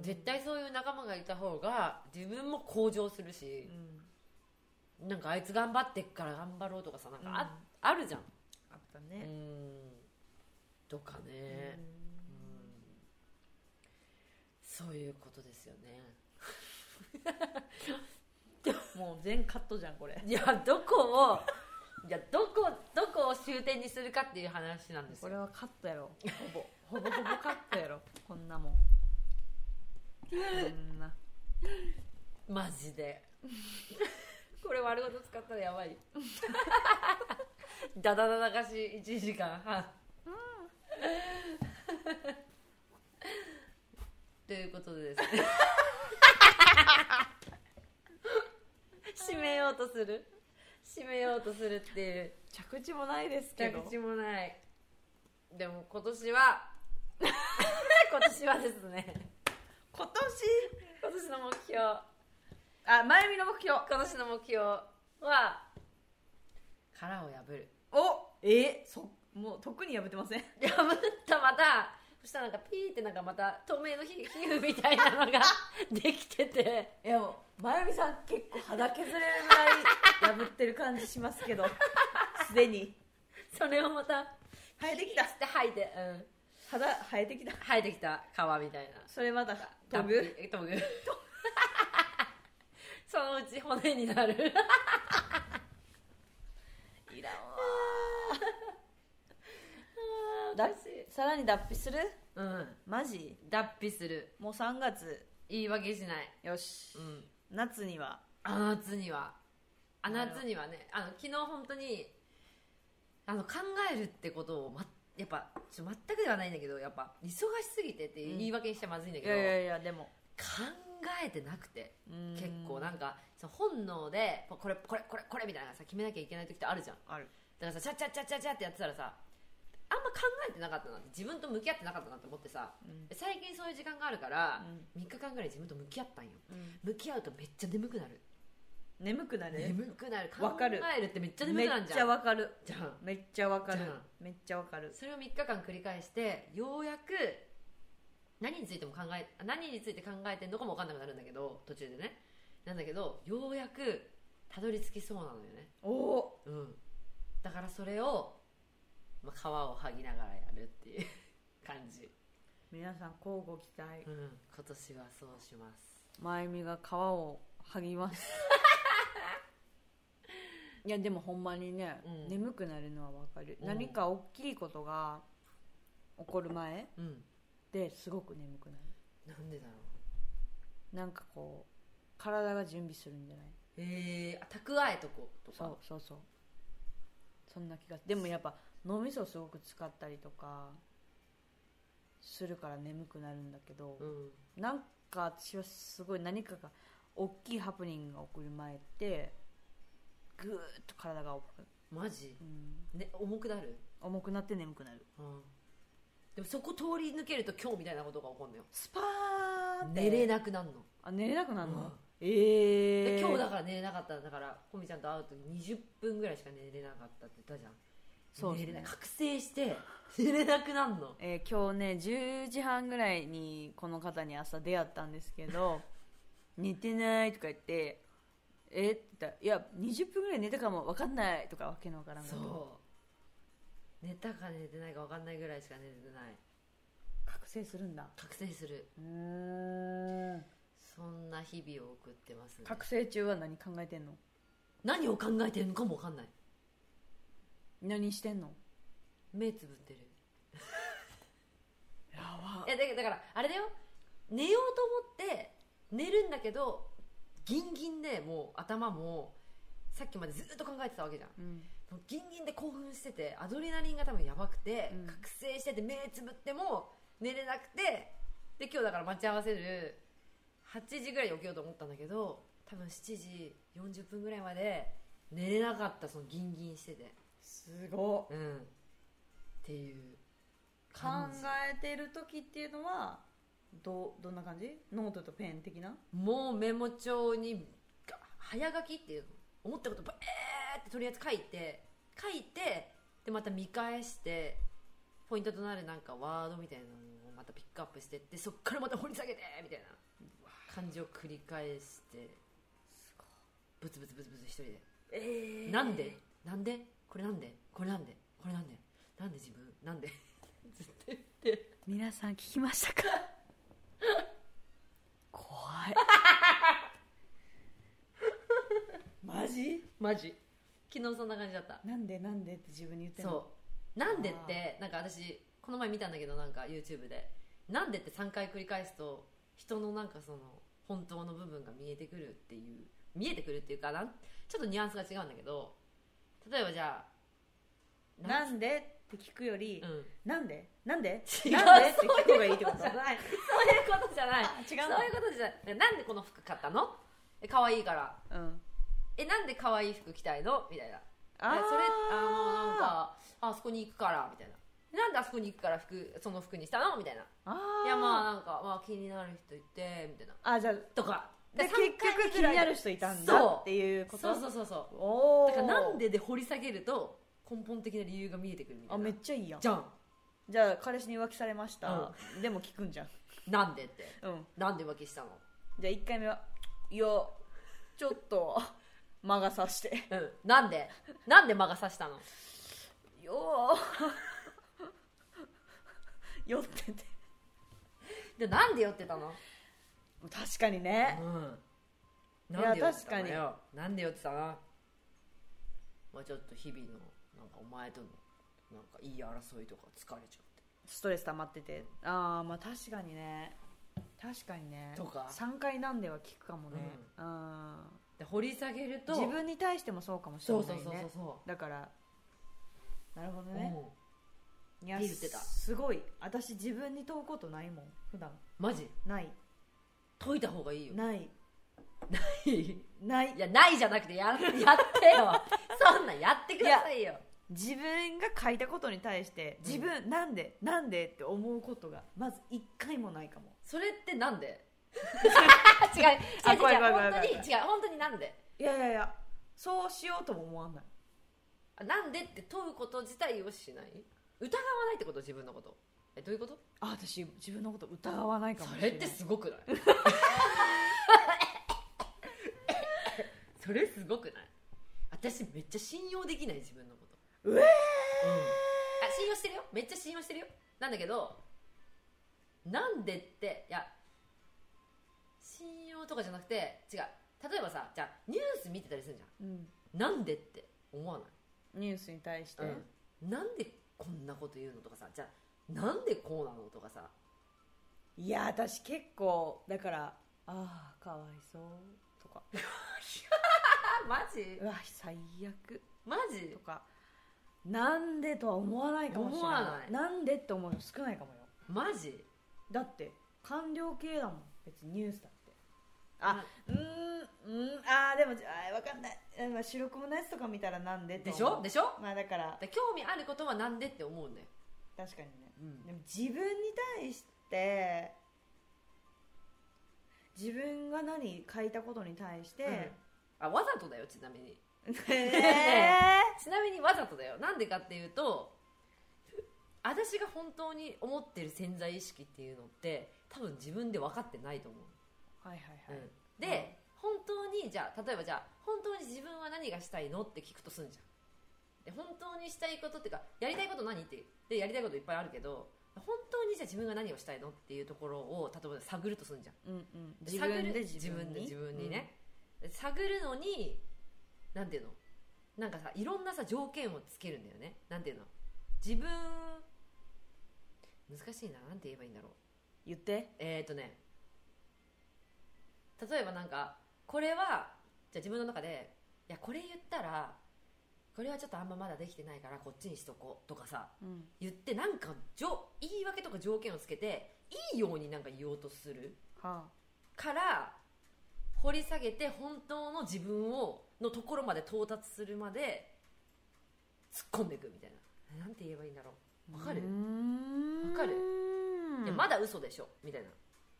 S1: 絶対そういう仲間がいた方が自分も向上する
S2: う
S1: し、
S2: ん
S1: なんかあいつ頑張ってっから頑張ろうとかさなんかあ,、
S2: うん
S1: あるじゃん
S2: あった
S1: う
S2: ね、
S1: んとかね、
S2: う
S1: う
S2: ん
S1: んそういうことですよね
S2: もう全カットじゃんこれ
S1: いやどこをいやどこどこを終点にするかっていう話なんです
S2: こ
S1: よ
S2: れはカット やろほぼほぼほぼカットやろこんな もんこんな
S1: マジで これ丸ごと使ったらやばい ダダダ流し1時間半、ということでですね締めようとする締めようとするっていう
S2: 着地もないですけど
S1: 着地もないでも今年は 今年はですね
S2: 今
S1: 今年の目標
S2: 年あ前見の目標
S1: 今年の目標は殻を破る
S2: おえそもう特に破ってません
S1: 破ったまたそしたらなんかピーってなんかまた透明の皮皮膚みたいなのが できてて
S2: いやもう真由美さん結構肌削れるぐらい破ってる感じします けどすでに
S1: それをまた
S2: 生えてきた
S1: ピーって吐いて、うん、
S2: 肌生えてきた
S1: 生えてきた皮みたいな
S2: それまた飛ぶ
S1: 脱皮 飛ぶそのうち骨になる
S2: いらんわださらに脱皮する
S1: うん
S2: マジ
S1: 脱皮する
S2: もう3月
S1: 言い訳しない
S2: よし、
S1: うん
S2: 夏には
S1: あの夏にはあ
S2: なる
S1: 夏にはねあの昨日本当にあの考えるってことを、ま、やっぱちょ全くではないんだけどやっぱ忙しすぎてって
S2: うん
S1: 言い訳にしちゃまずいんだ
S2: い
S1: けど、
S2: やいやいやでも
S1: 考えてなくて結
S2: 結
S1: 構なんかその本能でこれこれこれこれみたいなさ決めなきゃいけない時ってあるじゃん
S2: ある
S1: だからさチャチャチャチャチャってやってたらさあんま考えてなかったなって自分と向き合ってなかったなと思ってさ
S2: うん
S1: 最近そういう時間があるから
S2: うん
S1: 3日間ぐらい自分と向き合ったんよ向き合うとめっちゃ眠くなる
S2: 眠くなる
S1: 眠くなる考
S2: わかる
S1: えるってめっちゃ眠くなる
S2: めっ
S1: じ
S2: ち
S1: ゃ
S2: ゃ
S1: ん
S2: わかる
S1: じゃん
S2: めっちゃわかる
S1: じゃん
S2: めっちゃわかる
S1: それを3日間繰り返してようやく何についても考え何について考えてんのかも分かんなくなるんだけど途中でねなんだけどようやくたどり着きそうなのよね
S2: おお
S1: うんだからそれを、まあ、皮を剥ぎながらやるっていう感じ、
S2: 皆さん交互期待
S1: うん、今年はそうします
S2: まゆみが皮を剥ぎます いやでもほんまにね、
S1: うん
S2: 眠くなるのはわかる、
S1: うん
S2: 何か大きいことが起こる前
S1: うん
S2: ですごく眠くなる
S1: なんでだろう
S2: なんかこう体が準備するんじゃない
S1: えー、あ蓄えとことか
S2: そうそうそうそんな気がでもやっぱ脳みそをすごく使ったりとかするから眠くなるんだけど、
S1: うん
S2: なんか私はすごい何かが大きいハプニングが起こる前ってぐーっと体が重く,、
S1: マジ
S2: うん、
S1: ね重くなる
S2: 重くなって眠くなる
S1: うんでもそこ通り抜けると今日みたいなことが起こるのよ
S2: スパーって
S1: 寝れなくなるの、
S2: あ寝れなくなるの、
S1: うん
S2: ええ
S1: で
S2: ー、
S1: 今日だから寝れなかっただからコミちゃんと会う時20分ぐらいしか寝れなかったって言ったじゃん
S2: そうです
S1: 寝れ
S2: ね
S1: ない覚醒して寝れなくなんの
S2: えー今日ね10時半ぐらいにこの方に朝出会ったんです けど「寝てない」とか言って「えっ?」て言ったら「いや20分ぐらい寝たかも分かんない」とかわけのわからんこと
S1: そう寝たか寝てないか分かんないぐらいしか寝てない
S2: 覚醒するんだ
S1: 覚醒する
S2: うーん
S1: そんな日々を送ってますね
S2: 覚醒中は何考えてんの
S1: 何を考えてるのかも分かんない
S2: 何してんの
S1: 目つぶってる
S2: やば
S1: いやだけどだからあれだよ寝ようと思って寝るんだけどギンギンでもう頭もさっきまでずっと考えてたわけじゃん
S2: うん
S1: もうギンギンで興奮しててアドレナリンが多分やばくて、
S2: うん
S1: 覚醒してて目つぶっても寝れなくてで今日だから待ち合わせる8時ぐらいに起きようと思ったんだけど多分7時40分ぐらいまで寝れなかったそのギンギンしてて
S2: すごい
S1: うんっていう
S2: 考
S1: 感じ
S2: えてる時っていうのはどうどんな感じノートとペン的な
S1: もうメモ帳にが早書きっていうの思ったことばえーってとりあえず書いて書いてでまた見返してポイントとなるなんかワードみたいなのをまたピックアップしてってそっからまた掘り下げてみたいな感じを繰り返してブツブツブツブツ一人で、
S2: え
S1: なんでなんでこれなんでこれなんでこれなんでなんで自分なんで ずっと言って
S2: 皆さん聞きました か怖いマジ
S1: マジ昨日そんな感じだった
S2: なんでなんでって自分に言ってんの
S1: そうなんでってなんか私この前見たんだけどなんか YouTube でなんでって3回繰り返すと人のなんかその本当の部分が見えてくるっていう見えてくるっていうかなんちょっとニュアンスが違うんだけど例えばじゃあ
S2: なんんでって聞くより、
S1: うん、そういう
S2: なんでなんで
S1: 違う
S2: なんでって聞く方がいいってこと
S1: そうじゃことじゃない
S2: 違
S1: そう
S2: の
S1: いうことじゃないなんでこの服買ったのえ可愛いから
S2: うん
S1: えなんで可愛い服着たいのみたいな
S2: あ
S1: え
S2: ー
S1: それあのなんかあそこに行くからみたいななんであそこに行くから服その服にしたのみたいな
S2: あ
S1: いやまあ
S2: あ
S1: なんか、まあ、気になる人いてみたいな
S2: あじゃあ
S1: とか
S2: で
S1: で
S2: 結局気になる人いたんだ
S1: そう
S2: っていうこと
S1: そうそうそうそう
S2: おお
S1: だからなんでで掘り下げると根本的な理由が見えてくるみたい
S2: あ
S1: な
S2: めっちゃいいやん
S1: じゃん
S2: じゃあ彼氏に浮気されました、でも聞くんじゃん
S1: なんでって
S2: うん
S1: なんで浮気したの
S2: じゃあ1回目はいやちょっと魔が差して
S1: うんなんでなんで魔が差したの
S2: よー酔ってて
S1: でなんで酔ってたの
S2: 確かにね
S1: うん
S2: いや
S1: なんで酔ってたの
S2: 確
S1: よなんで酔ってたのまあちょっと日々のなんかお前とのなんかいい争いとか疲れちゃって
S2: ストレス溜まっててああまあ確かにね確かにね
S1: とか
S2: 3回なんでは聞くかもね、うん、
S1: で掘り下げると
S2: 自分に対してもそうかもしれ
S1: そ
S2: な
S1: う
S2: いね
S1: そうそうそうそ
S2: だからなるほど
S1: う、
S2: ね、
S1: うん
S2: いや
S1: って言ってた
S2: すごい私自分に問うことないもん普段
S1: マジ
S2: ない
S1: 解いた方がいいよ
S2: ない
S1: い
S2: ない
S1: やないじゃなくてやや ってよそんなんやってくださいよ
S2: 自分が書いたことに対して
S1: うん
S2: 自分なんでなんでって思うことがまず一回もないかも
S1: それってなんで 違う違う違う
S2: あ怖い怖い怖
S1: 本
S2: い
S1: 当
S2: 怖い
S1: に違う本当になんで
S2: いやいやいやそうしようとも思わない
S1: あなんでって問うこと自体をしない疑わないってこと自分のことえどういうこと
S2: あ私自分のこと疑わないかもし
S1: そ
S2: れ
S1: れ
S2: な
S1: っ
S2: い
S1: てすごくない それすごくない私めっちゃ信用できない自分のこと
S2: う
S1: う
S2: えー
S1: んあ信用してるよめっちゃ信用してるよなんだけどなんでっていや信用とかじゃなくて違う例えばさじゃあニュース見てたりするじ
S2: うん
S1: ゃんなんでって思わない
S2: ニュースに対して、
S1: なんでこんなこと言うのとかさじゃあなんでこうなのとかさ
S2: いや私結構だからああかわいそうとか
S1: あマジ
S2: うわ最悪
S1: マジ
S2: とかなんでとは思わないかもしれない
S1: 思わない
S2: なんでって思うの少ないかもよ
S1: マジ
S2: だって官僚系だもん別にニュースだってあうーんうんあーでもあー分かんないあまあ白雲のやつとか見たらなんでと
S1: で
S2: 思
S1: しょ
S2: う
S1: でしょ
S2: まあだから
S1: で興味あることはなんでって思うんだよ、
S2: 確かにね
S1: うん
S2: でも自分に対して自分が何書いたことに対して、
S1: あわざとだよちなみに
S2: えー
S1: ちなみにわざとだよなんでかっていうと私私が本当に思ってる潜在意識っていうのって多分自分で分かってないと思う
S2: はいはいはい、
S1: うんで、本当にじゃあ例えばじゃあ本当に自分は何がしたいのって聞くとすんじゃんで本当にしたいことっていうかやりたいこと何ってでやりたいこといっぱいあるけど本当にじゃあ自分が何をしたいのっていうところを例えば探るとすんじゃん
S2: うんうん、
S1: で
S2: 自分で
S1: 探る
S2: 自分
S1: 自分
S2: に
S1: で自分にね、、で探るのになんていうのなんかさいろんなさ条件をつけるんだよねなんていうの自分難しいななんて言えばいいんだろう
S2: うん言って
S1: えー、とね例えばなんかこれはじゃあ自分の中でいやこれ言ったらこれはちょっとあんままだできてないからこっちにしとこうとかさ
S2: うん
S1: 言ってなんかじょ言い訳とか条件をつけていいようになんか言おうとする
S2: は
S1: から掘り下げて本当の自分をのところまで到達するまで突っ込んでいくみたいななんて言えばいいんだろ
S2: あ
S1: うわかる
S2: うーん
S1: わかるいやまだ嘘でしょみたいな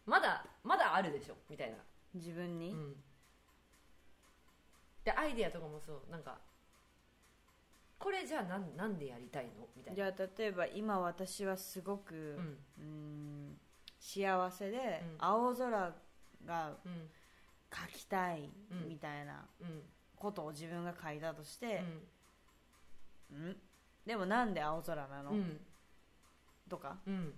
S1: まだまだあるでしょみたいな
S2: 自分に、
S1: うん、でアイディアとかもそうなんかこれじゃあなんなんでやりたいのみたい
S2: じ
S1: な
S2: ゃあ例えば今私はすごく
S1: う、ん
S2: うーん幸せで、
S1: うん
S2: 青空が
S1: うん
S2: 描きたい
S1: うん
S2: みたいな
S1: うん
S2: ことを自分が書いたとし
S1: う
S2: て、
S1: ん
S2: んでもなんで青空なの、
S1: うん
S2: とか
S1: うん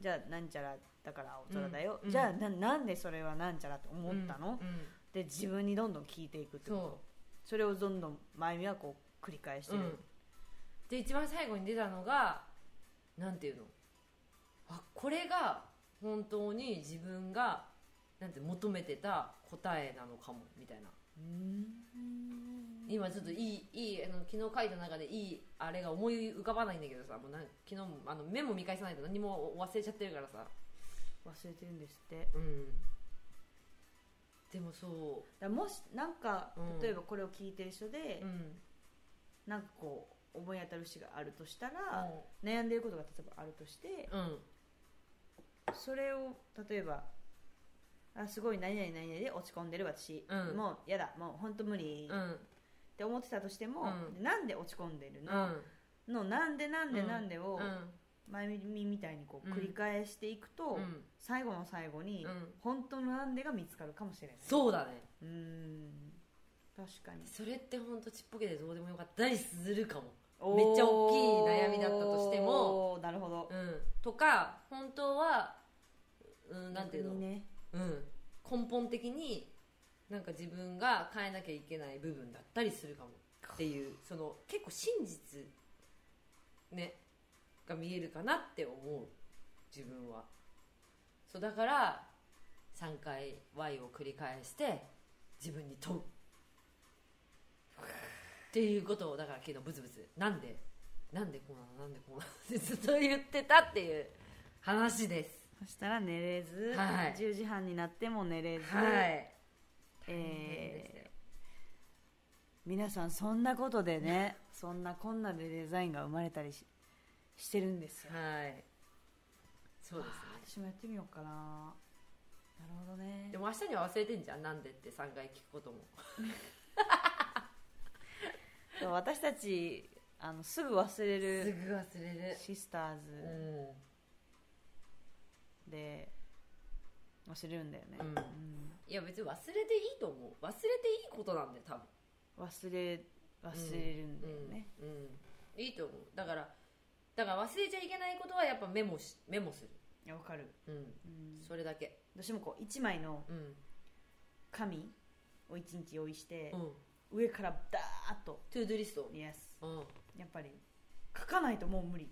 S2: じゃあなんちゃらだから青空だよ、
S1: うん
S2: じゃあななんでそれはなんちゃらって思ったの、
S1: うん
S2: で自分にどんどん聞いていくってこと
S1: そ
S2: それをどんどん前みはこう繰り返し
S1: う、
S2: て
S1: う
S2: る、
S1: ん、で一番最後に出たのがなんていうのあこれが本当に自分がなんて求めてた答えなのかもみたいな今ちょっといいいいあの昨日書いた中でいいあれが思い浮かばないんだけどさもうなん昨日もあのメモ見返さないと何も忘れちゃってるからさ
S2: 忘れてるんですってだか
S1: うんでもそ
S2: らもしなんか、
S1: うん
S2: 例えばこれを聞いてる人で
S1: う、うん
S2: なんかこう思い当たる節があるとしたら、
S1: う
S2: 悩んでいることが例えばあるとして
S1: ん
S2: それを例えばあすごい何々何々で落ち込んでる私、
S1: うん
S2: もうやだもう本当無理、
S1: う
S2: っ
S1: ん
S2: て思ってたとしても、
S1: う
S2: なんで落ち込んでる
S1: うん
S2: の、のなんでなんで
S1: うん
S2: なんでを
S1: うん
S2: 前耳みたいにこう
S1: うん
S2: 繰り返していくと、
S1: うん
S2: 最後の最後に
S1: うん
S2: 本当のなんでが見つかるかもしれない
S1: そうだね
S2: うーん確かに
S1: それって本当ちっぽけでどうでもよかったりするかもめっちゃ大きい悩みだったとしても
S2: おーなるほど
S1: うんとか本当はうんなんていうの
S2: 逆にね
S1: うん、根本的になんか自分が変えなきゃいけない部分だったりするかもっていうその結構真実、ね、が見えるかなって思う自分はそうだから3回 Y を繰り返して自分に問うっていうことをだから昨日ブツブツなんでなんでこうなのなんでこうなのってずっと言ってたっていう話です
S2: そしたら寝れず、
S1: はい
S2: 10時半になっても寝れず、
S1: はい
S2: えー皆さんそんなことでねそんなこんなでデザインが生まれたりししてるんですよ
S1: はいそうで
S2: あー私もやってみようかななるほど
S1: す
S2: ね
S1: ねでも明日には忘れてんじゃんなんでって3回聞くことも
S2: そう私たちあのすぐ忘れ
S1: す
S2: る
S1: ぐ忘れる
S2: シスター
S1: う
S2: ズ
S1: ん
S2: で忘れるんだよね、
S1: うんいや別に忘れていいと思う忘れていいことなんだよ多分
S2: うん忘れ忘れるんだよね、
S1: うん、うんいいと思うだからだから忘れちゃいけないことはやっぱメモしメモす
S2: いやわかる、
S1: るうん
S2: うん、
S1: それだけ
S2: 私もこう1枚の
S1: うん
S2: 紙を1日用意して
S1: う、ん
S2: 上からダーッと
S1: トゥードゥリスト
S2: イエス
S1: うん
S2: やっぱり書かないともう無理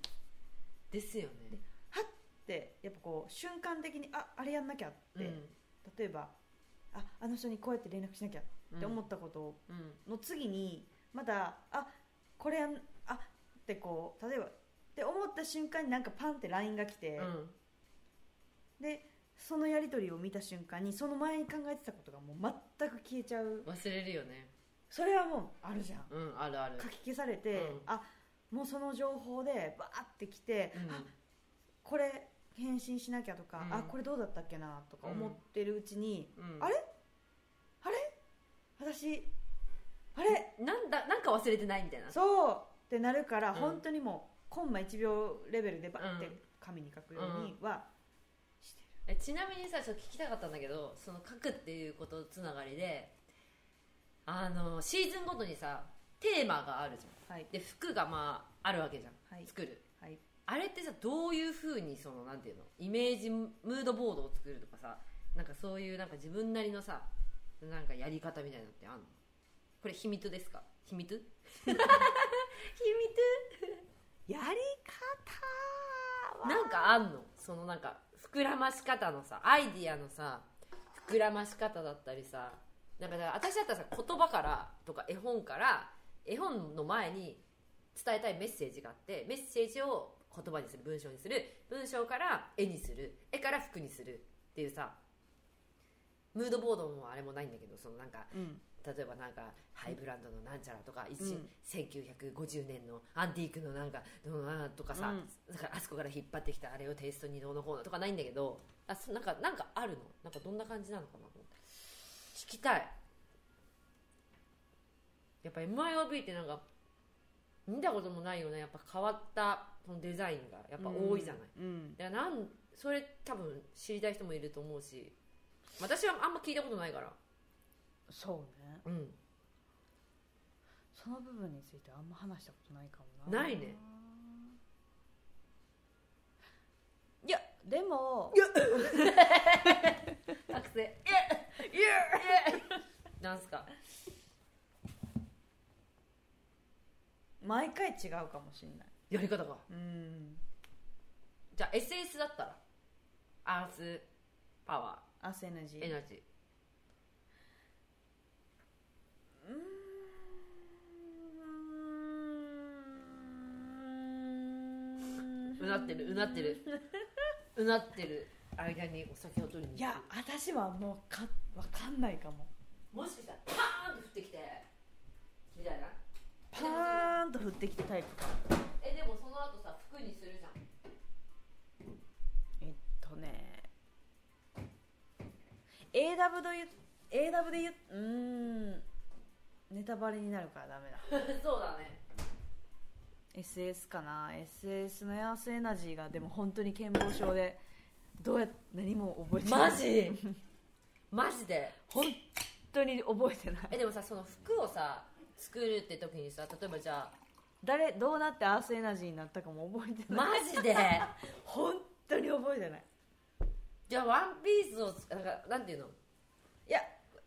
S1: ですよね
S2: はってやっぱこう瞬間的にああれやんなきゃって、例えばああの人にこうやって連絡しなきゃって思
S1: っ
S2: ったこと
S1: うんうん
S2: の次にまたあこれやんあってこう例えばって思った瞬間になんかパンって LINE が来て、
S1: うん
S2: でそのやり取りを見た瞬間にその前に考えてたことがもう全く消えちゃう
S1: 忘れるよね
S2: それはもうあるじゃん
S1: うんあるある
S2: 書き消されて、
S1: うん
S2: あもうその情報でバーってきて、
S1: うん
S2: あこれ返信しなきゃとか、
S1: うん
S2: あこれどうだったっけなとか思ってるうちに、
S1: うん
S2: あれあれ私あれ
S1: なんだなんか忘れてないみたいな
S2: そうってなるか
S1: う
S2: ら、
S1: ん
S2: 本当にもうコンマ1秒レベルでバッて
S1: うん
S2: 紙に書くようにはして
S1: え
S2: る、
S1: ちなみにさちょっと聞きたかったんだけどその書くっていうことつながりであのシーズンごとにさテーマがあるじゃん
S2: はい
S1: で服がまああるわけじゃん、
S2: はい
S1: 作る
S2: はい
S1: あれってさどういうふうにそのなんていうのイメージムードボードを作るとかさなんかそういうなんか自分なりのさなんかやり方みたいなのってあんのこれ秘密ですか秘 密 秘密
S2: やり方は
S1: なんかあんのそのなんか膨らまし方のさアイディアのさ膨らまし方だったりさなんかだから私だったらさ言葉からとか絵本から絵本の前に伝えたいメッセージがあってメッセージを言葉にする文章にする文章から絵にする絵から服にするっていうさムードボードもあれもないんだけどそのなんか
S2: うん
S1: 例えばなんかハイブランドのなんちゃらとか、一
S2: うん
S1: 1950年のアンティークのなんかどうなとかさ、だからあそこから引っ張ってきたあれをテイストにどうのこうのとかないんだけどあそなんかなんかあるのなんかどんな感じなのかなと思って聞きたいやっぱ MIOB ってなんか見たこともないよねやっぱ変わったそのデザインがやっぱ多いじゃない、
S2: うんうん
S1: だからなんそれ多分知りたい人もいると思うし私はあんま聞いたことないから
S2: そうね
S1: うん
S2: その部分についてあんま話したことないかもな
S1: ないね
S2: いやでも
S1: 学生なんすか
S2: 毎回違うかもしれない
S1: やり方が
S2: うん
S1: じゃあ SS だったらアースパワ
S2: アスエナジ
S1: ーエ
S2: ー
S1: ナジーうなってるうなってるうなってる間にお酒を取りに
S2: いや私はもうかわかんないかも
S1: もしかしたらパーンと降ってきてみたいな
S2: パーンと降ってきたタイプか
S1: えでもその後さ服にするじゃん
S2: えっとね AW で言う AW で言ううーんネタバレになるからダメだ
S1: そうだね
S2: SS かな SS のエアースエナジーがでも本当に健忘症でどうや何も覚えてない
S1: マジマジで
S2: 本当に覚えてない
S1: えでもさその服をさ作るって時にさ例えばじゃあ
S2: 誰どうなってアースエナジーになったかも覚えてない
S1: マジで
S2: 本当に覚えてない
S1: じゃあワンピースをつなんかなんていうの
S2: いや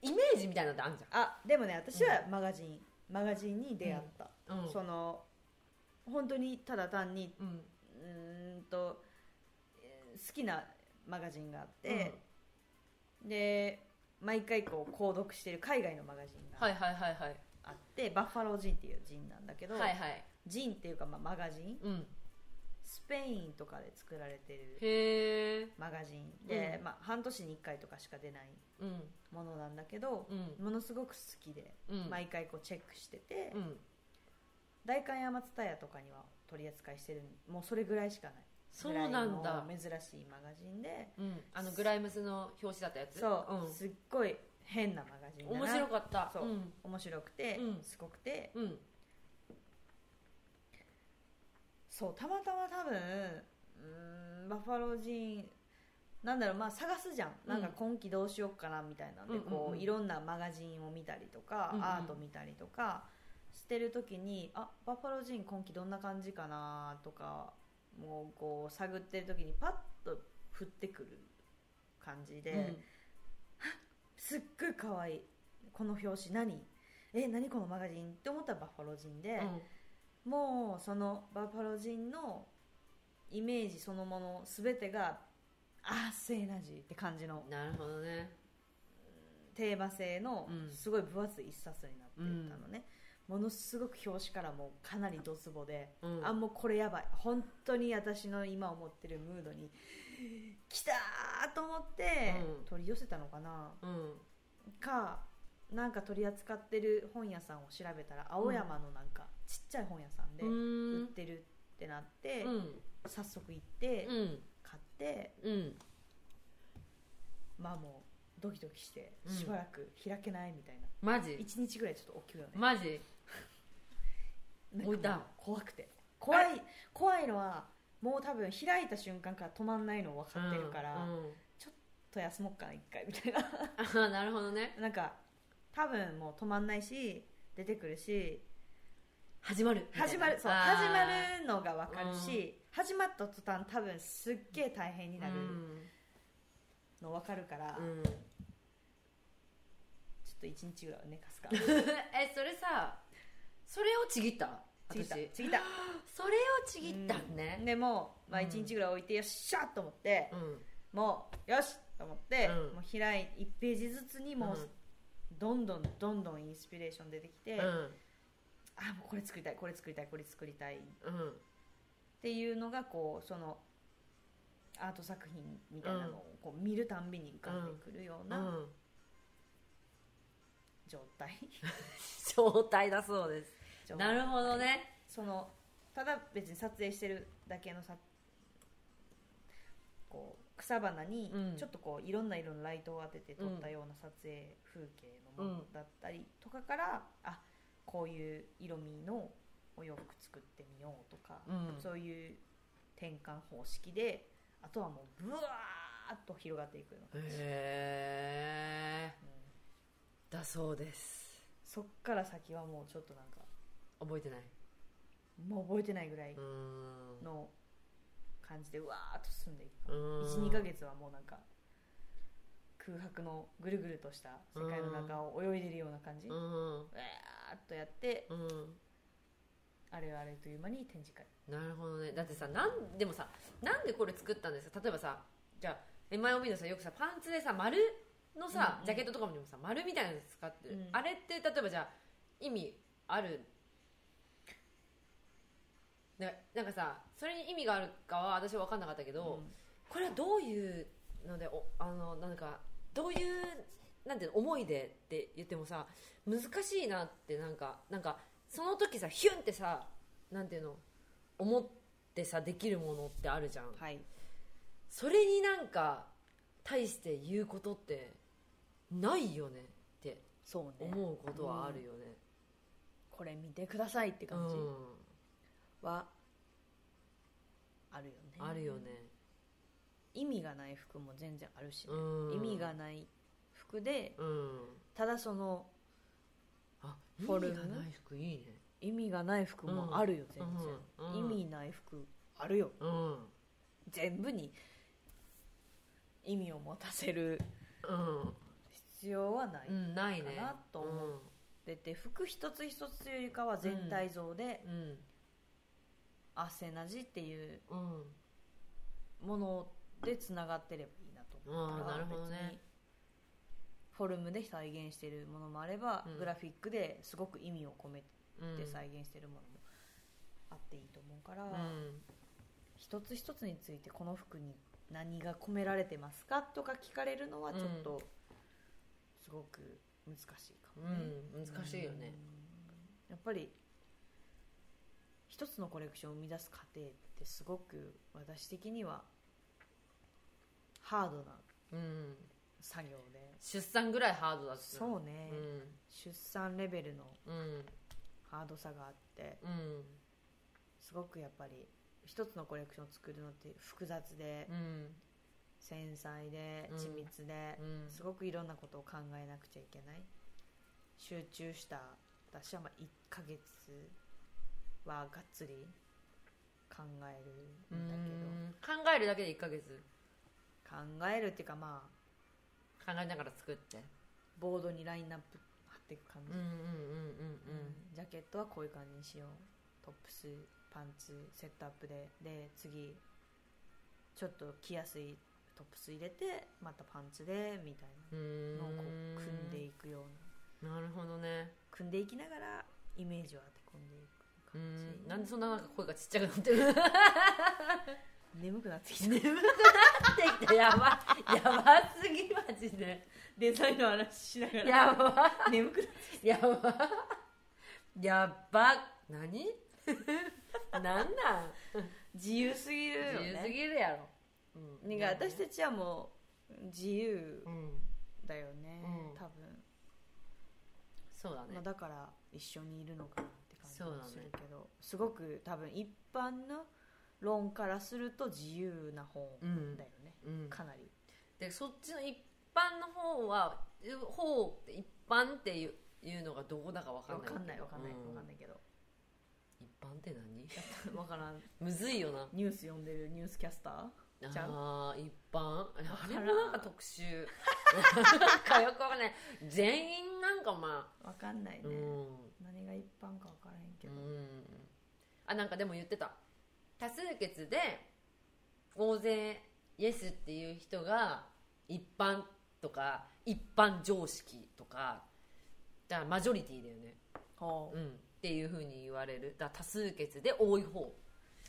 S1: イメージみたいなのってあるじ
S2: あでもね私はマガジン、マガジンに出会った、
S1: ゃん、
S2: その本当にただ単に
S1: うん
S2: うーんとえー好きなマガジンがあって、で毎回こう購読してる海外のマガジン
S1: はい
S2: が
S1: はいはいはい
S2: あって、バッファロージンっていうジンなんだけど、
S1: はいはい
S2: ジンっていうかまあマガジン
S1: うん
S2: スペインとかで作られてる
S1: へえ
S2: マガジンで、
S1: うん
S2: まあ、半年に1回とかしか出ない
S1: うん
S2: ものなんだけど、
S1: うん
S2: ものすごく好きで、
S1: うん
S2: 毎回こうチェックしてて、
S1: うん
S2: 代官山蔦屋とかには取り扱いしてるもうそれぐらいしかない
S1: そうなんだ
S2: ぐらいの珍しいマガジンで
S1: うんあのグライムスの表紙だったやつ
S2: そう、すっごい変なマガジン
S1: う
S2: だ
S1: ん、
S2: な
S1: 面白かった
S2: そうん面白くて、
S1: うん
S2: すごくて
S1: うん
S2: そうたまたま多分うーんバッファロージーンなんだろうまあ探すじゃん、
S1: うん
S2: なんか今期どうしようかなみたいなんで、
S1: うんうんうん
S2: こういろんなマガジンを見たりとか、
S1: うんうん
S2: アート見たりとかしてる時にあバッファロージーン今期どんな感じかなとかもうこう探ってる時にパッと降ってくる感じで、すっごい可愛いこの表紙何え何このマガジンって思ったらバッファロージーンで。
S1: うん
S2: もうそのバファロー人のイメージそのもの全てがアースエナジーって感じの
S1: うんなるほどね
S2: テーマ性の
S1: うん
S2: すごい分厚い一冊になっていたのね、ものすごく表紙からもうかなりドツボで、
S1: うん
S2: あもうこれやばい本当に私の今思ってるムードに来たーと思って
S1: うん
S2: 取り寄せたのかな、
S1: うん
S2: かなんか取り扱ってる本屋さんを調べたら青山のなんかちっちゃい本屋さんで
S1: う
S2: 売っ
S1: ん
S2: てるってなって、
S1: うん
S2: 早速行って
S1: うん
S2: 買って、
S1: うん
S2: まあもうドキドキして
S1: うん
S2: しばらく開けないみたいな、
S1: マジ
S2: 一1日ぐらいちょっと大きいよね、
S1: マジ
S2: なんかも
S1: 置
S2: う
S1: いた
S2: 怖くて怖い怖いのはもう多分開いた瞬間から止まんないの分かってるから、
S1: う
S2: ちょ
S1: ん
S2: っ
S1: うん
S2: と休もうかな一回みたいな
S1: あーなるほどね
S2: なんか多分もう止まんないし出てくるし
S1: 始まるみたい
S2: 始ま
S1: な
S2: るそう
S1: あー
S2: 始まるのが分かるし、始まった途端多分すっげえ大変になるの分かるか
S1: う
S2: ら、ちょ
S1: んうん
S2: っと一日ぐらいは寝かすか
S1: えそれさそれをちぎった
S2: ちぎっ た
S1: 私
S2: ちぎった
S1: それをちぎったんね
S2: でもう、まあ、
S1: うん
S2: 1日ぐらい置いて、よっしゃと思って
S1: う、ん
S2: もうよしと思って、
S1: うん
S2: もう開い1ページずつにもう、
S1: うん
S2: どんどんどんどんインスピレーション出てきて、
S1: う
S2: あ
S1: ん
S2: もうこれ作りたいこれ作りたいこれ作りたいっ
S1: うん
S2: ていうのがこうそのアート作品みたいなのをこう見るたんびに浮かんでくるよう
S1: う
S2: なん 状態、
S1: 状態だそうです
S2: 状態
S1: なるほどね
S2: そのただ別に撮影してるだけのさこう草花に
S1: うん
S2: ちょっとこういろんな色のライトを当てて撮ったような撮影風景のものだったりとかから、あこういう色味のお洋服作ってみようとか、
S1: うん
S2: そういう転換方式であとはもうブワーッと広がっていくような感じ、
S1: へえ
S2: うん
S1: だそうです
S2: そっから先はもうちょっとなんか
S1: 覚えてない
S2: もう覚えてないぐらいう
S1: ーん
S2: の感じでうわーっと進んでいく
S1: うーん
S2: 12ヶ月はもうなんか空白のぐるぐるとした世界の中を泳いでるような感じう
S1: う
S2: わ
S1: ん
S2: ーっとやって
S1: うん
S2: あれはあれという間に展示会
S1: なるほどねだってさなんでもさなんでこれ作ったんですか例えばさじゃあ MIOB のさよくさパンツでさ丸のさ、
S2: うんうん
S1: ジャケットとかにもさ丸みたいなの使ってる、
S2: うん
S1: あれって例えばじゃあ意味あるななんかさそれに意味があるかは私は分かんなかったけど、これはどういうのでおあのなんかどういうなんていうの思いでって言ってもさ難しいなってなんかなんかその時さヒュンってさなんていうの思ってさできるものってあるじゃん、
S2: うんはい
S1: それになんか対して言うことってないよねって
S2: そうね
S1: 思うことはあるよね、
S2: これ見てくださいって
S1: う
S2: 感
S1: ん
S2: じはあるよね
S1: あるよね
S2: 意味がない服も全然あるしね
S1: うん
S2: 意味がない服で
S1: うん
S2: ただその
S1: あ意
S2: フォル
S1: 味
S2: ム
S1: がない服いいね
S2: 意味がない服もあるよ全
S1: うん
S2: 然
S1: うん
S2: 意味ない服あるよ
S1: うん
S2: 全部に意味を持たせる
S1: うん
S2: 必要はない、
S1: うん、ないね
S2: かなと思
S1: う
S2: でで服一つ一つよりかは全体像で
S1: うん
S2: 汗なじっていう
S1: うん
S2: ものでつながってればいいなと思
S1: あ
S2: った
S1: ー
S2: ら
S1: なるほどね
S2: 別にフォルムで再現してるものもあれば、
S1: うん
S2: グラフィックですごく意味を込め
S1: うん
S2: て再現してるものもあっていいと思うから、
S1: うん
S2: 一つ一つについてこの服に何が込められてますかとか聞かれるのはちょっとすごく難しいかもね、
S1: うん難しいよね
S2: うんやっぱり一つのコレクションを生み出す過程ってすごく私的にはハードな
S1: うん
S2: 作業で
S1: 出産ぐらいハードだし
S2: そうね、
S1: うん
S2: 出産レベルの
S1: うん
S2: ハードさがあって
S1: うん
S2: すごくやっぱり一つのコレクションを作るのって複雑で
S1: うん
S2: 繊細で
S1: うん
S2: 緻密で
S1: うん
S2: すごくいろんなことを考えなくちゃいけない集中した私はまあ1ヶ月はがっつり考えるんだ
S1: うん考えるだけで1ヶ月
S2: けど考えるっていうかまあ
S1: 考えながら作って
S2: ボードにラインナップ貼っていく感
S1: う
S2: じ、
S1: んうん
S2: ジャケットはこういう感じにしようトップスパンツセットアップでで次ちょっと着やすいトップス入れてまたパンツでみたい
S1: うんうんうん
S2: なのをこ
S1: うん
S2: う組んでいくような
S1: なるほどね
S2: 組んでいきながらイメージを当て込んでい
S1: う
S2: く感
S1: ん
S2: じ
S1: なんでそんななんか声がちっちゃくなって る
S2: 眠くなってきた、ね、
S1: ってきたやばやばすぎマジで
S2: デザインの話しながら
S1: やば
S2: 眠くなって
S1: やばやば何 なんなん
S2: 自由すぎるよ
S1: 自
S2: ね
S1: 由すぎるやろ、
S2: なんか私たちはもう自由
S1: うん
S2: だよね、
S1: うん
S2: 多分、
S1: そうだね
S2: まあ、だから一緒にいるのかなって感じ
S1: そうだね
S2: するけど、すごく多分一般の論からすると自由な本
S1: うん
S2: だよね、
S1: うん、
S2: かなり
S1: でそっちの一般の方は方って一般っていういうのがどこだかわかん
S2: わ
S1: ない
S2: かんないわかんない
S1: うん
S2: わかんないけど
S1: 一般って何
S2: わからん
S1: むずいよな
S2: ニュース読んでるニュースキャスターちゃう
S1: ああー一般あれ
S2: らん
S1: もなんか特集なん かよくわかんない全員なんかま
S2: わかんないね
S1: あ、、
S2: 何が一般かわからへんけ
S1: う
S2: ど、
S1: ん、うん、あなんかでも言ってた多数決で大勢イエスっていう人が一般とか一般常識とかだからマジョリティだよね、
S2: ほう
S1: うん、っていうふうに言われるだから多数決で多い方って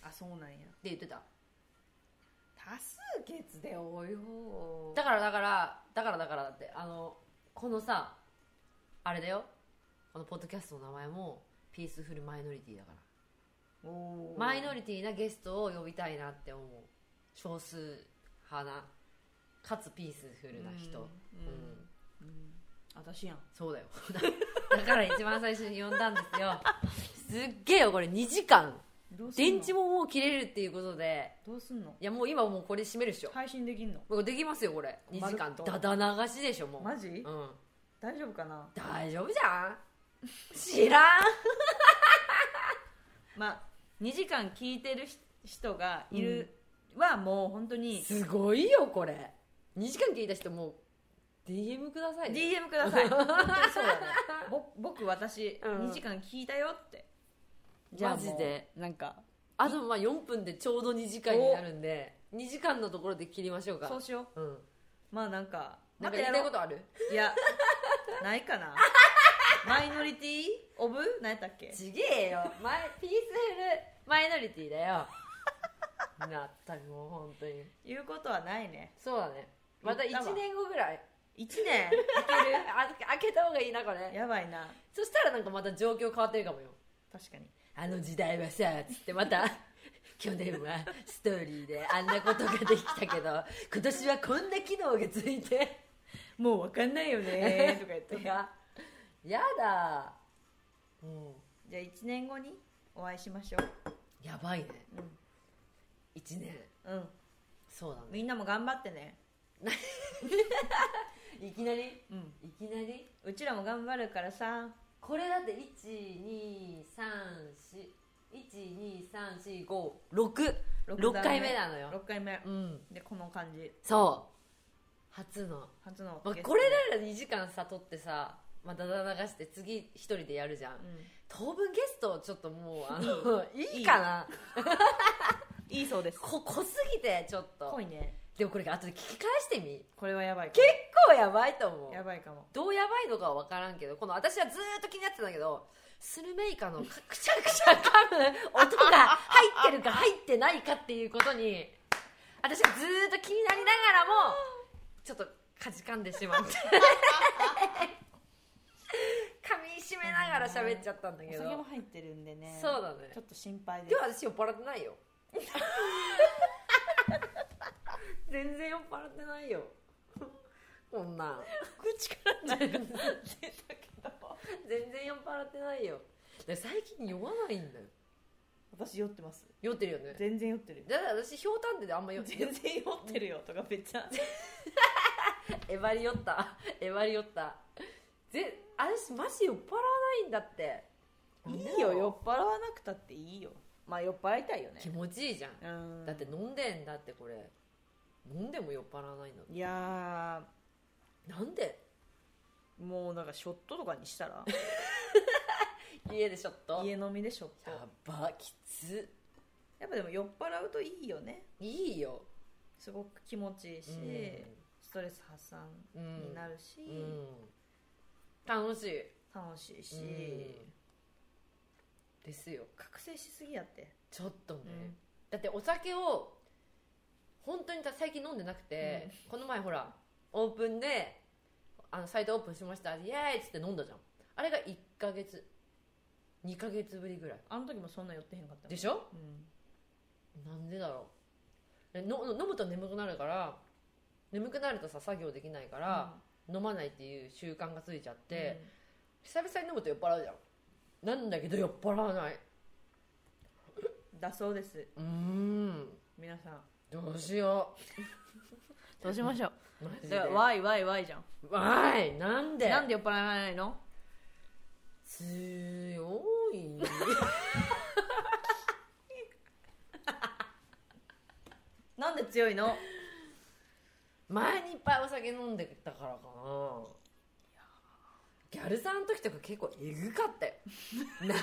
S2: あそうなんや
S1: 言ってた
S2: 多数決で多い方
S1: だからだからだからだからだってあのこのさあれだよこのポッドキャストの名前もピースフルマイノリティだから
S2: おー
S1: マイノリティなゲストを呼びたいなって思う少数派なかつピースフルな人、
S2: うんうん
S1: うん
S2: うん私やん
S1: そうだよ だから一番最初に呼んだんですよすっげえよこれ2時間
S2: どうすんの
S1: 電池ももう切れるっていうことで
S2: どうすんの
S1: いやもう今もうこれ閉めるでしょ、
S2: 配信できんの
S1: もうできますよこれ2時間
S2: まるっと
S1: だだ流しでしょもう
S2: マジ
S1: うん
S2: 大丈夫かな
S1: 大丈夫じゃん知らん
S2: まあ2時間聞いてるひ人がいるはもう本当に
S1: すごいよこれ2時間聞いた人もう DM くださいね
S2: DM く ださい本当にそうだねぼ僕私
S1: うん
S2: 2時間聞いたよって
S1: マジで
S2: なんか
S1: あとまあ4分でちょうど2時間になるんで2時間のところで切りましょうか
S2: そうしよ
S1: うん
S2: うまあなんか
S1: なんか
S2: ま
S1: 言
S2: た
S1: いたいことある
S2: いやないかなマイノリティオブ何やったっけ
S1: ちげえよマイピースフルマイノリティだ よなったくもう本当に
S2: いうことはないね
S1: そうだねまた1
S2: 言ったわ
S1: 年後ぐらい
S2: 1年
S1: あ開けた方がいいなこれ
S2: やばいな
S1: そしたらなんかまた状況変わってるかもよ
S2: 確かに
S1: あの時代はさつってま た去年はストーリーであんなことができたけど今年はこんな機能がついて
S2: もう分かんないよねとか言って
S1: とかやだも
S2: じゃあ1年後にお会いしましょ
S1: うやばいね
S2: う
S1: 1年
S2: うん、うん、
S1: そうだね
S2: みんなも頑張ってね
S1: いきなり
S2: うん
S1: いきなり
S2: うちらも頑張るからさ
S1: これだって12341234566回目なのよ
S2: 6回目
S1: うん
S2: でこの感じ
S1: そう初の
S2: 初の
S1: まあ
S2: ゲスト
S1: これら2時間さ撮ってさまあだだ流して次一人でやるじゃん、
S2: うん
S1: 当分ゲストちょっともうあのいいかない
S2: いそうです
S1: こ濃すぎてちょっと
S2: 濃いね
S1: でもこれ後で聞き返してみ
S2: これはやばいか
S1: 結構やばいと思
S2: も
S1: う
S2: やばいかも
S1: どうやばいのかは分からんけどこの私はずーっと気になってたんだけどスルメイカのかくしゃくしゃ噛む音が入ってるか入ってないかっていうことに私はずーっと気になりながらもちょっとかじかんでしまって噛み締めながら喋っちゃったんだ
S2: お
S1: けど
S2: 酒も入ってるんでね
S1: そうだね
S2: ちょっと心配で
S1: ですも私酔っ払ってないよ 全然酔っ払ってないよこんなん
S2: 口から出たけど
S1: 全然酔っ払ってないよで最近酔わないんだよ
S2: 私酔ってます
S1: 酔ってるよね
S2: 全然酔ってる
S1: だから私ひょうたんであんま酔って
S2: 全 然酔ってるよとかめっちゃ
S1: エバリ酔ったエバリ酔ったぜ私マジ酔っ払わないんだって
S2: いいよ酔っ払わなくたっていいよまあ酔っ払いたいよね
S1: 気持ちいいじゃん、
S2: うん
S1: だって飲んでんだってこれ飲んでも酔っ払わないの
S2: いや
S1: なんで
S2: ーもうなんかショットとかにしたら
S1: 家でちょっと
S2: 家飲みでショット
S1: やばきつ
S2: やっぱでも酔っ払うといいよね
S1: いいよ
S2: すごく気持ちいいし、ストレス発散
S1: うん
S2: になるし、
S1: うん、楽しい
S2: 楽しいし、
S1: うんですよ
S2: 覚醒しすぎやって、
S1: ちょっとね、
S2: うん
S1: だってお酒を本当にた最近飲んでなくて、この前ほらオープンであのサイトオープンしましたイエーイっつって飲んだじゃんあれが1ヶ月2ヶ月ぶりぐらい
S2: あの時もそんな酔ってへんかったもん
S1: でしょ
S2: うん
S1: なんでだろうでの飲むと眠くなるから眠くなるとさ作業できないから、飲まないっていう習慣がついちゃっ
S2: うん
S1: て、久々に飲むと酔っ払うじゃんなんだけど酔っ払わない
S2: だそうです
S1: うーん
S2: 皆さん
S1: どうしよ
S2: どうしましょ
S1: うマジ
S2: う
S1: で
S2: だからわいわいわいじゃん
S1: わいなんで
S2: なんで酔っ払わないの
S1: 強い
S2: なんで強いの
S1: 前にいっぱいお酒飲んでたからかなギャルさんの時とか結構えぐか ったよなんでこんなな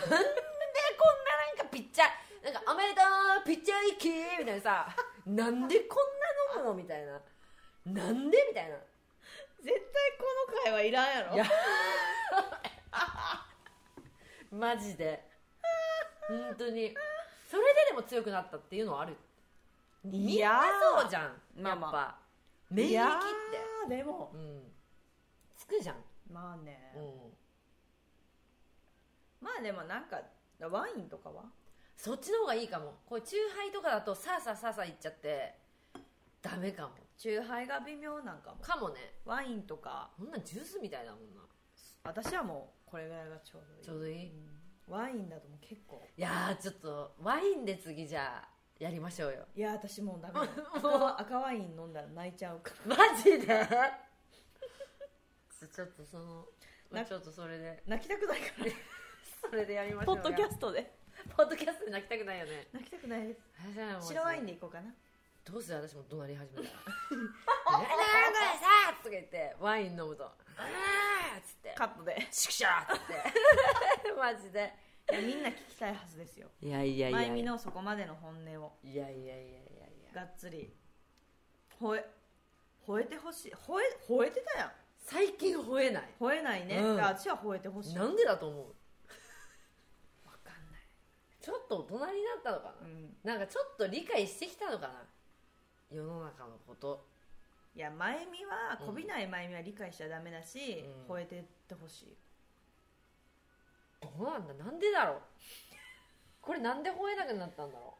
S1: んかピッチャーなんか「おめでとうピッチャー行き!」みたいなさなんでこんな飲むのみたいななんでみたいな
S2: 絶対この会はいらんやろ
S1: いやマジで本当にそれででも強くなったっていうのはあるみん
S2: いや
S1: な
S2: ー
S1: そうじゃん
S2: ま
S1: や
S2: あ
S1: っ
S2: まあ
S1: ぱ免疫っ
S2: いや
S1: て
S2: ーでも
S1: うんつくじゃん
S2: まあね、
S1: うん
S2: まあでもなんかワインとかは
S1: そっちの方がいいかもこれチューハイとかだとさあさあさあさあいっちゃってダメかも
S2: チューハイが微妙なんかも
S1: かもね
S2: ワインとか
S1: こんなんジュースみたいだもんな
S2: 私はもうこれぐらいがちょうどいい
S1: ちょうどいい、い
S2: うんワインだともう結構
S1: やーちょっとワインで次じゃあやりましょうよ
S2: いや私もうダメだ赤赤ワイン飲んだら泣いちゃうから
S1: マジで ちょっとそのまあ
S2: な
S1: ちょっとそれで
S2: 泣きたくないから
S1: それでやりましょ
S2: ポ
S1: う
S2: ッドキャストで
S1: トポッドキャストで泣きたくないよね
S2: 泣きたくないです白
S1: 白
S2: ワインでいこうかな
S1: どうせ私も怒鳴り始めたら「なんだこれさ!」とか言ってワイン飲むと「ああ!」っつって
S2: カットで
S1: 「シクシャー!」っつって マジで
S2: いやみんな聞きたいはずですよ
S1: いやいやいや
S2: まゆ
S1: い
S2: み
S1: や
S2: のそこまでの本音を
S1: いやいやいやいやいや
S2: がっつり吠え吠えてほしい吠え吠えてたやん
S1: 最近吠えない
S2: 吠えないね、
S1: うん
S2: だから私は吠えてほしい
S1: なんでだと思う
S2: わか
S1: ちょっと大人になったのか
S2: んない、うん、
S1: ななんかちょっと理解してきたのかな世の中のこと
S2: いやまゆみはこびないまゆみは理解しちゃダメだし、
S1: うん
S2: 吠えてってほしい
S1: どうなんだなんでだろうこれなんで吠えなくなったんだろ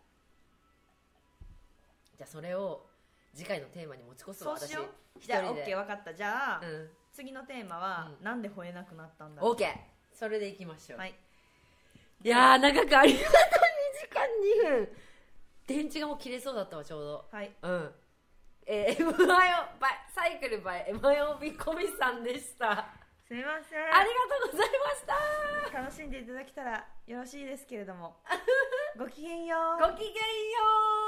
S1: うじゃあそれを次回のテーマに持ち越すわ
S2: そう
S1: 私
S2: しよう
S1: 一
S2: じゃあ
S1: 人
S2: オッケ
S1: で
S2: ー分かったじゃあ、
S1: うん
S2: 次のテーマは、
S1: う
S2: なんで吠えなくなったんだろ
S1: オ
S2: う
S1: ッケーそれでいきましょう、、
S2: はいい
S1: やー長くありがとう2時間2分電池がもう切れそうだったわちょうど
S2: はい
S1: うんえー、m i o バイサイクルバイ MIOB コミさんでしたあ
S2: すみませ
S1: りが
S2: ん
S1: とうございました
S2: 楽 しんでいただけたらよろしいですけれどもごきげんよう
S1: ごきげんよう